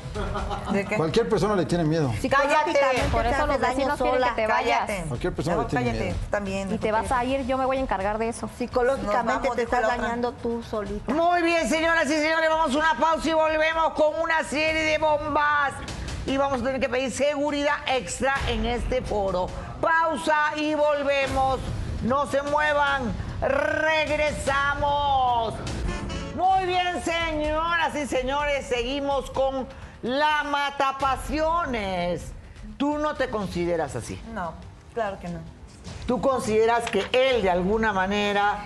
Speaker 4: ¿De qué?
Speaker 2: Cualquier persona le tiene miedo.
Speaker 4: Cállate.
Speaker 8: Por
Speaker 6: te
Speaker 8: eso
Speaker 6: haces
Speaker 8: los
Speaker 6: daño
Speaker 8: vecinos quieren
Speaker 6: sola.
Speaker 8: que te vayas.
Speaker 4: Cállate.
Speaker 2: Cualquier persona
Speaker 4: No,
Speaker 2: le tiene
Speaker 4: cállate,
Speaker 2: miedo.
Speaker 4: también.
Speaker 8: Y te vas a ir, yo me voy a encargar de eso.
Speaker 4: Nos
Speaker 6: Psicológicamente
Speaker 4: vamos,
Speaker 6: te
Speaker 4: dijo
Speaker 6: estás
Speaker 4: la otra.
Speaker 6: dañando tú solita.
Speaker 1: Muy bien, señoras y señores, vamos a una pausa y volvemos con una serie de bombas. Y vamos a tener que pedir seguridad extra en este foro. Pausa y volvemos. No se muevan. Regresamos. Muy bien, señoras y señores, seguimos con la matapasiones. Tú no te consideras así.
Speaker 4: No, claro que no.
Speaker 1: ¿Tú consideras que él de alguna manera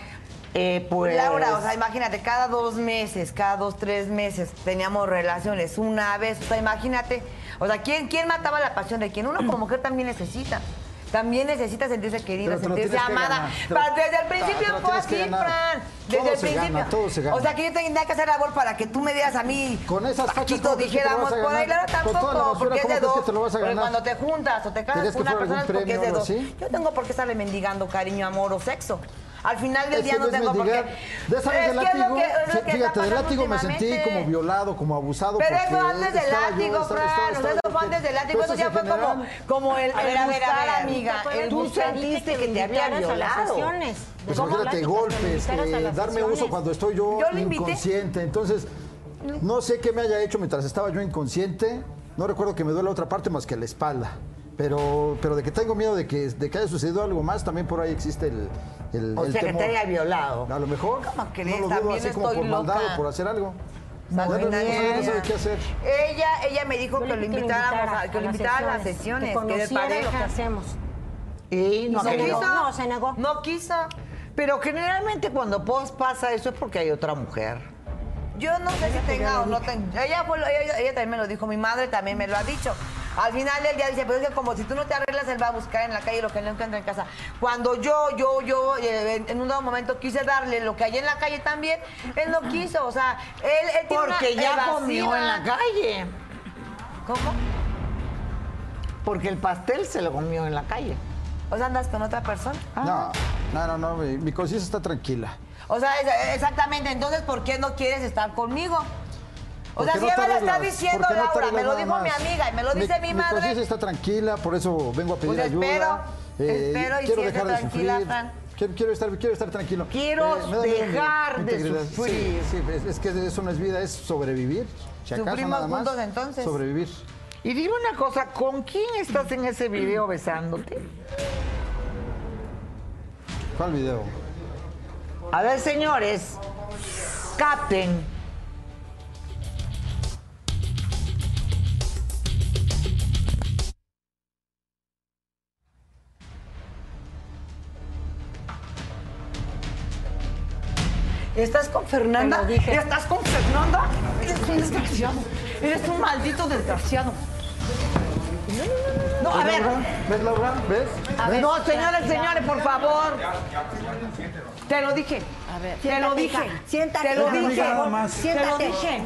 Speaker 1: eh, pues...
Speaker 4: Laura, o sea, imagínate, cada dos meses, cada dos, tres meses teníamos relaciones, una vez, o sea, imagínate, o sea, ¿quién, quién mataba la pasión de quién? Uno como mujer también necesita. También necesita sentirse querida,
Speaker 2: Pero te lo
Speaker 4: sentirse
Speaker 2: tienes que
Speaker 4: amada.
Speaker 2: ganar, te lo-
Speaker 4: Pa- Desde el
Speaker 2: te
Speaker 4: principio
Speaker 2: lo
Speaker 4: fue
Speaker 2: tienes que
Speaker 4: así,
Speaker 2: ganar.
Speaker 4: Fran. Desde
Speaker 2: Todo
Speaker 4: el
Speaker 2: se
Speaker 4: principio.
Speaker 2: gana, todo se gana.
Speaker 4: O sea, que yo tenía que hacer labor para que tú me dieras a mí.
Speaker 2: Con esas fachas,
Speaker 4: Paquito,
Speaker 2: ¿cómo crees que te lo
Speaker 4: dijéramos
Speaker 2: vas a
Speaker 4: por ahí,
Speaker 2: ganar?
Speaker 4: claro,
Speaker 2: Con
Speaker 4: tampoco,
Speaker 2: toda la basura,
Speaker 4: porque es
Speaker 2: ¿cómo
Speaker 4: de
Speaker 2: crees
Speaker 4: dos.
Speaker 2: que te lo vas a
Speaker 4: Porque
Speaker 2: ganar?
Speaker 4: cuando te juntas o te casas
Speaker 2: ¿Querías
Speaker 4: con
Speaker 2: que
Speaker 4: una
Speaker 2: fuera
Speaker 4: persona es
Speaker 2: algún
Speaker 4: porque es de
Speaker 2: premio o
Speaker 4: dos.
Speaker 2: algo así?
Speaker 4: Yo tengo por qué estarle mendigando cariño, amor o sexo. Al final del
Speaker 2: Es
Speaker 4: día
Speaker 2: que
Speaker 4: no
Speaker 2: no es
Speaker 4: tengo por qué.
Speaker 2: mendigar. De esa vez
Speaker 4: Es
Speaker 2: del
Speaker 4: que es lo
Speaker 2: látigo,
Speaker 4: que- es lo
Speaker 2: sí,
Speaker 4: que está
Speaker 2: fíjate, del
Speaker 4: pasando
Speaker 2: látigo me sentí
Speaker 4: últimamente.
Speaker 2: como violado, como abusado.
Speaker 4: Pero
Speaker 2: porque
Speaker 4: eso antes del
Speaker 2: estaba yo,
Speaker 4: látigo,
Speaker 2: estaba-
Speaker 4: Fran.
Speaker 2: estaba-
Speaker 4: o sea,
Speaker 2: estaba
Speaker 4: eso
Speaker 2: yo
Speaker 4: fue antes
Speaker 2: que-
Speaker 4: del látigo. Eso
Speaker 2: Entonces,
Speaker 4: ya
Speaker 2: en
Speaker 4: fue como,
Speaker 2: general,
Speaker 4: como el,
Speaker 9: A ver, a ver, a ver,
Speaker 4: buscar,
Speaker 9: a ver.
Speaker 4: amiga.
Speaker 9: ¿Te
Speaker 4: El
Speaker 9: acuerdas
Speaker 4: tú
Speaker 9: cuando dijiste
Speaker 4: sentiste
Speaker 9: que
Speaker 4: que te había
Speaker 9: invitaras a las
Speaker 4: violado.
Speaker 9: sesiones?
Speaker 2: Pues
Speaker 9: ¿Cómo?
Speaker 2: imagínate
Speaker 9: Pláticas,
Speaker 2: golpes,
Speaker 9: invitaras a
Speaker 2: eh,
Speaker 9: las
Speaker 2: darme uso
Speaker 9: sesiones.
Speaker 2: cuando estoy yo,
Speaker 4: Yo lo invité.
Speaker 2: inconsciente. Entonces, no sé qué me haya hecho mientras estaba yo inconsciente. No recuerdo que me duele otra parte más que la espalda. Pero, pero de que tengo miedo de que, de que haya sucedido algo más, también por ahí existe el, el,
Speaker 1: o
Speaker 2: el
Speaker 1: sea, que
Speaker 2: temor.
Speaker 1: te haya violado.
Speaker 2: A lo mejor
Speaker 4: ¿Cómo crees?
Speaker 2: no lo dudo
Speaker 4: También
Speaker 2: así como
Speaker 4: estoy
Speaker 2: por maldad
Speaker 4: loca.
Speaker 2: o por hacer algo.
Speaker 4: Salud,
Speaker 2: Ya no- ya no
Speaker 4: Nadia.
Speaker 2: sabe qué hacer.
Speaker 4: Ella, ella me dijo
Speaker 9: Yo
Speaker 4: que
Speaker 9: le
Speaker 4: lo
Speaker 9: dije que lo
Speaker 4: invitáramos, a-
Speaker 9: invitara
Speaker 4: que lo invitara a las sesiones, que de
Speaker 9: conociera lo que
Speaker 4: pareja.
Speaker 9: hacemos.
Speaker 1: Y no
Speaker 4: ¿No
Speaker 9: Se
Speaker 4: quiso?
Speaker 1: querido.
Speaker 9: negó. No, se negó.
Speaker 4: No quiso.
Speaker 1: Pero generalmente cuando pos pasa eso es porque hay otra mujer.
Speaker 4: Yo no sé si tenga o no tenga. Ella, fue lo- ella, ella también me lo dijo, mi madre también me lo ha dicho. Al final del día dice, pero es que como si tú no te arreglas, él va a buscar en la calle lo que no encuentra en casa. Cuando yo, yo, yo, eh, en, en un dado momento quise darle lo que hay en la calle también, él no quiso. O sea, él, él tiene
Speaker 1: Porque
Speaker 4: una
Speaker 1: ya
Speaker 4: evasiva.
Speaker 1: comió en la calle.
Speaker 4: ¿Cómo?
Speaker 1: Porque el pastel se lo comió en la calle.
Speaker 4: O sea, andas con otra persona. Ah.
Speaker 2: No, no, no, no, mi, mi conciencia está tranquila.
Speaker 4: O sea, es- exactamente. Entonces, ¿por qué no quieres estar conmigo? O
Speaker 2: ¿Por
Speaker 4: sea,
Speaker 2: qué
Speaker 4: si
Speaker 2: no
Speaker 4: ella
Speaker 2: te
Speaker 4: me lo está
Speaker 2: arreglas?
Speaker 4: diciendo
Speaker 2: ¿Por qué no te
Speaker 4: Laura, me
Speaker 2: arreglas
Speaker 4: lo
Speaker 2: nada
Speaker 4: dijo mi
Speaker 2: más?
Speaker 4: amiga y me lo
Speaker 2: Mi-
Speaker 4: dice mi,
Speaker 2: Mi
Speaker 4: madre.
Speaker 2: conciencia está tranquila, por eso vengo a pedir
Speaker 4: Pues
Speaker 2: ayuda. Eh,
Speaker 4: espero, espero y
Speaker 2: quiero
Speaker 4: siente
Speaker 2: dejar de sufrir.
Speaker 4: tranquila, Fran.
Speaker 2: Quiero, quiero estar, quiero estar tranquilo. Eh,
Speaker 1: Quiero
Speaker 2: me da miedo mi-
Speaker 1: dejar
Speaker 2: mi
Speaker 1: de
Speaker 2: integridad.
Speaker 1: sufrir.
Speaker 2: Sí, sí, es, es que eso no es vida, es sobrevivir. Si acaso,
Speaker 4: Sufrimos
Speaker 2: nada más,
Speaker 4: juntos, entonces.
Speaker 2: Sobrevivir.
Speaker 1: Y dime una cosa, ¿con quién estás en ese video besándote?
Speaker 2: ¿Cuál video?
Speaker 1: A ver, señores, capten.
Speaker 4: ¿Estás con Fernanda?
Speaker 9: Te lo dije.
Speaker 4: ¿Estás con Fernanda? Eres un desgraciado. Eres un maldito desgraciado. No, no, no, no. No, a
Speaker 2: ¿Ves,
Speaker 4: ver.
Speaker 2: Laura? ¿Ves, Laura? ¿Ves?
Speaker 4: A ver, no, señores, señores, por favor. Te lo dije. A ver. Te lo
Speaker 6: Siéntate,
Speaker 4: dije.
Speaker 6: hija. Siéntate,
Speaker 4: Te lo
Speaker 6: por favor.
Speaker 4: dije.
Speaker 6: Nada más.
Speaker 4: Te lo
Speaker 6: Siéntate.
Speaker 4: dije.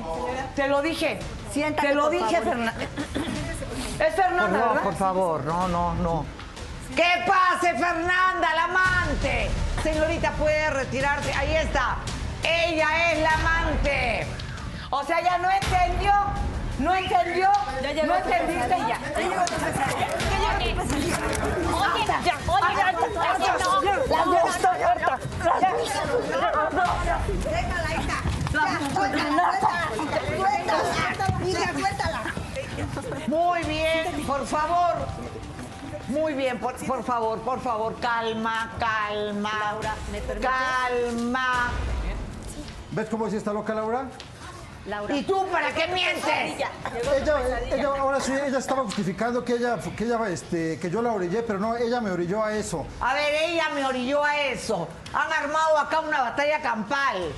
Speaker 4: Te lo dije.
Speaker 6: Siéntate,
Speaker 4: Te lo
Speaker 6: por
Speaker 4: dije,
Speaker 6: favor.
Speaker 4: Fernanda. Es Fernanda,
Speaker 1: No,
Speaker 4: ¿verdad?
Speaker 1: por favor, no, no, no. ¿Qué pase, Fernanda, la amante? Señorita, puede retirarse. Ahí está. Ella es la amante.
Speaker 4: O sea, ya no entendió. No entendió. no entendiste y ya.
Speaker 8: Oye, oye, ya, oye, ya, ya, no.
Speaker 6: Déjala, hija. Ya, suéltala, suéltala. Suéltala, hija, suéltala.
Speaker 1: Muy bien, por favor. Muy bien, por, por favor, por favor, calma, calma. Laura, Calma.
Speaker 2: ¿Ves cómo sí está loca, Laura?
Speaker 1: ¿Y tú para qué mientes?
Speaker 2: Ella, eh, ella- ahora sí, ella estaba justificando que ella, que ella, este, que yo la orillé, pero no, ella me orilló a eso.
Speaker 1: A ver, ella me orilló a eso. Han armado acá una batalla campal.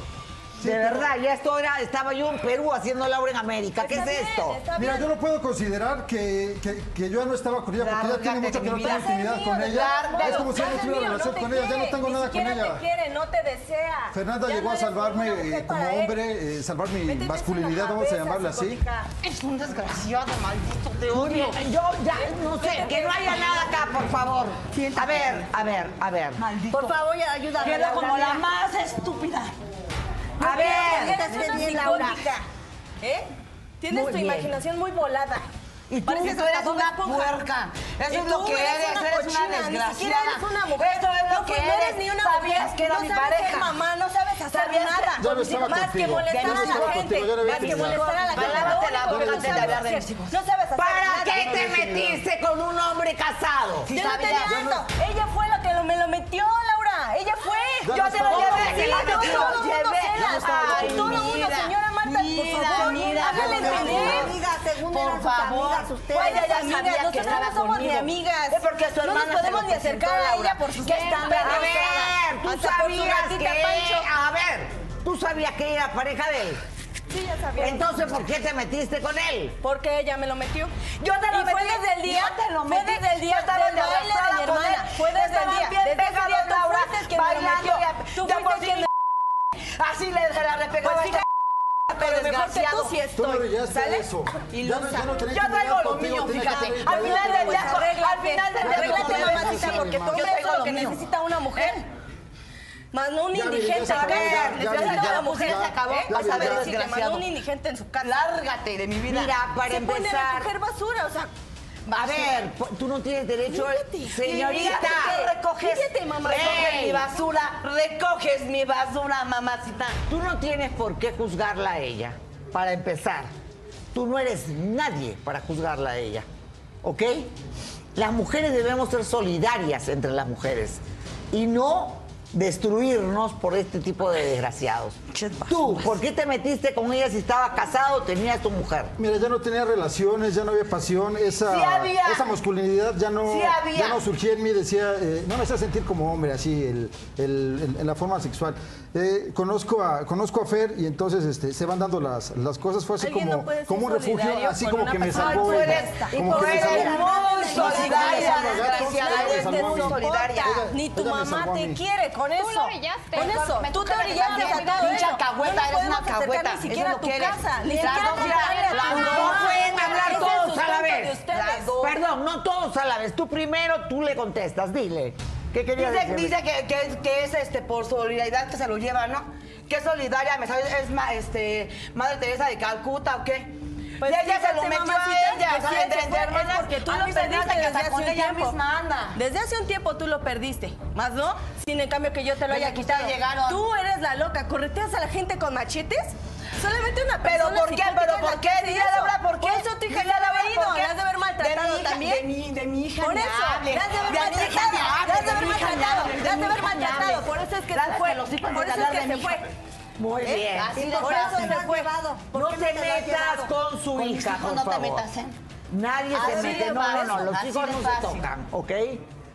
Speaker 2: Sí,
Speaker 1: de
Speaker 2: pero-
Speaker 1: verdad, ya esto era, estaba yo en Perú haciendo Laura en América. ¿Qué es esto?
Speaker 2: Mira, yo no puedo considerar que, que- que yo ya no estaba con ella porque
Speaker 1: Lárgate
Speaker 2: ella tiene mucho que no tengo intimidad con ella. Es como si yo no tuviera relación con ella, ya no tengo nada con ella.
Speaker 9: no te desea.
Speaker 2: Fernanda llegó a salvarme eh, como hombre, eh, salvar mi masculinidad, vamos a llamarle así.
Speaker 1: Es un desgraciado, maldito, te odio. Yo ya no sé, que no haya nada acá, por favor. A ver, a ver, a ver.
Speaker 6: Por favor, ya, ayúdame.
Speaker 4: Queda como la
Speaker 6: más estúpida.
Speaker 1: A ver.
Speaker 6: Estás bien, Laura.
Speaker 4: ¿Eh?
Speaker 1: Tienes tu imaginación
Speaker 4: muy volada. Y tú,
Speaker 6: Pareces
Speaker 4: tú eres
Speaker 6: Bob
Speaker 4: una
Speaker 6: Esponja.
Speaker 4: puerca. Eso
Speaker 6: Y
Speaker 4: es lo
Speaker 6: tú
Speaker 4: que
Speaker 6: eres
Speaker 4: eres.
Speaker 6: una
Speaker 4: eres una
Speaker 6: cochina, ni
Speaker 4: desgraciada.
Speaker 6: siquiera eres una mujer.
Speaker 4: Eso es lo
Speaker 6: No,
Speaker 4: que
Speaker 6: pues no eres ni una
Speaker 4: Sabías
Speaker 6: mujer,
Speaker 4: que era
Speaker 6: no
Speaker 4: mi
Speaker 6: sabes
Speaker 4: pareja.
Speaker 6: ser mamá, no sabes hacer
Speaker 4: Sabías
Speaker 6: nada.
Speaker 4: que-
Speaker 2: Ya no estaba
Speaker 6: Más que
Speaker 2: contigo, ya
Speaker 6: molestar
Speaker 2: no
Speaker 6: a la
Speaker 2: estaba
Speaker 6: gente,
Speaker 2: contigo, ya no había
Speaker 6: más que
Speaker 2: terminado.
Speaker 6: molestar a la gente,
Speaker 4: Bailárate la
Speaker 6: lo único que
Speaker 4: boca
Speaker 6: no
Speaker 4: antes de
Speaker 6: sabes
Speaker 4: hablar de
Speaker 6: hacer.
Speaker 4: mis hijos.
Speaker 6: No sabes hacer
Speaker 1: ¿Para
Speaker 6: nada.
Speaker 1: qué te metiste con un hombre casado?
Speaker 6: Yo no
Speaker 4: sabía.
Speaker 6: tenía alto. Ella fue la que lo- me lo metió, Laura. Ella fue.
Speaker 2: Ya no
Speaker 6: Yo te
Speaker 2: estaba
Speaker 6: lo llevé.
Speaker 2: contigo.
Speaker 6: Yo todo el mundo
Speaker 4: Ya no
Speaker 6: celas.
Speaker 4: estaba
Speaker 6: Ay, Todo el
Speaker 4: contigo.
Speaker 6: mundo, señora Marta, por
Speaker 4: Mira,
Speaker 6: favor,
Speaker 4: mira,
Speaker 6: hágale
Speaker 4: mira,
Speaker 6: entender.
Speaker 4: mira. Amiga, según Por eran sus favor. amigas, ustedes.
Speaker 6: Pues ella ya
Speaker 4: Amigas,
Speaker 6: sabía que
Speaker 4: nosotras
Speaker 6: estaba
Speaker 4: no somos ni
Speaker 6: conmigo.
Speaker 4: amigas.
Speaker 6: Es porque su
Speaker 4: No nos
Speaker 6: hermana se
Speaker 4: podemos
Speaker 6: lo
Speaker 4: ni acercar
Speaker 6: presentó
Speaker 4: a ella por sus
Speaker 6: Que están
Speaker 4: perros.
Speaker 6: perros.
Speaker 1: A ver, tú sabías que... A ver, tú sabías que era pareja de él.
Speaker 11: Sí, ya sabía.
Speaker 1: Entonces, ¿por qué te metiste con él?
Speaker 11: Porque ella me lo metió.
Speaker 1: Yo te lo
Speaker 11: y fue
Speaker 1: metí,
Speaker 11: desde el día,
Speaker 1: yo te lo
Speaker 11: fue
Speaker 1: metí.
Speaker 11: desde el día
Speaker 1: Yo estaba
Speaker 11: del
Speaker 1: de
Speaker 11: baile de
Speaker 1: abrazada
Speaker 11: mi
Speaker 1: con
Speaker 11: hermana,
Speaker 1: él.
Speaker 11: fue desde el
Speaker 1: Estaban
Speaker 11: día,
Speaker 1: bien
Speaker 11: desde ese
Speaker 1: pegados,
Speaker 11: día tú
Speaker 1: Laura,
Speaker 11: fuiste quien me lo
Speaker 1: bailando,
Speaker 11: metió.
Speaker 1: ya-
Speaker 11: Tú
Speaker 1: ya por
Speaker 11: fuiste quien
Speaker 1: sí- Así le la le pegaba
Speaker 11: Pues
Speaker 1: a
Speaker 11: sí,
Speaker 1: esta
Speaker 11: pero mejor que tú
Speaker 1: desgraciado.
Speaker 11: sí
Speaker 2: Tú no
Speaker 11: estoy.
Speaker 2: brillaste
Speaker 11: ¿Sale?
Speaker 2: eso.
Speaker 11: Y
Speaker 2: Ya
Speaker 11: lo
Speaker 2: no- ya no
Speaker 11: sabe.
Speaker 2: tenés
Speaker 1: Yo
Speaker 2: que
Speaker 1: traigo
Speaker 2: pelear
Speaker 1: lo
Speaker 2: contigo,
Speaker 1: mío,
Speaker 2: tienes que
Speaker 1: fíjate.
Speaker 2: arreglar
Speaker 1: Al final del
Speaker 11: Pues
Speaker 1: día, al
Speaker 11: arréglate.
Speaker 1: final del día,
Speaker 11: Arréglate,
Speaker 1: como
Speaker 11: mamacita,
Speaker 1: mamacita,
Speaker 11: porque tú
Speaker 2: mamá.
Speaker 11: yo
Speaker 2: Yo
Speaker 11: traigo lo que
Speaker 1: mío.
Speaker 11: necesita una mujer. Más no un
Speaker 2: Ya, Viri, ya
Speaker 11: indigente.
Speaker 2: se acabó, ya,
Speaker 11: ver,
Speaker 2: ya,
Speaker 11: necesita
Speaker 2: Viri, ya,
Speaker 11: una
Speaker 2: ya,
Speaker 11: mujer.
Speaker 2: ya,
Speaker 11: ¿eh?
Speaker 2: ya,
Speaker 11: Vas a
Speaker 2: Viri,
Speaker 11: ver,
Speaker 2: ya.
Speaker 11: decirle, más no un indigente en su casa.
Speaker 1: Lárgate de mi vida. Mira, para
Speaker 11: Se pone la
Speaker 1: empezar.
Speaker 11: mujer basura, o sea...
Speaker 1: A ver, po- tú no tienes derecho,
Speaker 11: Fíjate.
Speaker 1: señorita.
Speaker 11: Fíjate,
Speaker 1: recoges,
Speaker 11: fíjate, mamá.
Speaker 1: recoges mi basura.
Speaker 4: Recoges mi basura, mamacita.
Speaker 1: Tú no tienes por qué juzgarla a ella, para empezar. Tú no eres nadie para juzgarla a ella, ¿ok? Las mujeres debemos ser solidarias entre las mujeres y no destruirnos por este tipo de desgraciados. Tú, ¿por qué te metiste con ella si estabas casado o tenías tu mujer?
Speaker 2: Mira, ya no tenía relaciones, ya no había pasión, esa,
Speaker 1: Sí había.
Speaker 2: esa masculinidad ya no,
Speaker 1: Sí había.
Speaker 2: ya no surgía en mí, decía, eh, no me hacía sentir como hombre, así, el- el- el- en la forma sexual. Eh, conozco, a, conozco a Fer y entonces este, se van dando las, las cosas, fue así
Speaker 11: Alguien
Speaker 2: como,
Speaker 11: no puede ser
Speaker 2: como un refugio,
Speaker 11: solidario
Speaker 2: así
Speaker 11: con
Speaker 2: como
Speaker 11: una
Speaker 2: que me
Speaker 11: persona.
Speaker 2: salvó.
Speaker 11: Ay, tú
Speaker 2: el-
Speaker 11: eres-
Speaker 2: como
Speaker 11: y
Speaker 2: que
Speaker 11: tú
Speaker 2: me
Speaker 11: eres
Speaker 2: salvó.
Speaker 11: muy
Speaker 2: Así como me salvó a
Speaker 11: solidaria,
Speaker 2: gatos, ella me
Speaker 11: desgraciada,
Speaker 2: salvó a
Speaker 11: eres
Speaker 2: mí.
Speaker 11: solidaria.
Speaker 2: Ella-
Speaker 11: Ni tu
Speaker 2: ella me
Speaker 11: mamá
Speaker 2: salvó a
Speaker 11: te
Speaker 2: mí.
Speaker 11: quiere con
Speaker 5: Tú
Speaker 11: eso.
Speaker 5: lo brillaste.
Speaker 11: Con eso.
Speaker 5: Me
Speaker 11: Tú te
Speaker 5: toca dejar
Speaker 11: brillaste
Speaker 5: de
Speaker 11: a
Speaker 5: cuidar.
Speaker 11: todo eso.
Speaker 5: Pincha
Speaker 11: no
Speaker 4: cagüeta,
Speaker 11: nos
Speaker 4: eres una
Speaker 11: podemos acercar
Speaker 4: cagüeta,
Speaker 11: Ni siquiera
Speaker 4: eso
Speaker 11: a
Speaker 4: es
Speaker 11: tu
Speaker 4: lo que eres.
Speaker 11: casa. Ni
Speaker 4: Las
Speaker 11: siquiera
Speaker 4: dos,
Speaker 11: a tu
Speaker 4: mira,
Speaker 11: casa.
Speaker 4: las
Speaker 11: Ese
Speaker 1: No
Speaker 4: dos
Speaker 1: pueden hablar
Speaker 11: es
Speaker 1: todos
Speaker 11: el
Speaker 1: a la
Speaker 11: sustento de
Speaker 1: vez.
Speaker 11: ustedes.
Speaker 1: Perdón, no todos a la vez. Tú primero, tú le contestas, dile. ¿Qué querías
Speaker 4: Dice,
Speaker 1: decir?
Speaker 4: dice que, que es- que es este por solidaridad que se lo lleva, ¿no? Que es solidaria, me sabe, es ma- este, Madre Teresa de Calcuta o qué.
Speaker 11: Pues
Speaker 4: y ella se lo
Speaker 11: fíjate,
Speaker 4: metió
Speaker 11: mamacita,
Speaker 4: a ella,
Speaker 11: que
Speaker 4: o sea,
Speaker 11: sí,
Speaker 4: entre,
Speaker 11: que
Speaker 4: entre
Speaker 11: fue-
Speaker 4: hermanas,
Speaker 11: es porque tú
Speaker 4: hay
Speaker 11: lo
Speaker 4: personas
Speaker 11: perdiste
Speaker 4: que
Speaker 11: desde
Speaker 4: hasta
Speaker 11: hace
Speaker 4: con
Speaker 11: un
Speaker 4: ella
Speaker 11: tiempo.
Speaker 4: misma anda.
Speaker 11: Desde hace un tiempo tú lo perdiste, más no, sin en cambio que yo te lo
Speaker 4: Desde Pues
Speaker 11: haya
Speaker 4: que
Speaker 11: quitado.
Speaker 4: ustedes llegaron.
Speaker 11: Tú eres la loca, correteas a la gente con machetes. Solamente una
Speaker 4: Pero
Speaker 11: persona
Speaker 4: ¿por qué?
Speaker 11: psicótica
Speaker 4: ¿Pero
Speaker 11: es
Speaker 4: por qué?
Speaker 11: la que hace
Speaker 4: Dile,
Speaker 11: eso.
Speaker 4: Laura, ¿por qué?
Speaker 11: Por eso tu hija
Speaker 4: Dile,
Speaker 11: ya la
Speaker 4: Laura,
Speaker 11: ha ido,
Speaker 4: ¿por qué?
Speaker 11: la has de haber
Speaker 4: De mi
Speaker 11: maltratado
Speaker 4: hija-
Speaker 11: también.
Speaker 4: de mi- de mi hija
Speaker 11: Por
Speaker 4: ni
Speaker 11: eso,
Speaker 4: hable.
Speaker 11: la has de
Speaker 4: De
Speaker 11: haber
Speaker 4: mi hija
Speaker 11: maltratado,
Speaker 4: ni hable,
Speaker 11: la has de
Speaker 4: de
Speaker 11: haber
Speaker 4: mi hija ni
Speaker 11: maltratado,
Speaker 4: hable, de
Speaker 11: la has de
Speaker 4: mi
Speaker 11: haber
Speaker 4: hija ni
Speaker 11: maltratado.
Speaker 4: hable.
Speaker 11: Por eso es que
Speaker 4: Lávate
Speaker 11: se fue,
Speaker 4: los hijos de
Speaker 11: por eso es
Speaker 4: hablar
Speaker 11: que
Speaker 4: de mi
Speaker 11: se fue.
Speaker 4: hija.
Speaker 1: Muy
Speaker 11: ¿Eh?
Speaker 1: bien.
Speaker 11: Así
Speaker 1: Y
Speaker 11: de
Speaker 1: por
Speaker 11: fácil
Speaker 1: eso
Speaker 11: se
Speaker 1: se
Speaker 11: fue.
Speaker 1: No te metas con su
Speaker 6: Con
Speaker 1: hija,
Speaker 6: mis hijos
Speaker 1: por
Speaker 6: no te
Speaker 1: favor.
Speaker 6: metas, ¿eh?
Speaker 1: Nadie se
Speaker 6: Así
Speaker 1: mete.
Speaker 6: de
Speaker 1: No, no, no.
Speaker 6: fácil,
Speaker 1: Los
Speaker 6: así
Speaker 1: hijos
Speaker 6: de
Speaker 1: no se
Speaker 6: fácil.
Speaker 1: tocan, ¿ok?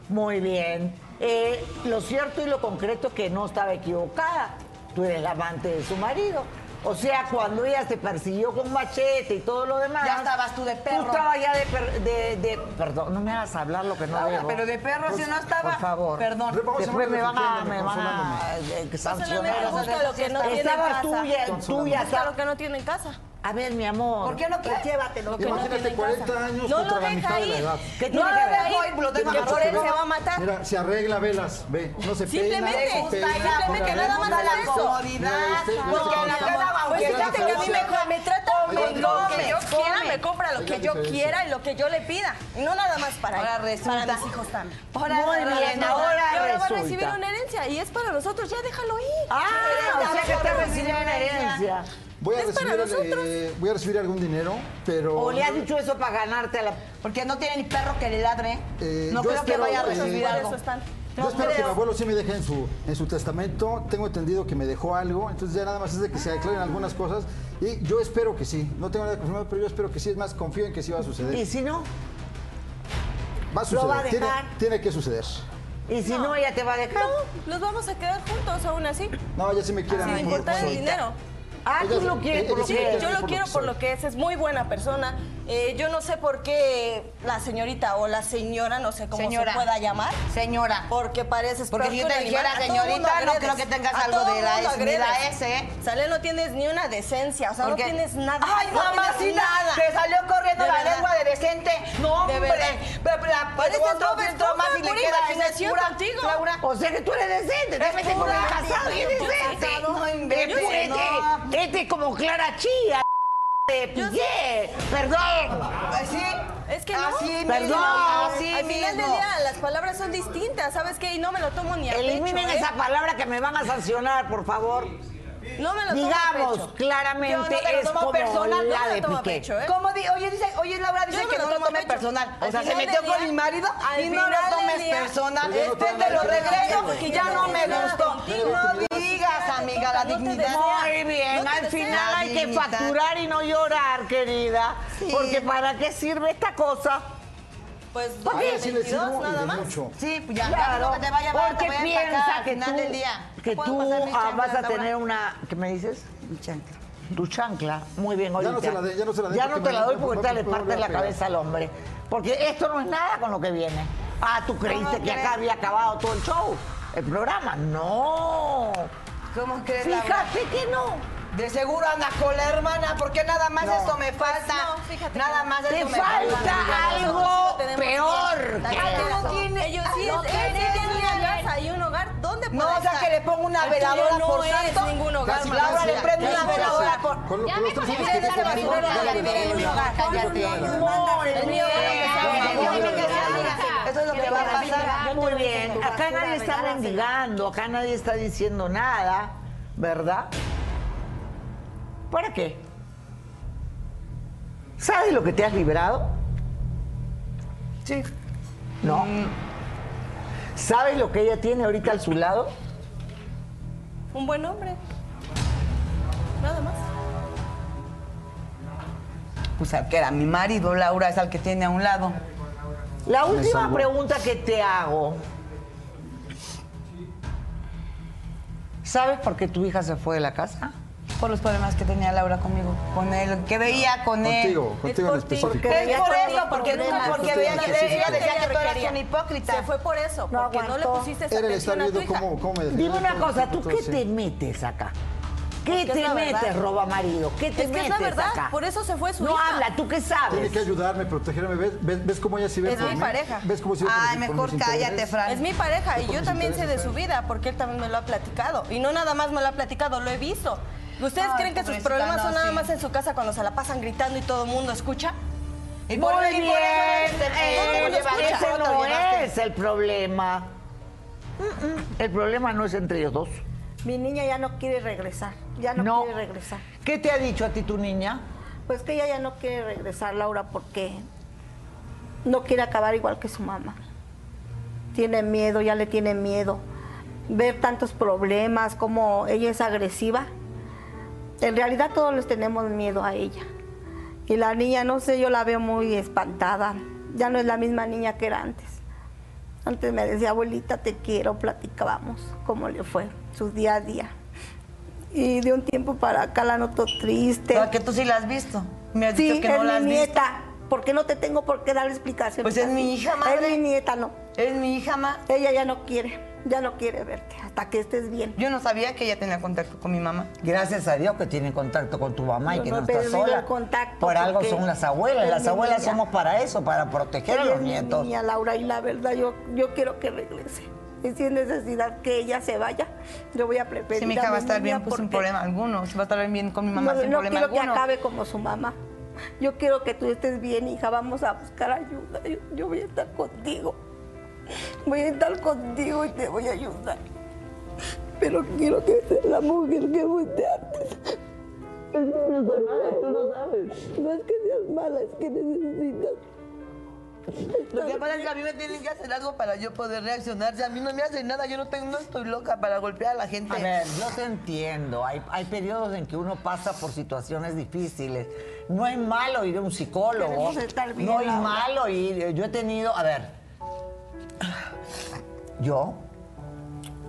Speaker 1: Muy bien. Eh, lo cierto y lo concreto es que no estaba equivocada. Tú eres la amante de su marido. O sea, cuando ella se persiguió con machete y todo lo demás.
Speaker 4: Ya estabas tú de perro.
Speaker 1: Tú estabas ya de, per- de- de- Perdón, no me hagas hablar lo que no
Speaker 4: Laura,
Speaker 1: debo. Pues,
Speaker 4: pero de perro si no estaba,
Speaker 1: Por favor.
Speaker 4: perdón.
Speaker 2: Vamos a
Speaker 1: Después me
Speaker 2: hablar
Speaker 1: van
Speaker 2: de
Speaker 1: a,
Speaker 2: tu
Speaker 1: me
Speaker 2: tema,
Speaker 1: van a
Speaker 2: consolándome.
Speaker 11: Solamente
Speaker 1: eh, sancionar.
Speaker 11: busca lo que no tiene en
Speaker 1: Estabas
Speaker 11: casa.
Speaker 1: tuya, tuya.
Speaker 11: Busca lo que no tiene en casa.
Speaker 1: A ver, mi amor.
Speaker 4: ¿Por qué no quieres?
Speaker 11: Lo que no tiene
Speaker 2: Imagínate
Speaker 11: en casa.
Speaker 2: 40 años
Speaker 11: No
Speaker 2: contra
Speaker 11: lo
Speaker 2: la
Speaker 11: deja
Speaker 2: mitad de la
Speaker 11: ir.
Speaker 2: edad.
Speaker 11: No
Speaker 1: ¿Qué tiene
Speaker 11: lo
Speaker 1: que ver?
Speaker 11: deja ir.
Speaker 4: Lo tengo
Speaker 11: Que
Speaker 4: mucho
Speaker 11: por
Speaker 4: que
Speaker 11: él
Speaker 4: ver.
Speaker 11: se va a matar.
Speaker 2: Mira, se arregla velas, ve, no se
Speaker 11: Simplemente,
Speaker 2: peina, no se peina,
Speaker 11: simplemente
Speaker 2: con
Speaker 11: nada
Speaker 2: arreglo,
Speaker 11: más
Speaker 2: mira,
Speaker 11: es
Speaker 2: usted- mira,
Speaker 11: eso.
Speaker 2: usted-
Speaker 11: No,
Speaker 2: usted-
Speaker 11: mi
Speaker 2: usted-
Speaker 11: amor. Pues
Speaker 2: usted-
Speaker 11: fíjate que a mí me, me trata
Speaker 2: Oiga,
Speaker 11: con lo que yo
Speaker 2: diferencia.
Speaker 11: quiera, me compra lo
Speaker 2: Oiga,
Speaker 11: que yo
Speaker 2: diferencia.
Speaker 11: quiera y lo que yo le pida. Y no nada más para
Speaker 4: Ahora
Speaker 11: él,
Speaker 4: resulta.
Speaker 11: Para mis hijos también.
Speaker 1: Muy
Speaker 11: resulta.
Speaker 1: bien, ahora
Speaker 11: Y ahora va a recibir
Speaker 1: resulta.
Speaker 11: una herencia y es para nosotros, ya déjalo ir.
Speaker 1: Ah,
Speaker 11: Herencia,
Speaker 1: o sea que te
Speaker 11: déjalo
Speaker 1: recibió
Speaker 11: recibir
Speaker 1: una herencia.
Speaker 2: Voy a,
Speaker 11: Es para
Speaker 2: recibir, eh,
Speaker 11: nosotros.
Speaker 2: voy a recibir algún dinero, pero...
Speaker 1: O le has dicho eso para ganarte a la.
Speaker 4: Porque no tiene ni perro que le ladre.
Speaker 2: Eh,
Speaker 4: no
Speaker 2: yo
Speaker 4: creo que
Speaker 2: espero,
Speaker 4: vaya a
Speaker 2: eh,
Speaker 4: recibir
Speaker 2: Por
Speaker 4: algo.
Speaker 11: Eso están.
Speaker 2: Yo espero que mi abuelo sí me deje en su, en su testamento. Tengo entendido que me dejó algo, entonces ya nada más es de que se aclaren algunas cosas. Y yo espero que sí. No tengo nada confirmado, pero yo espero que sí. Es más, confío en que sí va a
Speaker 1: Y
Speaker 2: suceder.
Speaker 1: si no,
Speaker 2: Va a suceder.
Speaker 1: va a
Speaker 2: Tiene-
Speaker 1: dejar.
Speaker 2: Tiene, que suceder.
Speaker 1: y si no, ella te va a dejar.
Speaker 11: No, nos vamos a quedar juntos aún así.
Speaker 2: No, ya sí me quieren.
Speaker 11: Sin
Speaker 2: como-
Speaker 11: importar
Speaker 2: como
Speaker 11: el
Speaker 2: soy.
Speaker 11: dinero.
Speaker 1: Ah, tú
Speaker 2: Ella-
Speaker 1: lo quieres
Speaker 2: ella-
Speaker 1: por lo
Speaker 2: ella sí
Speaker 1: que
Speaker 2: me
Speaker 1: es.
Speaker 2: quiere
Speaker 11: Yo lo quiero por
Speaker 2: soy.
Speaker 11: lo que es, es muy buena persona. Eh, yo no sé por qué la señorita o la señora, no sé cómo
Speaker 4: Señora.
Speaker 11: se pueda llamar.
Speaker 4: Señora.
Speaker 11: Porque pareces
Speaker 4: Porque
Speaker 11: peor
Speaker 4: si yo
Speaker 11: que
Speaker 4: te
Speaker 11: un
Speaker 4: dijera,
Speaker 11: animal. A todo
Speaker 4: señorita,
Speaker 11: mundo
Speaker 4: no
Speaker 11: agredes.
Speaker 4: creo que tengas
Speaker 11: A
Speaker 4: algo
Speaker 11: todo
Speaker 4: de la
Speaker 11: mundo
Speaker 4: S, ni la
Speaker 11: agredes.
Speaker 4: S, ¿eh?
Speaker 11: Sale, no tienes ni una decencia, o sea,
Speaker 4: Porque-
Speaker 11: no tienes nada.
Speaker 4: Ay,
Speaker 11: no tienes
Speaker 4: mamacita,
Speaker 11: nada.
Speaker 4: te salió corriendo
Speaker 11: De
Speaker 4: la
Speaker 11: verdad.
Speaker 4: lengua de decente. No,
Speaker 11: De
Speaker 4: hombre.
Speaker 11: verdad.
Speaker 4: Pero la
Speaker 11: Pareces
Speaker 4: otro
Speaker 11: Bob
Speaker 4: filtro más
Speaker 11: Esponja,
Speaker 4: y le
Speaker 11: pura
Speaker 4: queda esa es
Speaker 11: imaginación
Speaker 4: pura,
Speaker 11: contigo.
Speaker 4: Laura.
Speaker 1: O sea que tú eres decente,
Speaker 4: Es
Speaker 1: te metes con el
Speaker 4: pura-
Speaker 1: casado y es
Speaker 11: Yo
Speaker 1: decente.
Speaker 11: casado.
Speaker 1: No,
Speaker 11: Yo
Speaker 1: imbécil.
Speaker 11: sí,
Speaker 1: Este-
Speaker 11: no.
Speaker 1: Este es como Clara Chía. De
Speaker 11: Yo sí.
Speaker 1: Piqué. Perdón.
Speaker 4: Así.
Speaker 11: Es que no.
Speaker 4: Así mismo,
Speaker 1: Perdón.
Speaker 4: así
Speaker 11: Al final del
Speaker 4: mismo.
Speaker 11: día las palabras son distintas, ¿sabes qué? Y no me lo tomo ni a
Speaker 1: Eliminen
Speaker 11: pecho, ¿eh?
Speaker 1: esa palabra que me van a sancionar, por favor.
Speaker 11: No me lo tomo a
Speaker 1: Digamos
Speaker 11: pecho.
Speaker 1: claramente
Speaker 4: Yo no te lo
Speaker 1: es
Speaker 4: tomo
Speaker 1: como
Speaker 4: personal, no
Speaker 1: la
Speaker 11: me lo
Speaker 1: de
Speaker 11: tomo a
Speaker 1: Piqué.
Speaker 11: pecho, ¿eh?
Speaker 4: ¿Cómo di- oye, dice, oye, Laura dice
Speaker 11: Yo no
Speaker 4: que
Speaker 11: me
Speaker 4: no
Speaker 11: lo
Speaker 4: lo
Speaker 11: tomo
Speaker 4: tome
Speaker 11: pecho.
Speaker 4: personal.
Speaker 11: Al
Speaker 4: O sea, se
Speaker 11: final
Speaker 4: metió
Speaker 11: del
Speaker 4: con
Speaker 11: día-
Speaker 4: mi marido
Speaker 11: al
Speaker 4: y no lo
Speaker 11: final del
Speaker 4: tomes
Speaker 11: día-
Speaker 4: personal.
Speaker 2: Pero yo no
Speaker 4: Este
Speaker 2: tengo
Speaker 4: te lo
Speaker 2: nada que ver
Speaker 4: regreso
Speaker 11: contigo.
Speaker 4: porque ya no me
Speaker 11: Nada
Speaker 4: gustó.
Speaker 11: contigo.
Speaker 4: No digas, amiga, la
Speaker 11: No te
Speaker 4: dignidad.
Speaker 1: Muy bien,
Speaker 11: No te
Speaker 1: al
Speaker 11: desea
Speaker 1: final hay que
Speaker 4: dignidad.
Speaker 1: facturar y no llorar, querida. Porque ¿para qué sirve esta cosa?
Speaker 11: Pues
Speaker 2: A ella
Speaker 11: 2022
Speaker 2: sí le sirvo y
Speaker 11: nada
Speaker 2: de
Speaker 11: más.
Speaker 2: mucho.
Speaker 4: Sí, pues ya,
Speaker 1: Claro,
Speaker 4: claro, que te vaya mal,
Speaker 1: porque
Speaker 4: te voy a
Speaker 1: piensa
Speaker 4: empacar al
Speaker 1: que
Speaker 4: final
Speaker 1: tú,
Speaker 4: del día.
Speaker 1: que
Speaker 4: ¿Puedo
Speaker 1: tú
Speaker 4: pasar mis
Speaker 1: ah, vas
Speaker 4: chanclas,
Speaker 1: a tener
Speaker 4: Laura?
Speaker 1: una, ¿qué me dices?
Speaker 4: Mi chancla.
Speaker 1: Tu chancla, muy bien, ahorita.
Speaker 2: no se la dé, ya no se la dé,
Speaker 1: Ya no
Speaker 2: porque
Speaker 1: te la
Speaker 2: me-
Speaker 1: doy
Speaker 2: me-
Speaker 1: porque
Speaker 2: me-
Speaker 1: te
Speaker 2: me-
Speaker 1: le
Speaker 2: me
Speaker 1: parte
Speaker 2: voy a
Speaker 1: la
Speaker 2: pegar.
Speaker 1: cabeza al hombre. Porque esto no es nada con lo que viene. Ah, ¿tú creíste que acá había acabado todo el show? El programa, no.
Speaker 4: ¿Cómo crees, Laura?
Speaker 1: Fíjate que no.
Speaker 4: De seguro andas con la hermana, porque nada más esto me falta.
Speaker 11: Pues no, fíjate
Speaker 4: Nada
Speaker 11: que-
Speaker 4: más
Speaker 1: Te
Speaker 4: esto me
Speaker 1: falta algo peor. que
Speaker 11: Ay,
Speaker 1: eso.
Speaker 11: no tiene, ellos sí,
Speaker 8: No
Speaker 11: es-
Speaker 8: tiene,
Speaker 11: ella tiene
Speaker 8: tiene.
Speaker 11: una casa y un hogar, ¿dónde
Speaker 4: No,
Speaker 11: puede
Speaker 4: o sea,
Speaker 11: estar?
Speaker 4: que le pongo una
Speaker 11: El tuyo
Speaker 4: veladora
Speaker 11: no
Speaker 4: por
Speaker 11: es
Speaker 4: santo.
Speaker 11: ningún hogar.
Speaker 2: Casi,
Speaker 4: Laura,
Speaker 2: casi,
Speaker 4: le prendo
Speaker 2: casi,
Speaker 4: una
Speaker 2: casi.
Speaker 4: veladora por-
Speaker 2: Con lo-
Speaker 8: Ya
Speaker 2: con los tres
Speaker 8: me pones
Speaker 2: años
Speaker 11: Tienes
Speaker 2: que
Speaker 11: la
Speaker 2: te
Speaker 8: basura,
Speaker 2: conozco,
Speaker 11: basura,
Speaker 8: ya
Speaker 2: dale
Speaker 11: la
Speaker 8: me
Speaker 11: libera en un
Speaker 2: veladora.
Speaker 11: hogar.
Speaker 2: Cállate.
Speaker 11: El mío
Speaker 4: Eso es lo que va a pasar.
Speaker 1: Muy bien, acá nadie está mendigando, acá nadie está diciendo nada, ¿verdad? ¿Para qué? ¿Sabes lo que te has librado?
Speaker 12: Sí.
Speaker 1: No. ¿Sabes lo que ella tiene ahorita a su lado?
Speaker 11: Un buen hombre. Nada más.
Speaker 4: O sea, que era mi marido, Laura, es al que tiene a un lado.
Speaker 1: La última pregunta que te hago. ¿Sabes por qué tu hija se fue de la casa?
Speaker 4: Por los problemas que tenía Laura conmigo, con él, que veía con él.
Speaker 2: Contigo, contigo en específico.
Speaker 4: Es por
Speaker 11: tenía
Speaker 4: eso, porque nunca,
Speaker 11: problemas.
Speaker 4: porque
Speaker 2: Tú
Speaker 4: veía
Speaker 2: tenías
Speaker 4: que
Speaker 2: que
Speaker 4: ella
Speaker 2: ser
Speaker 4: decía que tú eras
Speaker 11: hipócrita.
Speaker 4: un hipócrita.
Speaker 11: Se fue por eso,
Speaker 9: No
Speaker 11: porque no le
Speaker 9: aguantó.
Speaker 11: pusiste esa
Speaker 2: Era el
Speaker 11: atención
Speaker 2: estar
Speaker 11: a tu
Speaker 2: viendo
Speaker 11: hija.
Speaker 2: cómo, cómo me defendía
Speaker 1: Dime una
Speaker 2: todo el
Speaker 1: cosa, ¿tú
Speaker 2: tiempo,
Speaker 1: qué
Speaker 2: sí.
Speaker 1: te metes acá? ¿Qué
Speaker 11: Es que es
Speaker 1: te
Speaker 11: la
Speaker 1: metes,
Speaker 11: verdad.
Speaker 1: roba marido? ¿Qué te
Speaker 11: Es que
Speaker 1: metes
Speaker 11: es la verdad,
Speaker 1: acá?
Speaker 11: por eso se fue su
Speaker 1: no
Speaker 11: hija.
Speaker 1: habla, ¿tú qué
Speaker 2: Tiene
Speaker 1: sabes?
Speaker 2: que ayudarme, protegerme. ¿Ves, ves, ves cómo ella sí ve
Speaker 11: Es
Speaker 2: por
Speaker 11: mi
Speaker 2: mí?
Speaker 11: pareja.
Speaker 2: ¿Ves cómo sí ve por
Speaker 4: Ay,
Speaker 2: mis- por
Speaker 4: mejor
Speaker 2: mis
Speaker 4: cállate,
Speaker 2: intereses?
Speaker 4: Fran.
Speaker 11: Es mi pareja y
Speaker 2: Por
Speaker 11: yo
Speaker 2: mis
Speaker 11: también sé de
Speaker 2: intereses,
Speaker 11: su vida porque él también me lo ha platicado. Y no nada más me lo ha platicado, lo he visto. ¿Ustedes
Speaker 4: Ay,
Speaker 11: creen que sus
Speaker 4: pobrecita,
Speaker 11: problemas
Speaker 4: no,
Speaker 11: son nada
Speaker 4: sí.
Speaker 11: más en su casa cuando se la pasan gritando y todo el mundo escucha?
Speaker 4: Y
Speaker 1: Muy
Speaker 4: por- y por
Speaker 1: bien,
Speaker 4: eso eres-
Speaker 1: eh,
Speaker 4: todo el mundo
Speaker 11: llevaré
Speaker 4: escucha.
Speaker 1: ese
Speaker 4: Te
Speaker 1: no
Speaker 4: llevaste.
Speaker 1: es el problema. Mm, mm, El problema no es entre ellos dos.
Speaker 6: Mi niña ya no quiere regresar, ya no, quiere regresar.
Speaker 1: ¿Qué te ha dicho a ti tu niña?
Speaker 6: Pues que ella ya no quiere regresar, Laura, porque no quiere acabar igual que su mamá. Tiene miedo, ya le tiene miedo. Ver tantos problemas, como ella es agresiva. En realidad todos les tenemos miedo a ella. Y la niña, no sé, yo la veo muy espantada. Ya no es la misma niña que era antes. Antes me decía, abuelita, te quiero, platicábamos cómo le fue, su día a día. Y de un tiempo para acá la noto triste.
Speaker 4: Pero que tú sí la has visto. Me has
Speaker 6: Sí,
Speaker 4: dicho que
Speaker 6: es
Speaker 4: no la has
Speaker 6: mi
Speaker 4: visto.
Speaker 6: nieta. ¿Por qué no te tengo por qué dar explicaciones?
Speaker 4: Pues es
Speaker 6: así?
Speaker 4: mi hija, madre.
Speaker 6: Es mi nieta, no.
Speaker 4: Es mi hija, ma.
Speaker 6: Ella ya no quiere, ya no quiere verte hasta que estés bien.
Speaker 4: Yo no sabía que ella tenía contacto con mi mamá.
Speaker 1: Gracias a Dios que tiene contacto con tu mamá y
Speaker 6: Yo
Speaker 1: que
Speaker 6: no
Speaker 1: no,
Speaker 6: he
Speaker 1: está
Speaker 6: perdido
Speaker 1: sola.
Speaker 6: el contacto
Speaker 1: Por algo
Speaker 6: porque
Speaker 1: son las abuelas.
Speaker 6: es
Speaker 1: Las
Speaker 6: mi
Speaker 1: abuelas
Speaker 6: niña.
Speaker 1: somos para eso, para proteger a
Speaker 6: Ella
Speaker 1: los
Speaker 6: es mi
Speaker 1: nietos.
Speaker 6: niña, Laura, y la verdad yo, yo quiero que regrese. Y si es necesidad que ella se vaya, yo voy a preferir.
Speaker 4: Si mi hija va a
Speaker 6: mi
Speaker 4: estar
Speaker 6: niña
Speaker 4: bien, pues sin
Speaker 6: porque
Speaker 4: problema alguno. Si va a estar bien con mi mamá,
Speaker 6: no,
Speaker 4: sin
Speaker 6: no
Speaker 4: problema
Speaker 6: quiero que
Speaker 4: alguno.
Speaker 6: acabe como su mamá. Yo quiero que tú estés bien, hija. Vamos a buscar ayuda. Yo, yo voy a estar contigo. Voy a estar contigo y te voy a ayudar. Pero quiero que seas la mujer que fuiste antes. Es que no soy mala, tú lo sabes. No es que seas mala, es que necesitas.
Speaker 12: Lo que pasa es que a mí me tienen que hacer algo para yo poder reaccionar. Si a mí no me hacen nada, yo no, tengo, no estoy loca para golpear a la gente.
Speaker 1: A ver, yo te entiendo. Hay, hay periodos en que uno pasa por situaciones difíciles. No es malo ir a un psicólogo.
Speaker 6: Queremos estar bien
Speaker 1: no es
Speaker 6: ahora.
Speaker 1: malo ir. Yo he tenido. A ver. Yo.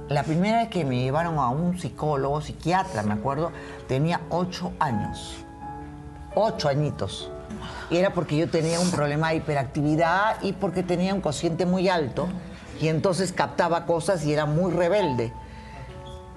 Speaker 1: La primera vez que me llevaron a un psicólogo, psiquiatra, me acuerdo, tenía ocho años. Ocho añitos. Y era porque yo tenía un problema de hiperactividad y porque tenía un cociente muy alto. Y entonces captaba cosas y era muy rebelde.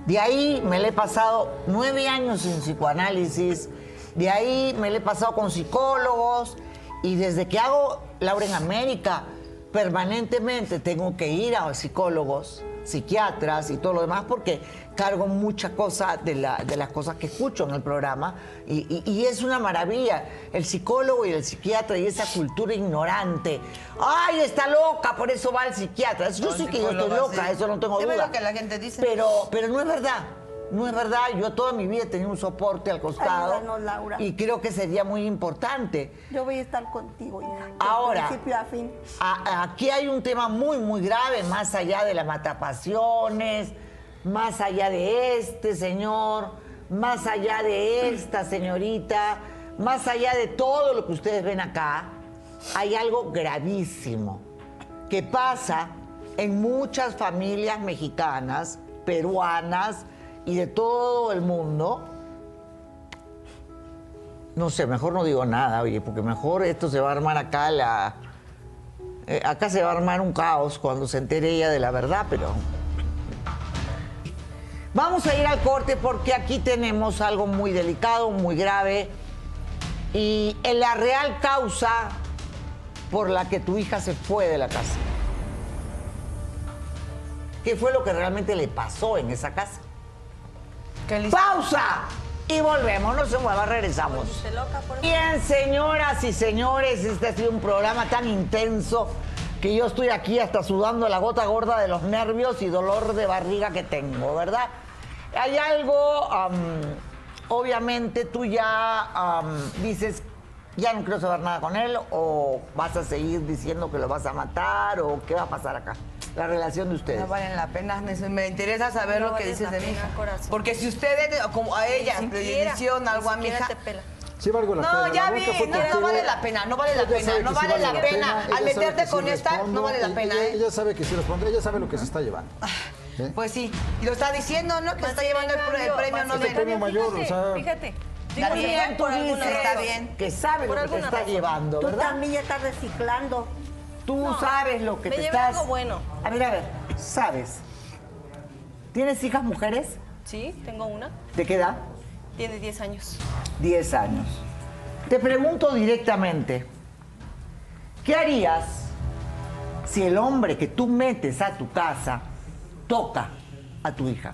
Speaker 1: De ahí me le he pasado nueve años en psicoanálisis, de ahí me le he pasado con psicólogos y desde que hago Laura en América, permanentemente tengo que ir a psicólogos, psiquiatras y todo lo demás porque cargo mucha cosa de, la- de las cosas que escucho en el programa y, y- y es una maravilla el psicólogo y el psiquiatra y esa cultura ignorante. ¡Ay, está loca! Por eso va al psiquiatra. Yo
Speaker 4: Al
Speaker 1: sé que yo estoy
Speaker 4: psicólogo,
Speaker 1: loca,
Speaker 4: sí.
Speaker 1: eso no tengo
Speaker 4: Es
Speaker 1: duda.
Speaker 4: lo que la gente dice.
Speaker 1: Pero pero, pero no es verdad. No es verdad. Yo toda mi vida he tenido un soporte al costado.
Speaker 6: Ayúdanos, Laura.
Speaker 1: Y creo que sería muy importante.
Speaker 6: Yo voy a estar contigo, hija. de
Speaker 1: Ahora,
Speaker 6: principio a fin.
Speaker 1: a- aquí hay un tema muy, muy grave, más allá de la matapasiones, más allá de este señor, más allá de esta señorita, más allá de todo lo que ustedes ven acá, hay algo gravísimo. que pasa en muchas familias mexicanas, peruanas y de todo el mundo. No sé, mejor no digo nada, oye, porque mejor esto se va a armar acá la... eh, acá se va a armar un caos cuando se entere ella de la verdad, pero... Vamos a ir al corte porque aquí tenemos algo muy delicado, muy grave. Y en la real causa por la que tu hija se fue de la casa. ¿Qué fue lo que realmente le pasó en esa casa? ¡Pausa! Y volvemos, no se mueva, regresamos. Bien, señoras y señores, este ha sido un programa tan intenso que yo estoy aquí hasta sudando la gota gorda de los nervios y dolor de barriga que tengo, ¿verdad? Hay algo, am, obviamente tú ya am, dices, ya no quiero saber nada con él, o vas a seguir diciendo que lo vas a matar, o qué va a pasar acá, la relación de ustedes.
Speaker 12: No valen la pena, me, me interesa saber
Speaker 11: No
Speaker 12: lo que
Speaker 11: vales
Speaker 12: dices
Speaker 11: la
Speaker 12: de mi
Speaker 11: pena,
Speaker 12: hija.
Speaker 11: corazón.
Speaker 12: Porque si ustedes, como a ella, le hicieron algo a mi hija,
Speaker 2: Sí, valgo la pena.
Speaker 12: No,
Speaker 2: La
Speaker 12: ya
Speaker 2: bronca
Speaker 12: vi,
Speaker 2: fue
Speaker 12: no,
Speaker 2: contigo.
Speaker 12: no vale la pena, no vale la
Speaker 2: Ella
Speaker 12: pena,
Speaker 2: sabe
Speaker 12: no
Speaker 2: que sí
Speaker 12: vale la pena.
Speaker 2: ella
Speaker 12: Al
Speaker 2: sabe
Speaker 12: meterte
Speaker 2: que sí
Speaker 12: con esta,
Speaker 2: respondo,
Speaker 12: no vale la pena,
Speaker 2: Ella,
Speaker 12: ¿eh?
Speaker 2: ella sabe que sí responde, ella sabe lo que se está llevando. ¿eh?
Speaker 12: pues sí. Y lo está diciendo, ¿no? Que
Speaker 11: Más
Speaker 12: está
Speaker 11: en
Speaker 12: llevando el, pre-
Speaker 11: cambio,
Speaker 12: el premio
Speaker 11: más en
Speaker 12: Nobel.
Speaker 2: premio mayor, o sea-
Speaker 11: Fíjate.
Speaker 12: Está
Speaker 11: Digo,
Speaker 12: bien,
Speaker 11: mira,
Speaker 12: tú
Speaker 11: por alguna
Speaker 12: dices,
Speaker 11: razón.
Speaker 12: está bien.
Speaker 1: Que sabe
Speaker 11: Por
Speaker 1: lo que te
Speaker 11: alguna
Speaker 1: está
Speaker 11: razón.
Speaker 1: llevando,
Speaker 6: Tú
Speaker 1: ¿verdad?
Speaker 6: también ya estás reciclando.
Speaker 1: Tú sabes lo que
Speaker 11: me
Speaker 1: te
Speaker 11: llevé
Speaker 1: estás...
Speaker 11: algo bueno.
Speaker 1: A ver, a ver, sabes. ¿Tienes hijas mujeres?
Speaker 11: Sí, tengo una.
Speaker 1: ¿De qué edad?
Speaker 11: Tiene 10 años.
Speaker 1: 10 años. Te pregunto directamente, ¿qué harías si el hombre que tú metes a tu casa toca a tu hija?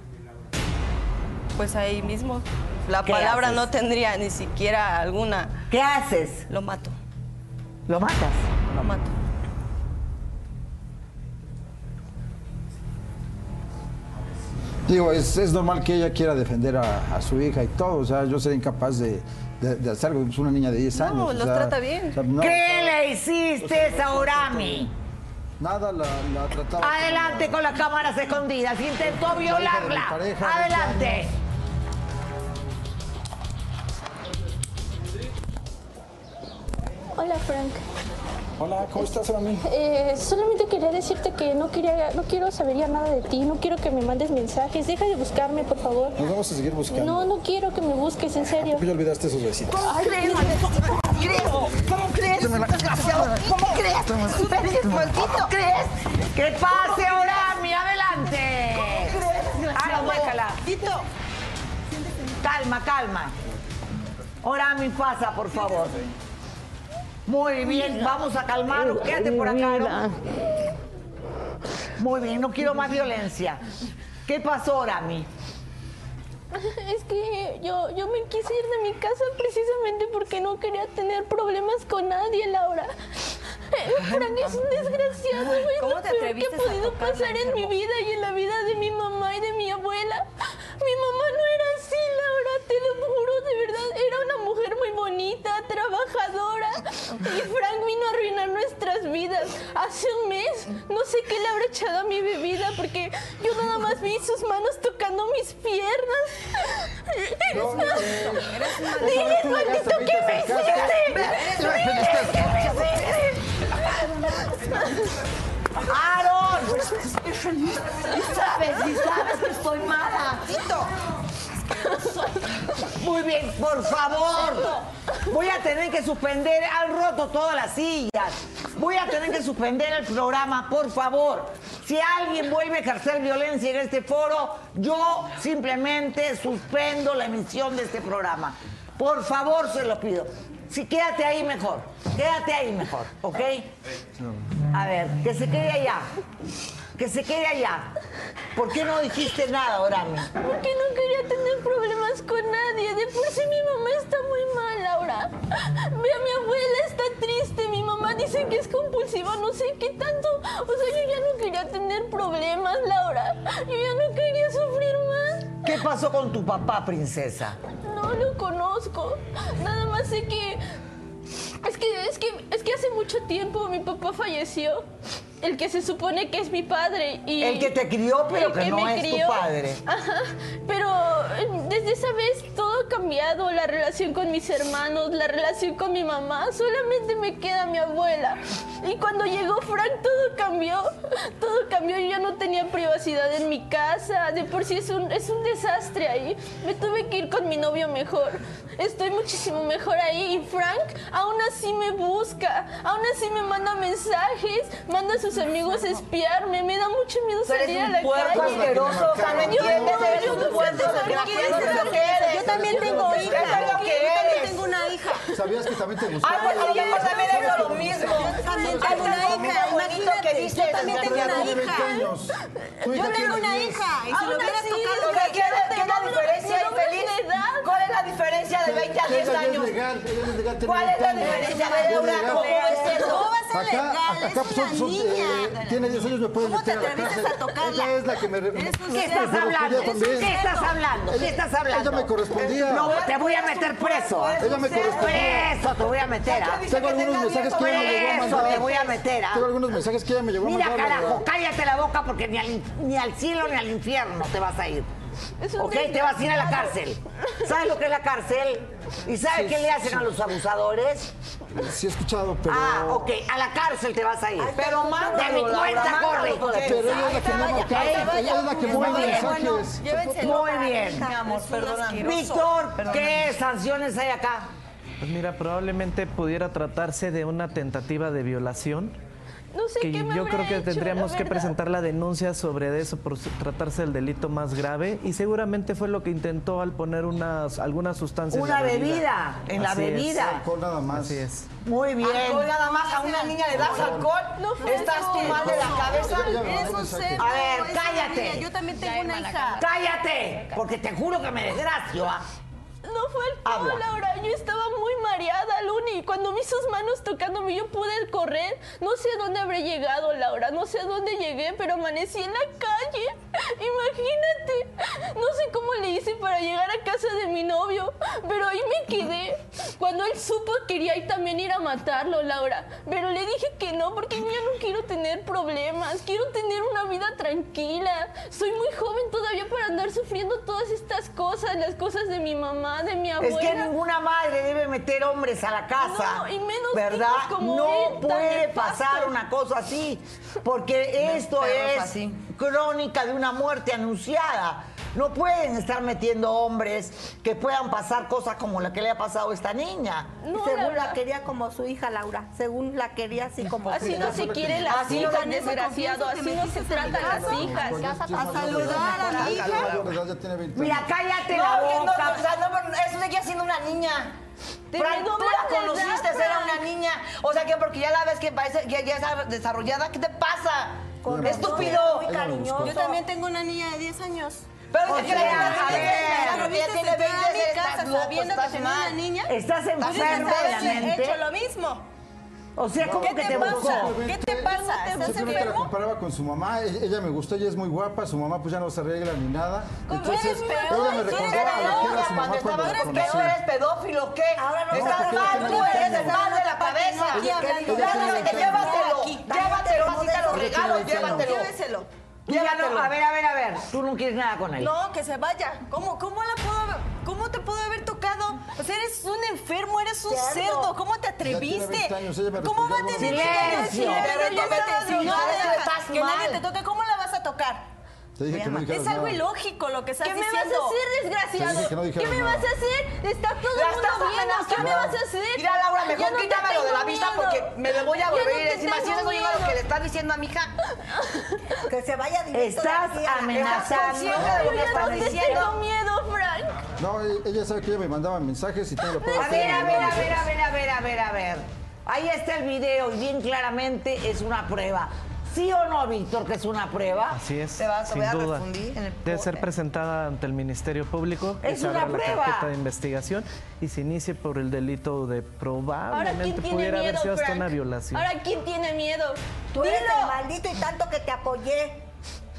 Speaker 11: Pues ahí mismo. La
Speaker 1: ¿Qué
Speaker 11: palabra
Speaker 1: haces?
Speaker 11: no tendría ni siquiera alguna.
Speaker 1: ¿Qué haces?
Speaker 11: Lo mato.
Speaker 1: ¿Lo matas?
Speaker 11: Lo mato.
Speaker 2: Digo, es, es normal que ella quiera defender a, a su hija y todo. O sea, yo sería incapaz de, de, de hacer algo. Es una niña de 10 años. o
Speaker 11: los
Speaker 2: sea,
Speaker 11: trata bien.
Speaker 2: o sea, no,
Speaker 1: ¿Qué le hiciste a Orami?
Speaker 2: Nada la, la trataba. como-
Speaker 1: Adelante con las cámaras escondidas. Intentó violarla.
Speaker 2: pareja,
Speaker 1: Adelante.
Speaker 13: Hola Frank,
Speaker 2: Hola, ¿cómo estás, Rami?
Speaker 13: Eh, solamente quería decirte que no quería, no quiero saber ya nada de ti, no quiero que me mandes mensajes, deja de buscarme por favor.
Speaker 2: Nos vamos a seguir buscando.
Speaker 13: No, no quiero que me busques, en
Speaker 2: ¿A
Speaker 13: serio.
Speaker 2: poco ya olvidaste esos besitos?
Speaker 13: Ay,
Speaker 4: creo? ¿Cómo crees? Desgraciado. ¿Cómo crees? Feliz maldito. ¿Cómo crees?
Speaker 1: Que pase Orami. Adelante. Ah, no, guácala.
Speaker 4: Tito.
Speaker 1: Calma, calma. Orami, pasa, por favor. Muy bien, vamos a calmarlo. Quédate por acá. ¿no? Muy bien, no quiero más violencia. ¿Qué pasó, Orami?
Speaker 13: Es que yo, yo me quise ir de mi casa precisamente porque no quería tener problemas con nadie, Laura. Eh, Frank es un desgraciado, es
Speaker 11: ¿Cómo
Speaker 13: lo
Speaker 11: te
Speaker 13: peor que
Speaker 11: atreviste
Speaker 13: ha
Speaker 11: a
Speaker 13: podido
Speaker 11: tocarla,
Speaker 13: pasar en mi
Speaker 11: enfermo?
Speaker 13: vida y en la vida de mi mamá y de mi abuela. Mi mamá no era así, Laura, te lo juro, de verdad, era una mujer muy bonita, trabajadora. Y Frank vino a arruinar nuestras vidas. Hace un mes, no sé qué le habrá echado a mi bebida porque yo nada más vi sus manos tocando mis piernas.
Speaker 2: No, no, no.
Speaker 13: Diles,
Speaker 2: Tú llegaste
Speaker 13: maldito,
Speaker 2: ahorita,
Speaker 13: que me
Speaker 2: sacaste-
Speaker 13: hiciste. Diles que me hiciste.
Speaker 1: ¡Aaron!
Speaker 4: Sabes, y sabes que estoy mala. Tito.
Speaker 1: Muy bien, por favor. Voy a tener que suspender. Han roto todas las sillas. Voy a tener que suspender el programa, por favor. Si alguien vuelve a ejercer violencia en este foro, yo simplemente suspendo la emisión de este programa. Por favor, se lo pido. Si quédate ahí mejor. Quédate ahí mejor, ¿ok? A ver, que se quede allá. Que se quede allá. ¿Por qué no dijiste nada, Orami?
Speaker 13: Porque no quería tener problemas con nadie. De por sí mi mamá está muy mal, Laura. Ve a mi abuela, está triste. Mi mamá dice que es compulsiva, no sé qué tanto. O sea, yo ya no quería tener problemas, Laura. Yo ya no quería sufrir más.
Speaker 1: ¿Qué pasó con tu papá, princesa?
Speaker 2: Pues
Speaker 13: No lo conozco. Nada más sé que. Es que, es que, es que hace mucho tiempo mi papá falleció. el que se supone que es mi padre y
Speaker 4: El que te crió, pero
Speaker 13: el
Speaker 4: que no
Speaker 13: me
Speaker 4: es tu padre.
Speaker 13: Ajá. Pero eh, desde esa vez todo ha cambiado, la relación con mis hermanos, la relación con mi mamá, solamente me queda mi abuela. Y cuando llegó Frank todo cambió, todo cambió, yo ya no tenía privacidad en mi casa, de por sí es un, es un desastre ahí. Me tuve que ir con mi novio mejor, estoy muchísimo mejor ahí y Frank aún así me busca, aún así me manda mensajes, manda a sus amigos a espiarme, me da mucho miedo
Speaker 4: Tú eres
Speaker 13: salir a
Speaker 4: un
Speaker 13: la
Speaker 4: puerco
Speaker 13: calle.
Speaker 4: asqueroso, o sea, no
Speaker 13: Yo
Speaker 4: entiendes,
Speaker 13: no,
Speaker 4: eres
Speaker 13: yo
Speaker 4: un
Speaker 13: no sé
Speaker 4: puerco
Speaker 13: hacer
Speaker 4: que la
Speaker 13: qué
Speaker 4: puerco
Speaker 13: hacer.
Speaker 4: es lo que eres.
Speaker 13: Yo también
Speaker 4: tengo hija,
Speaker 13: es lo que
Speaker 4: yo también
Speaker 13: eres.
Speaker 4: tengo una hija.
Speaker 2: ¿Sabías que también te gustaba?
Speaker 4: Ah, pues a lo mejor también es lo mismo.
Speaker 2: Yo también
Speaker 4: Ahí
Speaker 2: tengo
Speaker 4: está
Speaker 2: una
Speaker 4: el comida
Speaker 2: hija,
Speaker 4: bonito que
Speaker 2: imagínate,
Speaker 4: dices.
Speaker 2: yo también tengo una
Speaker 4: Alberto,
Speaker 2: hija.
Speaker 4: de 20 años.
Speaker 2: Tu
Speaker 4: Yo
Speaker 2: hija
Speaker 4: tengo
Speaker 2: tiene
Speaker 4: una
Speaker 2: 10.
Speaker 4: hija. Y si
Speaker 13: Aún
Speaker 4: me hubiera
Speaker 13: así,
Speaker 4: tocado
Speaker 13: lo
Speaker 4: una
Speaker 13: que
Speaker 4: hija,
Speaker 13: queda-
Speaker 4: ¿qué es la
Speaker 13: quedó
Speaker 4: diferencia
Speaker 13: una
Speaker 4: infeliz?
Speaker 13: menor de edad.
Speaker 4: ¿Cuál es la diferencia de 20 a 10
Speaker 2: Ella ya es
Speaker 4: años?
Speaker 2: legal, ella ya es legal, tiene
Speaker 4: ¿Cuál es la
Speaker 2: 20 años.
Speaker 4: diferencia
Speaker 2: Ya
Speaker 4: de
Speaker 2: es
Speaker 4: una
Speaker 2: legal.
Speaker 4: con una?
Speaker 11: ¿Cómo va a ser
Speaker 2: Acá,
Speaker 11: legal?
Speaker 2: acá
Speaker 11: es
Speaker 2: son-
Speaker 11: una
Speaker 2: son- eh,
Speaker 11: niña.
Speaker 2: tiene 10 años, me pueden
Speaker 11: ¿Cómo te
Speaker 2: meter a la
Speaker 11: atreves
Speaker 2: cárcel.
Speaker 11: a tocarla?
Speaker 2: Ella es la que me...
Speaker 11: Eres un
Speaker 2: me
Speaker 11: ¿Qué
Speaker 2: correspondía
Speaker 1: estás hablando?
Speaker 2: también.
Speaker 1: ¿Qué estás hablando? ¿Qué estás hablando?
Speaker 2: Ella me correspondía.
Speaker 1: No, te voy a meter preso.
Speaker 2: Ella me correspondía.
Speaker 1: Preso, te voy a meter. ¿ah?
Speaker 2: Tengo algunos mensajes que ella me llegó a
Speaker 1: Preso,
Speaker 2: mandar.
Speaker 1: te voy a meter. ¿ah?
Speaker 2: Tengo algunos mensajes que ella me llegó a
Speaker 1: Mira,
Speaker 2: mandar. la
Speaker 1: carajo,
Speaker 2: verdad.
Speaker 1: cállate la boca porque ni al, ni al cielo ni al infierno te vas a ir.
Speaker 13: Es un
Speaker 1: ¿Ok? Te vas a ir a la cárcel. ¿Sabes lo que es la cárcel? ¿Y sabes qué le hacen a los abusadores?
Speaker 2: Sí he escuchado, pero...
Speaker 1: Ah, ok, a la cárcel te vas a ir.
Speaker 4: Pero mándalo,
Speaker 1: De mi
Speaker 4: Laura,
Speaker 1: cuenta
Speaker 4: mándalo,
Speaker 1: corre, hijo de
Speaker 4: porque-
Speaker 2: Pero ella es la que no
Speaker 1: vaya, ahí
Speaker 2: acá,
Speaker 1: vaya.
Speaker 2: ella es la que mueve
Speaker 1: Muy bien.
Speaker 2: mensajes.
Speaker 1: Muy bien.
Speaker 4: Mi amor, perdóname.
Speaker 1: Víctor, ¿qué sanciones hay acá?
Speaker 10: Pues mira, probablemente pudiera tratarse de una tentativa de violación.
Speaker 13: No sé
Speaker 10: que
Speaker 13: qué me
Speaker 10: yo
Speaker 13: habrá
Speaker 10: creo que
Speaker 13: hecho,
Speaker 10: tendríamos
Speaker 13: la
Speaker 10: que
Speaker 13: verdad.
Speaker 10: presentar la denuncia sobre eso por su- tratarse del delito más grave y seguramente fue lo que intentó al poner unas algunas sustancias
Speaker 1: Una
Speaker 10: en la
Speaker 1: bebida, en la
Speaker 10: Así es.
Speaker 1: bebida.
Speaker 2: Con nada más.
Speaker 10: Así es.
Speaker 1: Muy
Speaker 4: Alcohol
Speaker 1: bien.
Speaker 4: nada más a una niña le das alcohol,
Speaker 13: No fue
Speaker 4: estás tú
Speaker 13: eso.
Speaker 4: mal de la cabeza.
Speaker 2: Ella me
Speaker 13: Es
Speaker 2: mandó
Speaker 13: un
Speaker 2: mensajes.
Speaker 13: ser.
Speaker 1: A ver,
Speaker 13: no, es una
Speaker 1: cállate.
Speaker 13: niña, Yo también tengo una hija.
Speaker 1: Cállate, porque te juro que me desgracio. ¿ah?
Speaker 13: No fue alcohol,
Speaker 1: Habla.
Speaker 13: Laura. Yo estaba muy mareada, Luni. Cuando vi sus manos tocándome, yo pude correr. No sé a dónde habré llegado, Laura. No sé a dónde llegué, pero amanecí en la calle. Imagínate. No sé cómo le hice para llegar a casa de mi novio, pero ahí me quedé. Cuando él supo, quería ir también ir a matarlo, Laura. Pero le dije que no, porque yo no quiero tener problemas. Quiero tener una vida tranquila. Soy muy joven todavía para andar sufriendo todas estas cosas, las cosas de mi mamá, de mi
Speaker 1: Es
Speaker 13: abuela.
Speaker 1: que ninguna madre debe meter hombres a la casa.
Speaker 13: No, y menos
Speaker 1: ¿Verdad?
Speaker 13: tipos como él, tan
Speaker 1: no puede
Speaker 13: nefastos.
Speaker 1: pasar una cosa así, porque esto
Speaker 4: perros
Speaker 1: es
Speaker 4: así.
Speaker 1: crónica de una muerte anunciada. No pueden estar metiendo hombres que puedan pasar cosas como la que le ha pasado a esta niña.
Speaker 13: No,
Speaker 6: según
Speaker 13: Laura.
Speaker 6: la quería como su hija, Laura. Según la quería así como su
Speaker 13: Así
Speaker 6: hija.
Speaker 13: no se quiere la
Speaker 1: Así no
Speaker 13: hija,
Speaker 1: la-
Speaker 13: desgraciado. Así no se tratan las hijas.
Speaker 2: A
Speaker 4: saludar a mi hija.
Speaker 2: Ya tiene 20
Speaker 1: Mira,
Speaker 2: años.
Speaker 1: cállate
Speaker 4: No,
Speaker 1: la
Speaker 4: que no,
Speaker 1: boca.
Speaker 4: o sea, no, pero eso seguía siendo una niña.
Speaker 13: Te
Speaker 4: Frank, tú
Speaker 13: redoblas
Speaker 4: la
Speaker 13: de edad,
Speaker 4: conociste, era una
Speaker 13: Frank.
Speaker 4: niña. O sea, que porque ya la ves que parece que ya está desarrollada, ¿qué te pasa?
Speaker 2: Con
Speaker 4: Estúpido.
Speaker 2: muy cariñoso.
Speaker 11: Yo también tengo una niña de 10 años.
Speaker 4: Pero
Speaker 1: O
Speaker 4: dice que
Speaker 1: sea,
Speaker 4: la niña
Speaker 1: a
Speaker 4: tiene
Speaker 1: ver,
Speaker 4: 20,
Speaker 11: pero
Speaker 4: pero ya
Speaker 11: viste
Speaker 4: tiene
Speaker 11: entrar
Speaker 4: 20,
Speaker 11: a mi casa
Speaker 4: estás loco,
Speaker 11: sabiendo que
Speaker 4: estás
Speaker 11: soy una
Speaker 4: mal.
Speaker 11: niña.
Speaker 1: Estás
Speaker 11: Yo
Speaker 4: Enfermo
Speaker 1: enfermo
Speaker 11: siempre
Speaker 1: de la
Speaker 11: he hecho lo
Speaker 1: mente.
Speaker 11: mismo.
Speaker 1: O sea, como
Speaker 11: ¿Qué
Speaker 1: que
Speaker 11: te
Speaker 1: te
Speaker 11: pasa?
Speaker 1: buscó.
Speaker 11: ¿Qué te pasa? ¿Estás
Speaker 2: Simplemente la
Speaker 11: enfermo?
Speaker 2: comparaba con su mamá, e- ella me gustó, ella es muy guapa, su mamá pues ya no se arregla ni nada.
Speaker 11: ¿Cómo
Speaker 2: Entonces,
Speaker 11: eres peor?
Speaker 2: ella me
Speaker 11: Tú eres
Speaker 2: recordó
Speaker 4: Era
Speaker 2: a lo que era
Speaker 4: loca
Speaker 2: su
Speaker 4: cuando
Speaker 2: mamá
Speaker 4: estaba
Speaker 2: cuando la
Speaker 4: ¿Tú eres
Speaker 2: conocí.
Speaker 4: pedo, eres pedófilo, ¿qué?
Speaker 11: Ahora no
Speaker 4: Estás
Speaker 2: porque
Speaker 4: mal,
Speaker 2: tiene
Speaker 4: tú
Speaker 2: 20
Speaker 4: eres
Speaker 2: años.
Speaker 4: el mal de la cabeza.
Speaker 11: Aquí hablando.
Speaker 4: Llévate, llévatelo, llévatelo, no te lo
Speaker 2: Porque tiene
Speaker 4: regalo,
Speaker 2: 20 años.
Speaker 4: llévatelo.
Speaker 11: Lléveselo.
Speaker 1: Tú ya no, a ver, a ver, a ver. Tú no quieres nada con él.
Speaker 11: No, que se vaya. ¿Cómo, cómo la puedo haber- cómo te pudo haber tocado? O sea, eres un enfermo, eres un cerdo. ¿Cómo te
Speaker 2: Ya tiene
Speaker 11: atreviste?
Speaker 2: 20 años, ella me
Speaker 11: ¿Cómo va a
Speaker 2: respondió
Speaker 11: tener
Speaker 1: algo así.
Speaker 11: que
Speaker 1: Silencio.
Speaker 11: tener
Speaker 4: Pero tómate el cigarro, estás
Speaker 11: Que nadie
Speaker 4: mal.
Speaker 11: te toque. ¿Cómo la vas a tocar?
Speaker 2: Te dije que no dijeras
Speaker 11: Es algo
Speaker 2: nada.
Speaker 11: ilógico lo que estás
Speaker 13: ¿Qué me vas a
Speaker 11: diciendo.
Speaker 13: hacer,
Speaker 2: Te dije que no
Speaker 13: desgraciado? ¿Qué
Speaker 2: dijeras
Speaker 13: me
Speaker 2: nada.
Speaker 13: vas a hacer? Está todo
Speaker 4: La
Speaker 13: el
Speaker 4: estás
Speaker 13: mundo viendo. ¿Qué me
Speaker 4: amenazando.
Speaker 13: vas a hacer?
Speaker 4: Mira, Laura,
Speaker 13: Ya
Speaker 4: mejor
Speaker 13: no te
Speaker 4: quítamelo de la
Speaker 13: tengo
Speaker 4: vista
Speaker 13: miedo.
Speaker 4: porque me le voy a
Speaker 13: Ya
Speaker 4: volver
Speaker 13: no
Speaker 4: a ir
Speaker 13: te
Speaker 4: encima. Si
Speaker 13: tengo
Speaker 4: eso llega lo
Speaker 13: miedo.
Speaker 4: que le estás diciendo a mi hija.
Speaker 11: Que se vaya
Speaker 1: Estás amenazando.
Speaker 4: Estás consciente de lo que
Speaker 13: Yo
Speaker 4: estás
Speaker 13: no te
Speaker 4: diciendo.
Speaker 13: tengo miedo, Frank.
Speaker 2: No, e- ella sabe que ella me mandaba mensajes y todo lo puedo
Speaker 1: A ver, a ver, a ver, a ver, a ver, a ver, a ver. Ahí está el video y bien claramente es una prueba. ¿Sí o no, Víctor, que es una prueba?
Speaker 10: Así es.
Speaker 4: Te vas a
Speaker 10: sin
Speaker 4: ver a
Speaker 10: duda.
Speaker 4: refundir en el
Speaker 10: Debe ser
Speaker 4: poder.
Speaker 10: presentada ante el Ministerio Público. y
Speaker 1: Es
Speaker 10: se
Speaker 1: una
Speaker 10: abra la
Speaker 1: prueba.
Speaker 10: carpeta de investigación y se inicie por el delito de
Speaker 13: Ahora, ¿quién
Speaker 10: probablemente
Speaker 13: tiene
Speaker 10: pudiera haber
Speaker 13: miedo,
Speaker 10: sido hasta
Speaker 13: Frank?
Speaker 10: una violación.
Speaker 13: Ahora, ¿quién tiene miedo?
Speaker 6: Tú eres el
Speaker 13: Dilo,
Speaker 6: maldito y tanto que te apoyé.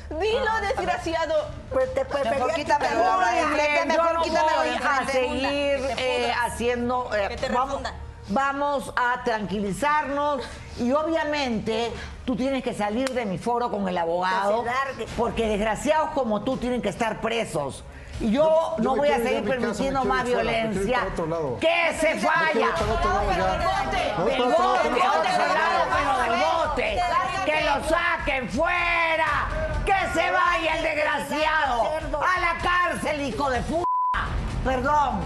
Speaker 6: Ah,
Speaker 13: dilo, desgraciado.
Speaker 6: Pues te pues,
Speaker 4: Mejor
Speaker 6: pedía
Speaker 4: quítamelo,
Speaker 6: quitar-
Speaker 4: Laura, de
Speaker 1: Muy
Speaker 4: frente,
Speaker 1: bien,
Speaker 4: mejor
Speaker 1: yo no
Speaker 4: quítamelo
Speaker 1: voy
Speaker 4: de
Speaker 1: a
Speaker 4: frente.
Speaker 1: seguir
Speaker 11: Que te
Speaker 1: eh,
Speaker 11: fundas.
Speaker 1: haciendo... eh,
Speaker 11: Que te
Speaker 1: vamos,
Speaker 11: refunda.
Speaker 1: vamos a tranquilizarnos Y obviamente tú tienes que salir de mi foro con el
Speaker 4: Pues
Speaker 1: abogado,
Speaker 6: Que se largue.
Speaker 1: porque desgraciados como tú tienen que estar presos. Y yo,
Speaker 2: Yo- yo
Speaker 1: no
Speaker 2: me
Speaker 1: voy a
Speaker 2: quiero ir
Speaker 1: seguir
Speaker 2: a mi casa, me
Speaker 1: permitiendo
Speaker 2: quiero
Speaker 1: más
Speaker 2: ir fuera, me quiero ir
Speaker 1: violencia.
Speaker 2: para otro lado.
Speaker 1: ¡Que
Speaker 2: Me
Speaker 1: se
Speaker 2: quiero ir
Speaker 1: falla!
Speaker 2: para otro lado ya. Me voy
Speaker 1: Del
Speaker 2: para otro lado,
Speaker 1: bote,
Speaker 2: tengo que
Speaker 1: bote
Speaker 2: trabajar.
Speaker 1: cerrado, pero del bote. Que lo saquen fuera. Que se vaya el desgraciado. A la cárcel, hijo de puta. Perdón.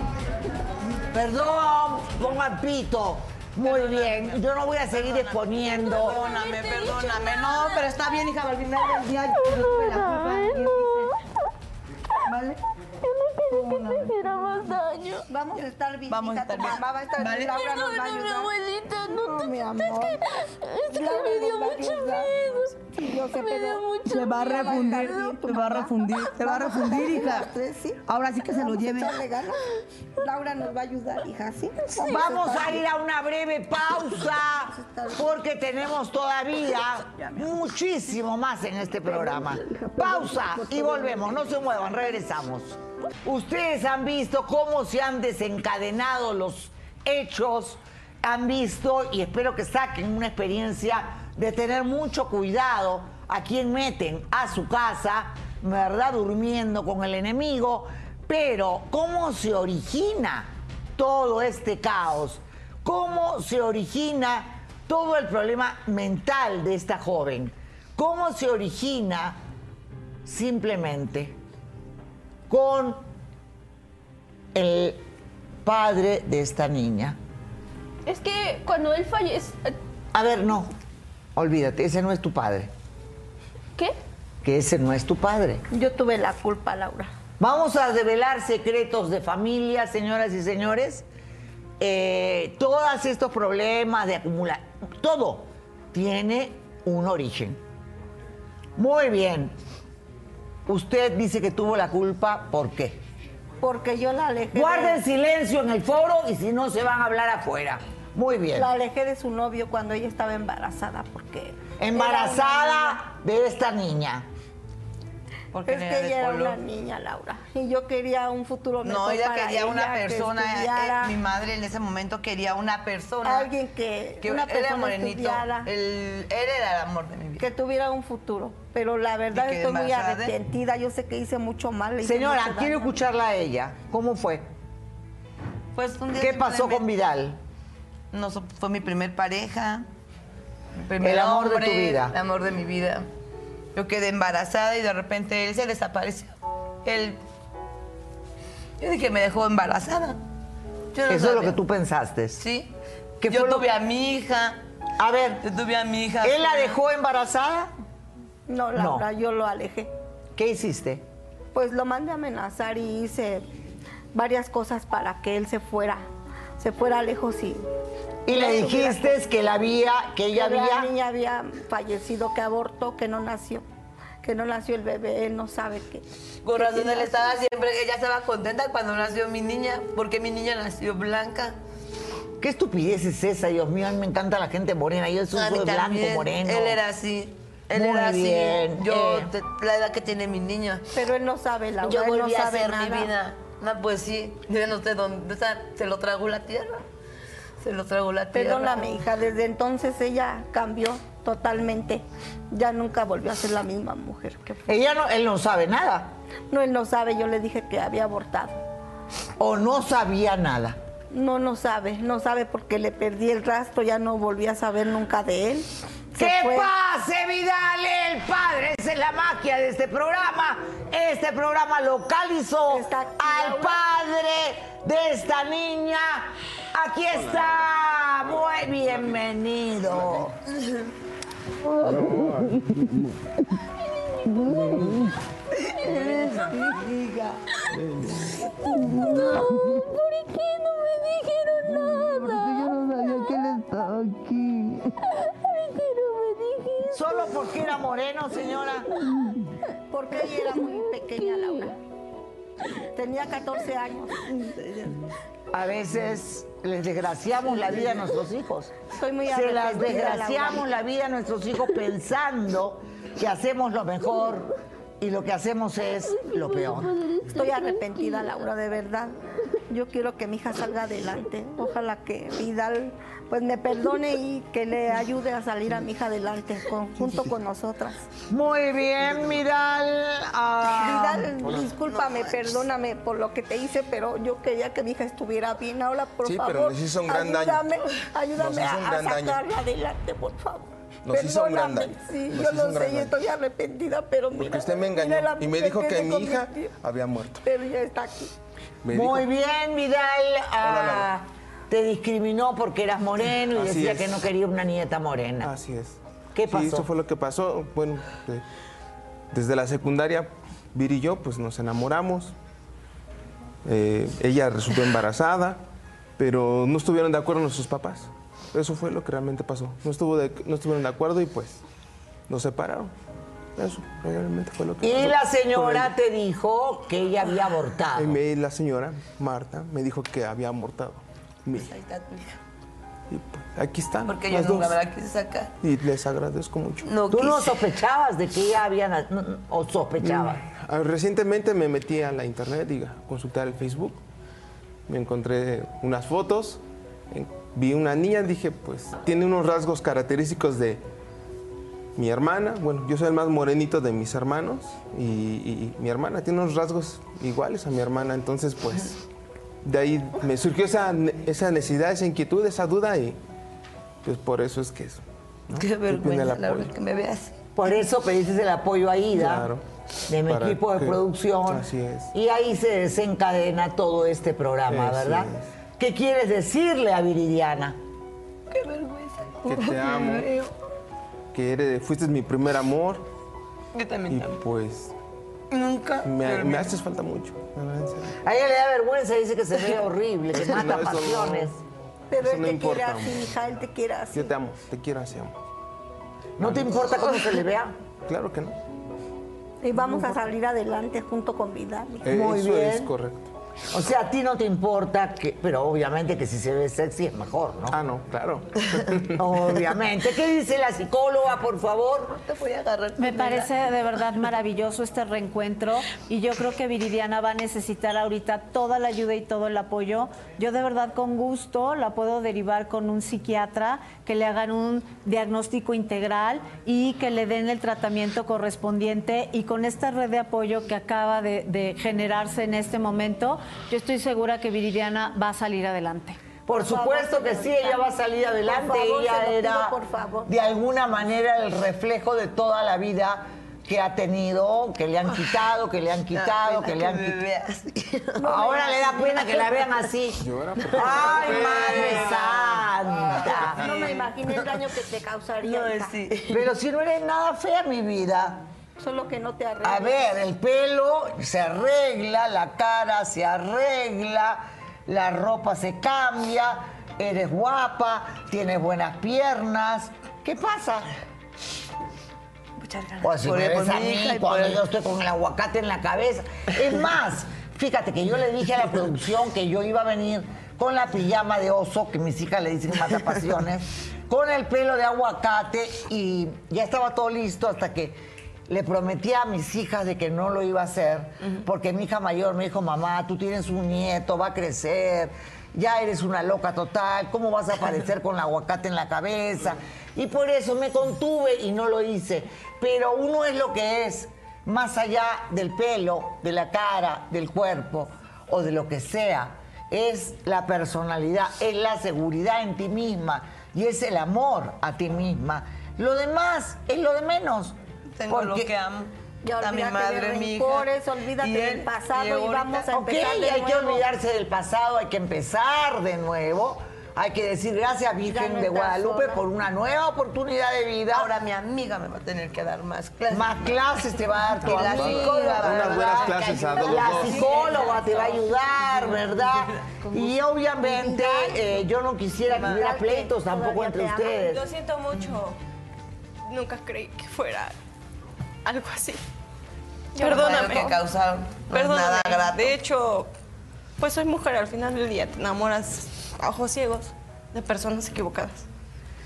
Speaker 1: Perdón. Pongan pito. Muy bien. Yo no voy a seguir exponiendo.
Speaker 4: Perdóname, perdóname. No, pero está bien, hija, al final del día yo tuve la culpa. ¿Quién dice? ¿Vale?
Speaker 13: Yo no quería que te hiciera más daño.
Speaker 6: Vamos a estar bien.
Speaker 4: Vamos a
Speaker 6: hija,
Speaker 4: estar
Speaker 6: tu
Speaker 4: bien.
Speaker 6: mamá va a estar
Speaker 4: ¿Vale?
Speaker 6: bien. Laura nos va a
Speaker 13: Perdóname, mi
Speaker 6: ayudar.
Speaker 13: abuelita, no, te
Speaker 6: mi
Speaker 13: es
Speaker 6: amor.
Speaker 13: que, es que
Speaker 6: Laura
Speaker 13: me dio
Speaker 6: nos va a
Speaker 13: mucho
Speaker 6: ayudar. Sí, yo
Speaker 13: miedo.
Speaker 6: sé,
Speaker 13: me
Speaker 6: pero
Speaker 13: dio mucho
Speaker 4: Te va a
Speaker 13: miedo.
Speaker 4: refundir, te va a refundir, te va a refundir, hija. Ahora sí que se lo
Speaker 6: Vamos a
Speaker 4: lleve.
Speaker 6: echarle ganas. Laura nos va a ayudar, hija, ¿sí?
Speaker 1: Vamos a ir a una breve pausa porque tenemos todavía muchísimo más en este programa. Pausa y volvemos, no se muevan, regresamos. Ustedes han visto cómo se han desencadenado los hechos, han visto y espero que saquen una experiencia de tener mucho cuidado a quien meten a su casa, ¿verdad? Durmiendo con el enemigo, pero ¿cómo se origina? todo este caos? ¿Cómo se origina todo el problema mental de esta joven? ¿Cómo se origina simplemente con el padre de esta niña?
Speaker 13: Es que cuando él falleció.
Speaker 1: A ver, no, olvídate, ese no es tu padre,
Speaker 13: ¿Qué?
Speaker 1: que ese no es tu padre.
Speaker 6: Yo tuve la culpa, Laura.
Speaker 1: Vamos a develar secretos de familia, señoras y señores. Eh, todos estos problemas de acumular, todo tiene un origen. Muy bien. Usted dice que tuvo la culpa, ¿por qué?
Speaker 6: Porque yo la alejé. de-
Speaker 1: Guarden silencio en el foro y si no se van a hablar afuera. Muy bien.
Speaker 6: La alejé de su novio cuando ella estaba embarazada, porque.
Speaker 1: Embarazada de esta niña.
Speaker 6: Porque es que ella era una niña, Laura. Y yo quería un futuro mejor.
Speaker 4: No, ella
Speaker 6: para
Speaker 4: quería una
Speaker 6: que
Speaker 4: persona. eh,
Speaker 6: estudiara,
Speaker 4: mi madre en ese momento quería una persona.
Speaker 6: Alguien que.
Speaker 4: que
Speaker 6: una
Speaker 4: era
Speaker 6: persona
Speaker 4: morenito.
Speaker 6: estudiara,
Speaker 4: el- él era el amor de mi vida.
Speaker 6: que tuviera un futuro. Pero la verdad
Speaker 4: quedé
Speaker 6: estoy muy
Speaker 4: embarazada de-
Speaker 6: arrepentida. Yo sé que hice mucho mal. le hice
Speaker 1: Señora,
Speaker 6: mucho
Speaker 1: quiero
Speaker 6: daño.
Speaker 1: escucharla a ella. ¿Cómo fue?
Speaker 4: Pues un día
Speaker 1: ¿Qué pasó con
Speaker 4: simplemente-
Speaker 1: Vidal?
Speaker 4: No, so- fue mi primer pareja. mi
Speaker 1: El amor de tu
Speaker 4: hombre,
Speaker 1: vida.
Speaker 4: El amor de mi vida. Yo quedé embarazada y de repente él se desapareció. Él. Yo dije, me dejó embarazada. Yo no
Speaker 1: Eso es lo
Speaker 4: sabía.
Speaker 1: que tú pensaste.
Speaker 4: Sí.
Speaker 1: ¿Qué
Speaker 4: yo
Speaker 1: fue lo
Speaker 4: tuve
Speaker 1: que-
Speaker 4: a mi hija.
Speaker 1: A ver,
Speaker 4: Yo tuve a mi hija.
Speaker 1: ¿él la dejó embarazada?
Speaker 6: No,
Speaker 1: No.
Speaker 6: Laura, yo lo alejé.
Speaker 1: ¿Qué hiciste?
Speaker 6: Pues lo mandé a amenazar y hice varias cosas para que él se fuera. Se fuera lejos y
Speaker 1: Y le
Speaker 6: Eso.
Speaker 1: dijiste que la había, que ella
Speaker 6: que La
Speaker 1: había.
Speaker 6: niña había fallecido, que abortó, que no nació. Que no nació el bebé, él no sabe qué.
Speaker 4: Con
Speaker 6: que
Speaker 4: razón
Speaker 6: tiene
Speaker 4: él estaba siempre, ella estaba contenta cuando nació mi niña, porque mi niña nació blanca.
Speaker 1: Qué estupidez es esa, Dios mío, a mí me encanta la gente morena. Yo soy
Speaker 4: A mí
Speaker 1: de blanco,
Speaker 4: también.
Speaker 1: moreno.
Speaker 4: Él era así. Él
Speaker 1: Muy
Speaker 4: era así.
Speaker 1: bien,
Speaker 4: Yo,
Speaker 1: eh.
Speaker 4: te- la edad que tiene mi niña.
Speaker 6: Pero él no sabe, Laura.
Speaker 4: Yo
Speaker 6: él
Speaker 4: volví
Speaker 6: no
Speaker 4: a
Speaker 6: sabe
Speaker 4: hacer
Speaker 6: nada.
Speaker 4: mi vida. No, pues sí. Yo no sé dónde. o sea, se lo tragó la tierra. Se lo tragó la tierra.
Speaker 6: Perdóname, hija, desde entonces ella cambió totalmente. Ya nunca volvió a ser la misma mujer que fue.
Speaker 1: Ella no, él no sabe nada.
Speaker 6: No, él no sabe, yo le dije que había abortado.
Speaker 1: O no sabía nada.
Speaker 6: No, no sabe, no sabe porque le perdí el rastro, ya no volví a saber nunca de él. Se
Speaker 1: ¡Que
Speaker 6: fue.
Speaker 1: pase Vidal, el padre! Esa es la magia de este programa. Este programa localizó
Speaker 6: Está aquí,
Speaker 1: al
Speaker 6: Laura.
Speaker 1: padre de esta niña. Aquí está. Muy bienvenido.
Speaker 13: ¿Por qué no me dijeron nada?
Speaker 4: yo no sabía que él estaba aquí.
Speaker 13: ¿Por qué no me dijeron?
Speaker 1: Solo porque era moreno, señora.
Speaker 6: Porque ella era muy pequeña, Laura. Tenía 14 años.
Speaker 1: A veces les desgraciamos la vida a nuestros hijos.
Speaker 6: Soy muy
Speaker 1: Se las
Speaker 6: arrepentida,
Speaker 1: desgraciamos la vida a nuestros hijos pensando que hacemos lo mejor y lo que hacemos es lo peor.
Speaker 6: Estoy arrepentida, Laura, de verdad. Yo quiero que mi hija salga adelante. Ojalá que Vidal pues me perdone y que le ayude a salir a mi hija adelante con- junto con nosotras.
Speaker 1: Muy bien, Vidal. Ah,
Speaker 6: Vidal, discúlpame, perdóname por lo que te hice, pero yo quería que mi hija estuviera bien. Ahora, por
Speaker 14: Sí, pero
Speaker 6: favor,
Speaker 14: les hizo un gran daño.
Speaker 6: ayúdame, ayúdame
Speaker 14: Nos hizo un
Speaker 6: a, a
Speaker 14: gran daño.
Speaker 6: sacarla adelante, por favor.
Speaker 14: Nos hizo un gran
Speaker 6: Perdóname,
Speaker 14: daño.
Speaker 6: Sí,
Speaker 14: Nos
Speaker 6: yo
Speaker 14: hizo un
Speaker 6: lo
Speaker 14: gran
Speaker 6: sé y
Speaker 14: daño.
Speaker 6: estoy arrepentida, pero mira.
Speaker 14: Porque usted me
Speaker 6: mira
Speaker 14: engañó
Speaker 6: la
Speaker 14: y me
Speaker 6: mujer
Speaker 14: dijo que
Speaker 6: se
Speaker 14: mi hija
Speaker 6: convirtió,
Speaker 14: había muerto.
Speaker 6: Pero ya está aquí.
Speaker 14: Me dijo-
Speaker 1: muy bien, Vidal. Ah, te discriminó porque eras moreno
Speaker 14: Así
Speaker 1: y decía
Speaker 14: es.
Speaker 1: que no quería una nieta morena.
Speaker 14: Así es.
Speaker 1: ¿Qué
Speaker 14: Sí,
Speaker 1: pasó?
Speaker 14: eso fue lo que pasó. Bueno, eh, desde la secundaria, Viri y yo, pues nos enamoramos. Eh, ella resultó embarazada, pero no estuvieron de acuerdo nuestros papás. Eso fue lo que realmente pasó. No, estuvo de- no estuvieron de acuerdo y pues nos separaron. Eso realmente fue lo que pasó.
Speaker 1: Y la señora
Speaker 14: con
Speaker 1: te dijo que ella había abortado.
Speaker 14: él. Y me- la señora, Marta, me dijo que había abortado. Mi hija.
Speaker 12: Ahí está tu hija.
Speaker 14: Aquí están.
Speaker 12: Porque yo
Speaker 14: las
Speaker 12: nunca
Speaker 14: dos.
Speaker 12: me la quise sacar.
Speaker 14: Y les agradezco mucho.
Speaker 1: ¿Tú no sospechabas de que ella había na- no, no, o sospechabas?
Speaker 14: Ah, Recientemente me metí a la internet y a consultar el Facebook. Me encontré unas fotos, en- vi una niña, dije, pues tiene unos rasgos característicos de mi hermana. Bueno, yo soy el más morenito de mis hermanos y, y- y mi hermana tiene unos rasgos iguales a mi hermana. Entonces, pues de ahí me surgió esa, ne- esa necesidad, esa inquietud, esa duda y pues por eso es que es. ¿no?
Speaker 12: Qué
Speaker 14: Yo pido el
Speaker 12: vergüenza, la
Speaker 14: apoyo.
Speaker 12: verdad, que me veas.
Speaker 1: Por eso pediste el apoyo a Ida,
Speaker 14: Claro.
Speaker 1: de mi
Speaker 14: Para
Speaker 1: equipo de
Speaker 14: que-
Speaker 1: producción.
Speaker 14: Así es.
Speaker 1: Y ahí se desencadena todo este programa,
Speaker 14: Así
Speaker 1: ¿verdad? ¿Qué quieres decirle a Viridiana?
Speaker 12: Qué vergüenza.
Speaker 14: Que te
Speaker 12: Me
Speaker 14: amo.
Speaker 12: veo.
Speaker 14: que eres- fuiste mi primer amor
Speaker 12: Yo también
Speaker 14: y
Speaker 12: te amo.
Speaker 14: pues
Speaker 12: Nunca.
Speaker 14: me,
Speaker 12: pero
Speaker 14: me
Speaker 12: mira.
Speaker 14: haces falta mucho. la verdad, en serio.
Speaker 1: A ella le da vergüenza, dice que se ve horrible, que
Speaker 14: Eso
Speaker 1: mata
Speaker 14: no, eso no.
Speaker 1: pasiones.
Speaker 6: Pero
Speaker 14: Eso
Speaker 6: él
Speaker 14: no
Speaker 6: te quiere
Speaker 14: importa,
Speaker 6: así,
Speaker 14: amor.
Speaker 6: hija, él te quiere así.
Speaker 14: Yo te amo, te quiero así, amo.
Speaker 1: ¿No te importa cómo se le vea?
Speaker 14: Claro que no.
Speaker 6: Y vamos a salir adelante junto con Vidal.
Speaker 14: Eh,
Speaker 1: Muy
Speaker 14: eso
Speaker 1: bien.
Speaker 14: es correcto.
Speaker 1: O sea, a ti no te importa, que, pero obviamente que si se ve sexy es mejor, ¿no?
Speaker 14: Ah, no, claro.
Speaker 1: Obviamente. ¿Qué dice la psicóloga, por favor?
Speaker 12: Te voy a agarrar.
Speaker 5: Me
Speaker 12: tu
Speaker 5: parece
Speaker 12: vida.
Speaker 5: de verdad maravilloso este reencuentro y yo creo que Viridiana va a necesitar ahorita toda la ayuda y todo el apoyo. Yo de verdad con gusto la puedo derivar con un psiquiatra que le hagan un diagnóstico integral y que le den el tratamiento correspondiente y con esta red de apoyo que acaba de, de generarse en este momento, yo estoy segura que Viridiana va a salir adelante.
Speaker 1: Por supuesto que sí, ella va a salir adelante.
Speaker 6: Por favor,
Speaker 1: ella
Speaker 6: se lo pido,
Speaker 1: era,
Speaker 6: por favor.
Speaker 1: de alguna manera, el reflejo de toda la vida que ha tenido, que le han quitado, que le han quitado,
Speaker 12: Pena
Speaker 1: que le han
Speaker 12: me
Speaker 1: quitado.
Speaker 12: veas.
Speaker 1: Ahora le da pena que la vean así.
Speaker 14: Llora porque-
Speaker 1: ¡Ay, madre santa!
Speaker 6: Ah. No me imaginé el daño que te causaría.
Speaker 12: No,
Speaker 6: hija.
Speaker 12: sí.
Speaker 1: Pero si no eres nada fea, mi vida.
Speaker 6: Solo que no te arregles.
Speaker 1: A ver, el pelo se arregla, la cara se arregla, la ropa se cambia, eres guapa, tienes buenas piernas. ¿Qué pasa?
Speaker 12: Muchas gracias.
Speaker 1: O Pues, si
Speaker 12: Por-
Speaker 1: me
Speaker 12: por
Speaker 1: ves
Speaker 12: mi
Speaker 1: a mí pues,
Speaker 12: hija y por
Speaker 1: cuando
Speaker 12: el-
Speaker 1: yo estoy con el aguacate en la cabeza. Es más, fíjate que yo le dije a la producción que yo iba a venir con la pijama de oso, que mis hijas le dicen mata pasiones, con el pelo de aguacate y ya estaba todo listo hasta que le prometí a mis hijas de que no lo iba a hacer, porque mi hija mayor me dijo, mamá, tú tienes un nieto, va a crecer, ya eres una loca total, ¿cómo vas a aparecer con el aguacate en la cabeza? Y por eso me contuve y no lo hice. Pero uno es lo que es, más allá del pelo, de la cara, del cuerpo o de lo que sea, es la personalidad, es la seguridad en ti misma y es el amor a ti misma. Lo demás es lo de menos.
Speaker 12: Tengo lo
Speaker 1: porque-
Speaker 12: que amo.
Speaker 6: Ya
Speaker 12: a mi
Speaker 6: olvídate
Speaker 12: madre,
Speaker 6: de
Speaker 12: mi hija.
Speaker 6: rencores, olvídate del pasado y
Speaker 12: ahorita-
Speaker 6: vamos a-
Speaker 1: Ok,
Speaker 6: empezar de
Speaker 1: hay que
Speaker 6: nuevo.
Speaker 1: olvidarse del pasado, hay que empezar de nuevo. Hay que decir gracias Virgen
Speaker 6: no
Speaker 1: de
Speaker 6: estás
Speaker 1: Guadalupe
Speaker 6: sola.
Speaker 1: por una nueva oportunidad de vida.
Speaker 12: Ahora mi amiga me va a tener que dar más clases.
Speaker 1: más clases te va a dar tu
Speaker 12: Y la
Speaker 1: amiga,
Speaker 12: psicóloga,
Speaker 1: ¿verdad?
Speaker 14: unas buenas clases a los
Speaker 1: La
Speaker 14: dos.
Speaker 1: psicóloga te va a ayudar, ¿verdad? Y obviamente eh, yo no quisiera que hubiera pleitos tampoco entre
Speaker 13: Lo
Speaker 1: ustedes.
Speaker 13: siento mucho. Nunca creí que fuera algo así.
Speaker 12: Yo no
Speaker 13: Perdóname.
Speaker 12: creo que causaron no es
Speaker 13: Perdóname.
Speaker 12: nada grato.
Speaker 13: De hecho, pues soy mujer. Al final del día te enamoras a ojos ciegos de personas equivocadas.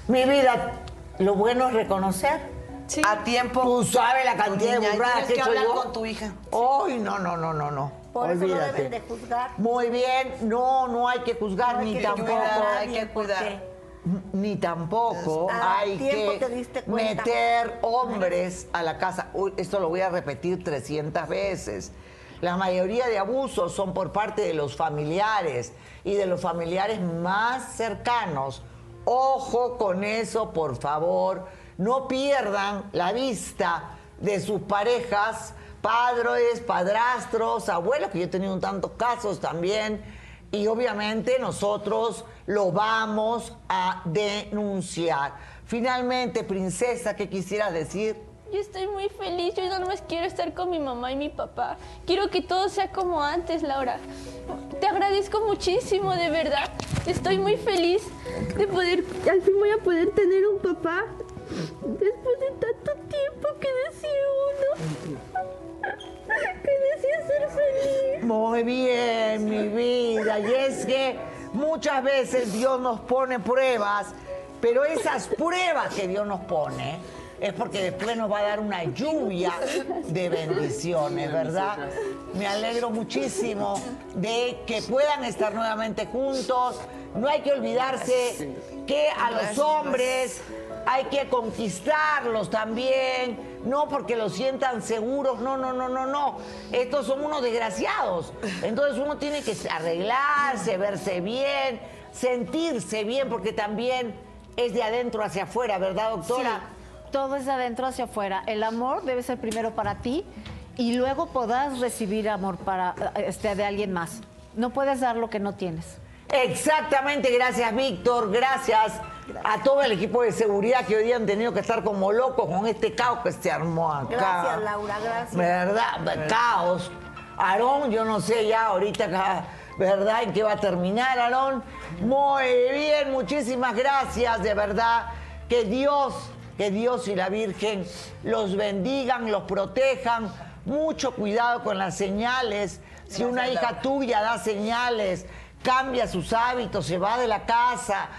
Speaker 1: Mi vida, lo bueno es reconocer.
Speaker 13: Sí.
Speaker 12: a tiempo.
Speaker 1: Tú sabes la cantidad de
Speaker 12: Niña, tienes
Speaker 1: burradas que he
Speaker 12: que
Speaker 1: hecho
Speaker 12: hablar
Speaker 1: yo.
Speaker 12: con tu hija.
Speaker 1: Ay, no, no, no, no, no.
Speaker 6: Por eso no deben de
Speaker 1: Olvídate.
Speaker 6: juzgar.
Speaker 1: Muy bien, no, no hay que juzgar
Speaker 6: No hay
Speaker 1: ni
Speaker 6: que
Speaker 1: tampoco.
Speaker 6: juzgar a Hay que nadie, cuidar. ¿por qué?
Speaker 1: Ni tampoco
Speaker 6: Ah,
Speaker 1: hay
Speaker 6: tiempo
Speaker 1: que
Speaker 6: te diste cuenta.
Speaker 1: meter hombres a la casa. Uy, esto lo voy a repetir 300 veces. La mayoría de abusos son por parte de los familiares y de los familiares más cercanos. Ojo con eso, por favor. No pierdan la vista de sus parejas, padres, padrastros, abuelos, que yo he tenido tantos casos también. Y obviamente nosotros lo vamos a denunciar. Finalmente, princesa, ¿qué quisieras decir?
Speaker 13: Yo estoy muy feliz, yo nada más quiero estar con mi mamá y mi papá. Quiero que todo sea como antes, Laura. Te agradezco muchísimo, de verdad. Estoy muy feliz de poder, al fin voy a poder tener un papá después de tanto tiempo que deseo uno. Que deseo ser feliz.
Speaker 1: Muy bien, mi vida. Y es que muchas veces Dios nos pone pruebas, pero esas pruebas que Dios nos pone es porque después nos va a dar una lluvia de bendiciones, ¿verdad? Me alegro muchísimo de que puedan estar nuevamente juntos. No hay que olvidarse que a los hombres hay que conquistarlos también, no porque los sientan seguros, no, no, no, no, no. Estos son unos desgraciados. Entonces uno tiene que arreglarse, verse bien, sentirse bien, porque también es de adentro hacia afuera, ¿verdad, doctora?
Speaker 5: Sí, todo es de adentro hacia afuera. El amor debe ser primero para ti y luego podrás recibir amor para, este, de alguien más. No puedes dar lo que no tienes.
Speaker 1: Exactamente, gracias Víctor, gracias a todo el equipo de seguridad que hoy día han tenido que estar como locos con este caos que se armó acá.
Speaker 6: Gracias, Laura, gracias.
Speaker 1: ¿Verdad? Caos. Aarón, yo no sé ya ahorita, acá, ¿verdad? ¿En qué va a terminar, Aarón? Muy bien, muchísimas gracias, de verdad. Que Dios, que Dios y la Virgen los bendigan, los protejan. Mucho cuidado con las señales. Si una hija tuya da señales, cambia sus hábitos, se va de la casa,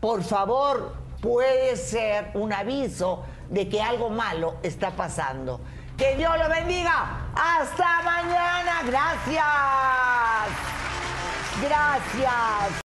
Speaker 1: por favor, puede ser un aviso de que algo malo está pasando. Que Dios lo bendiga. Hasta mañana. Gracias. Gracias.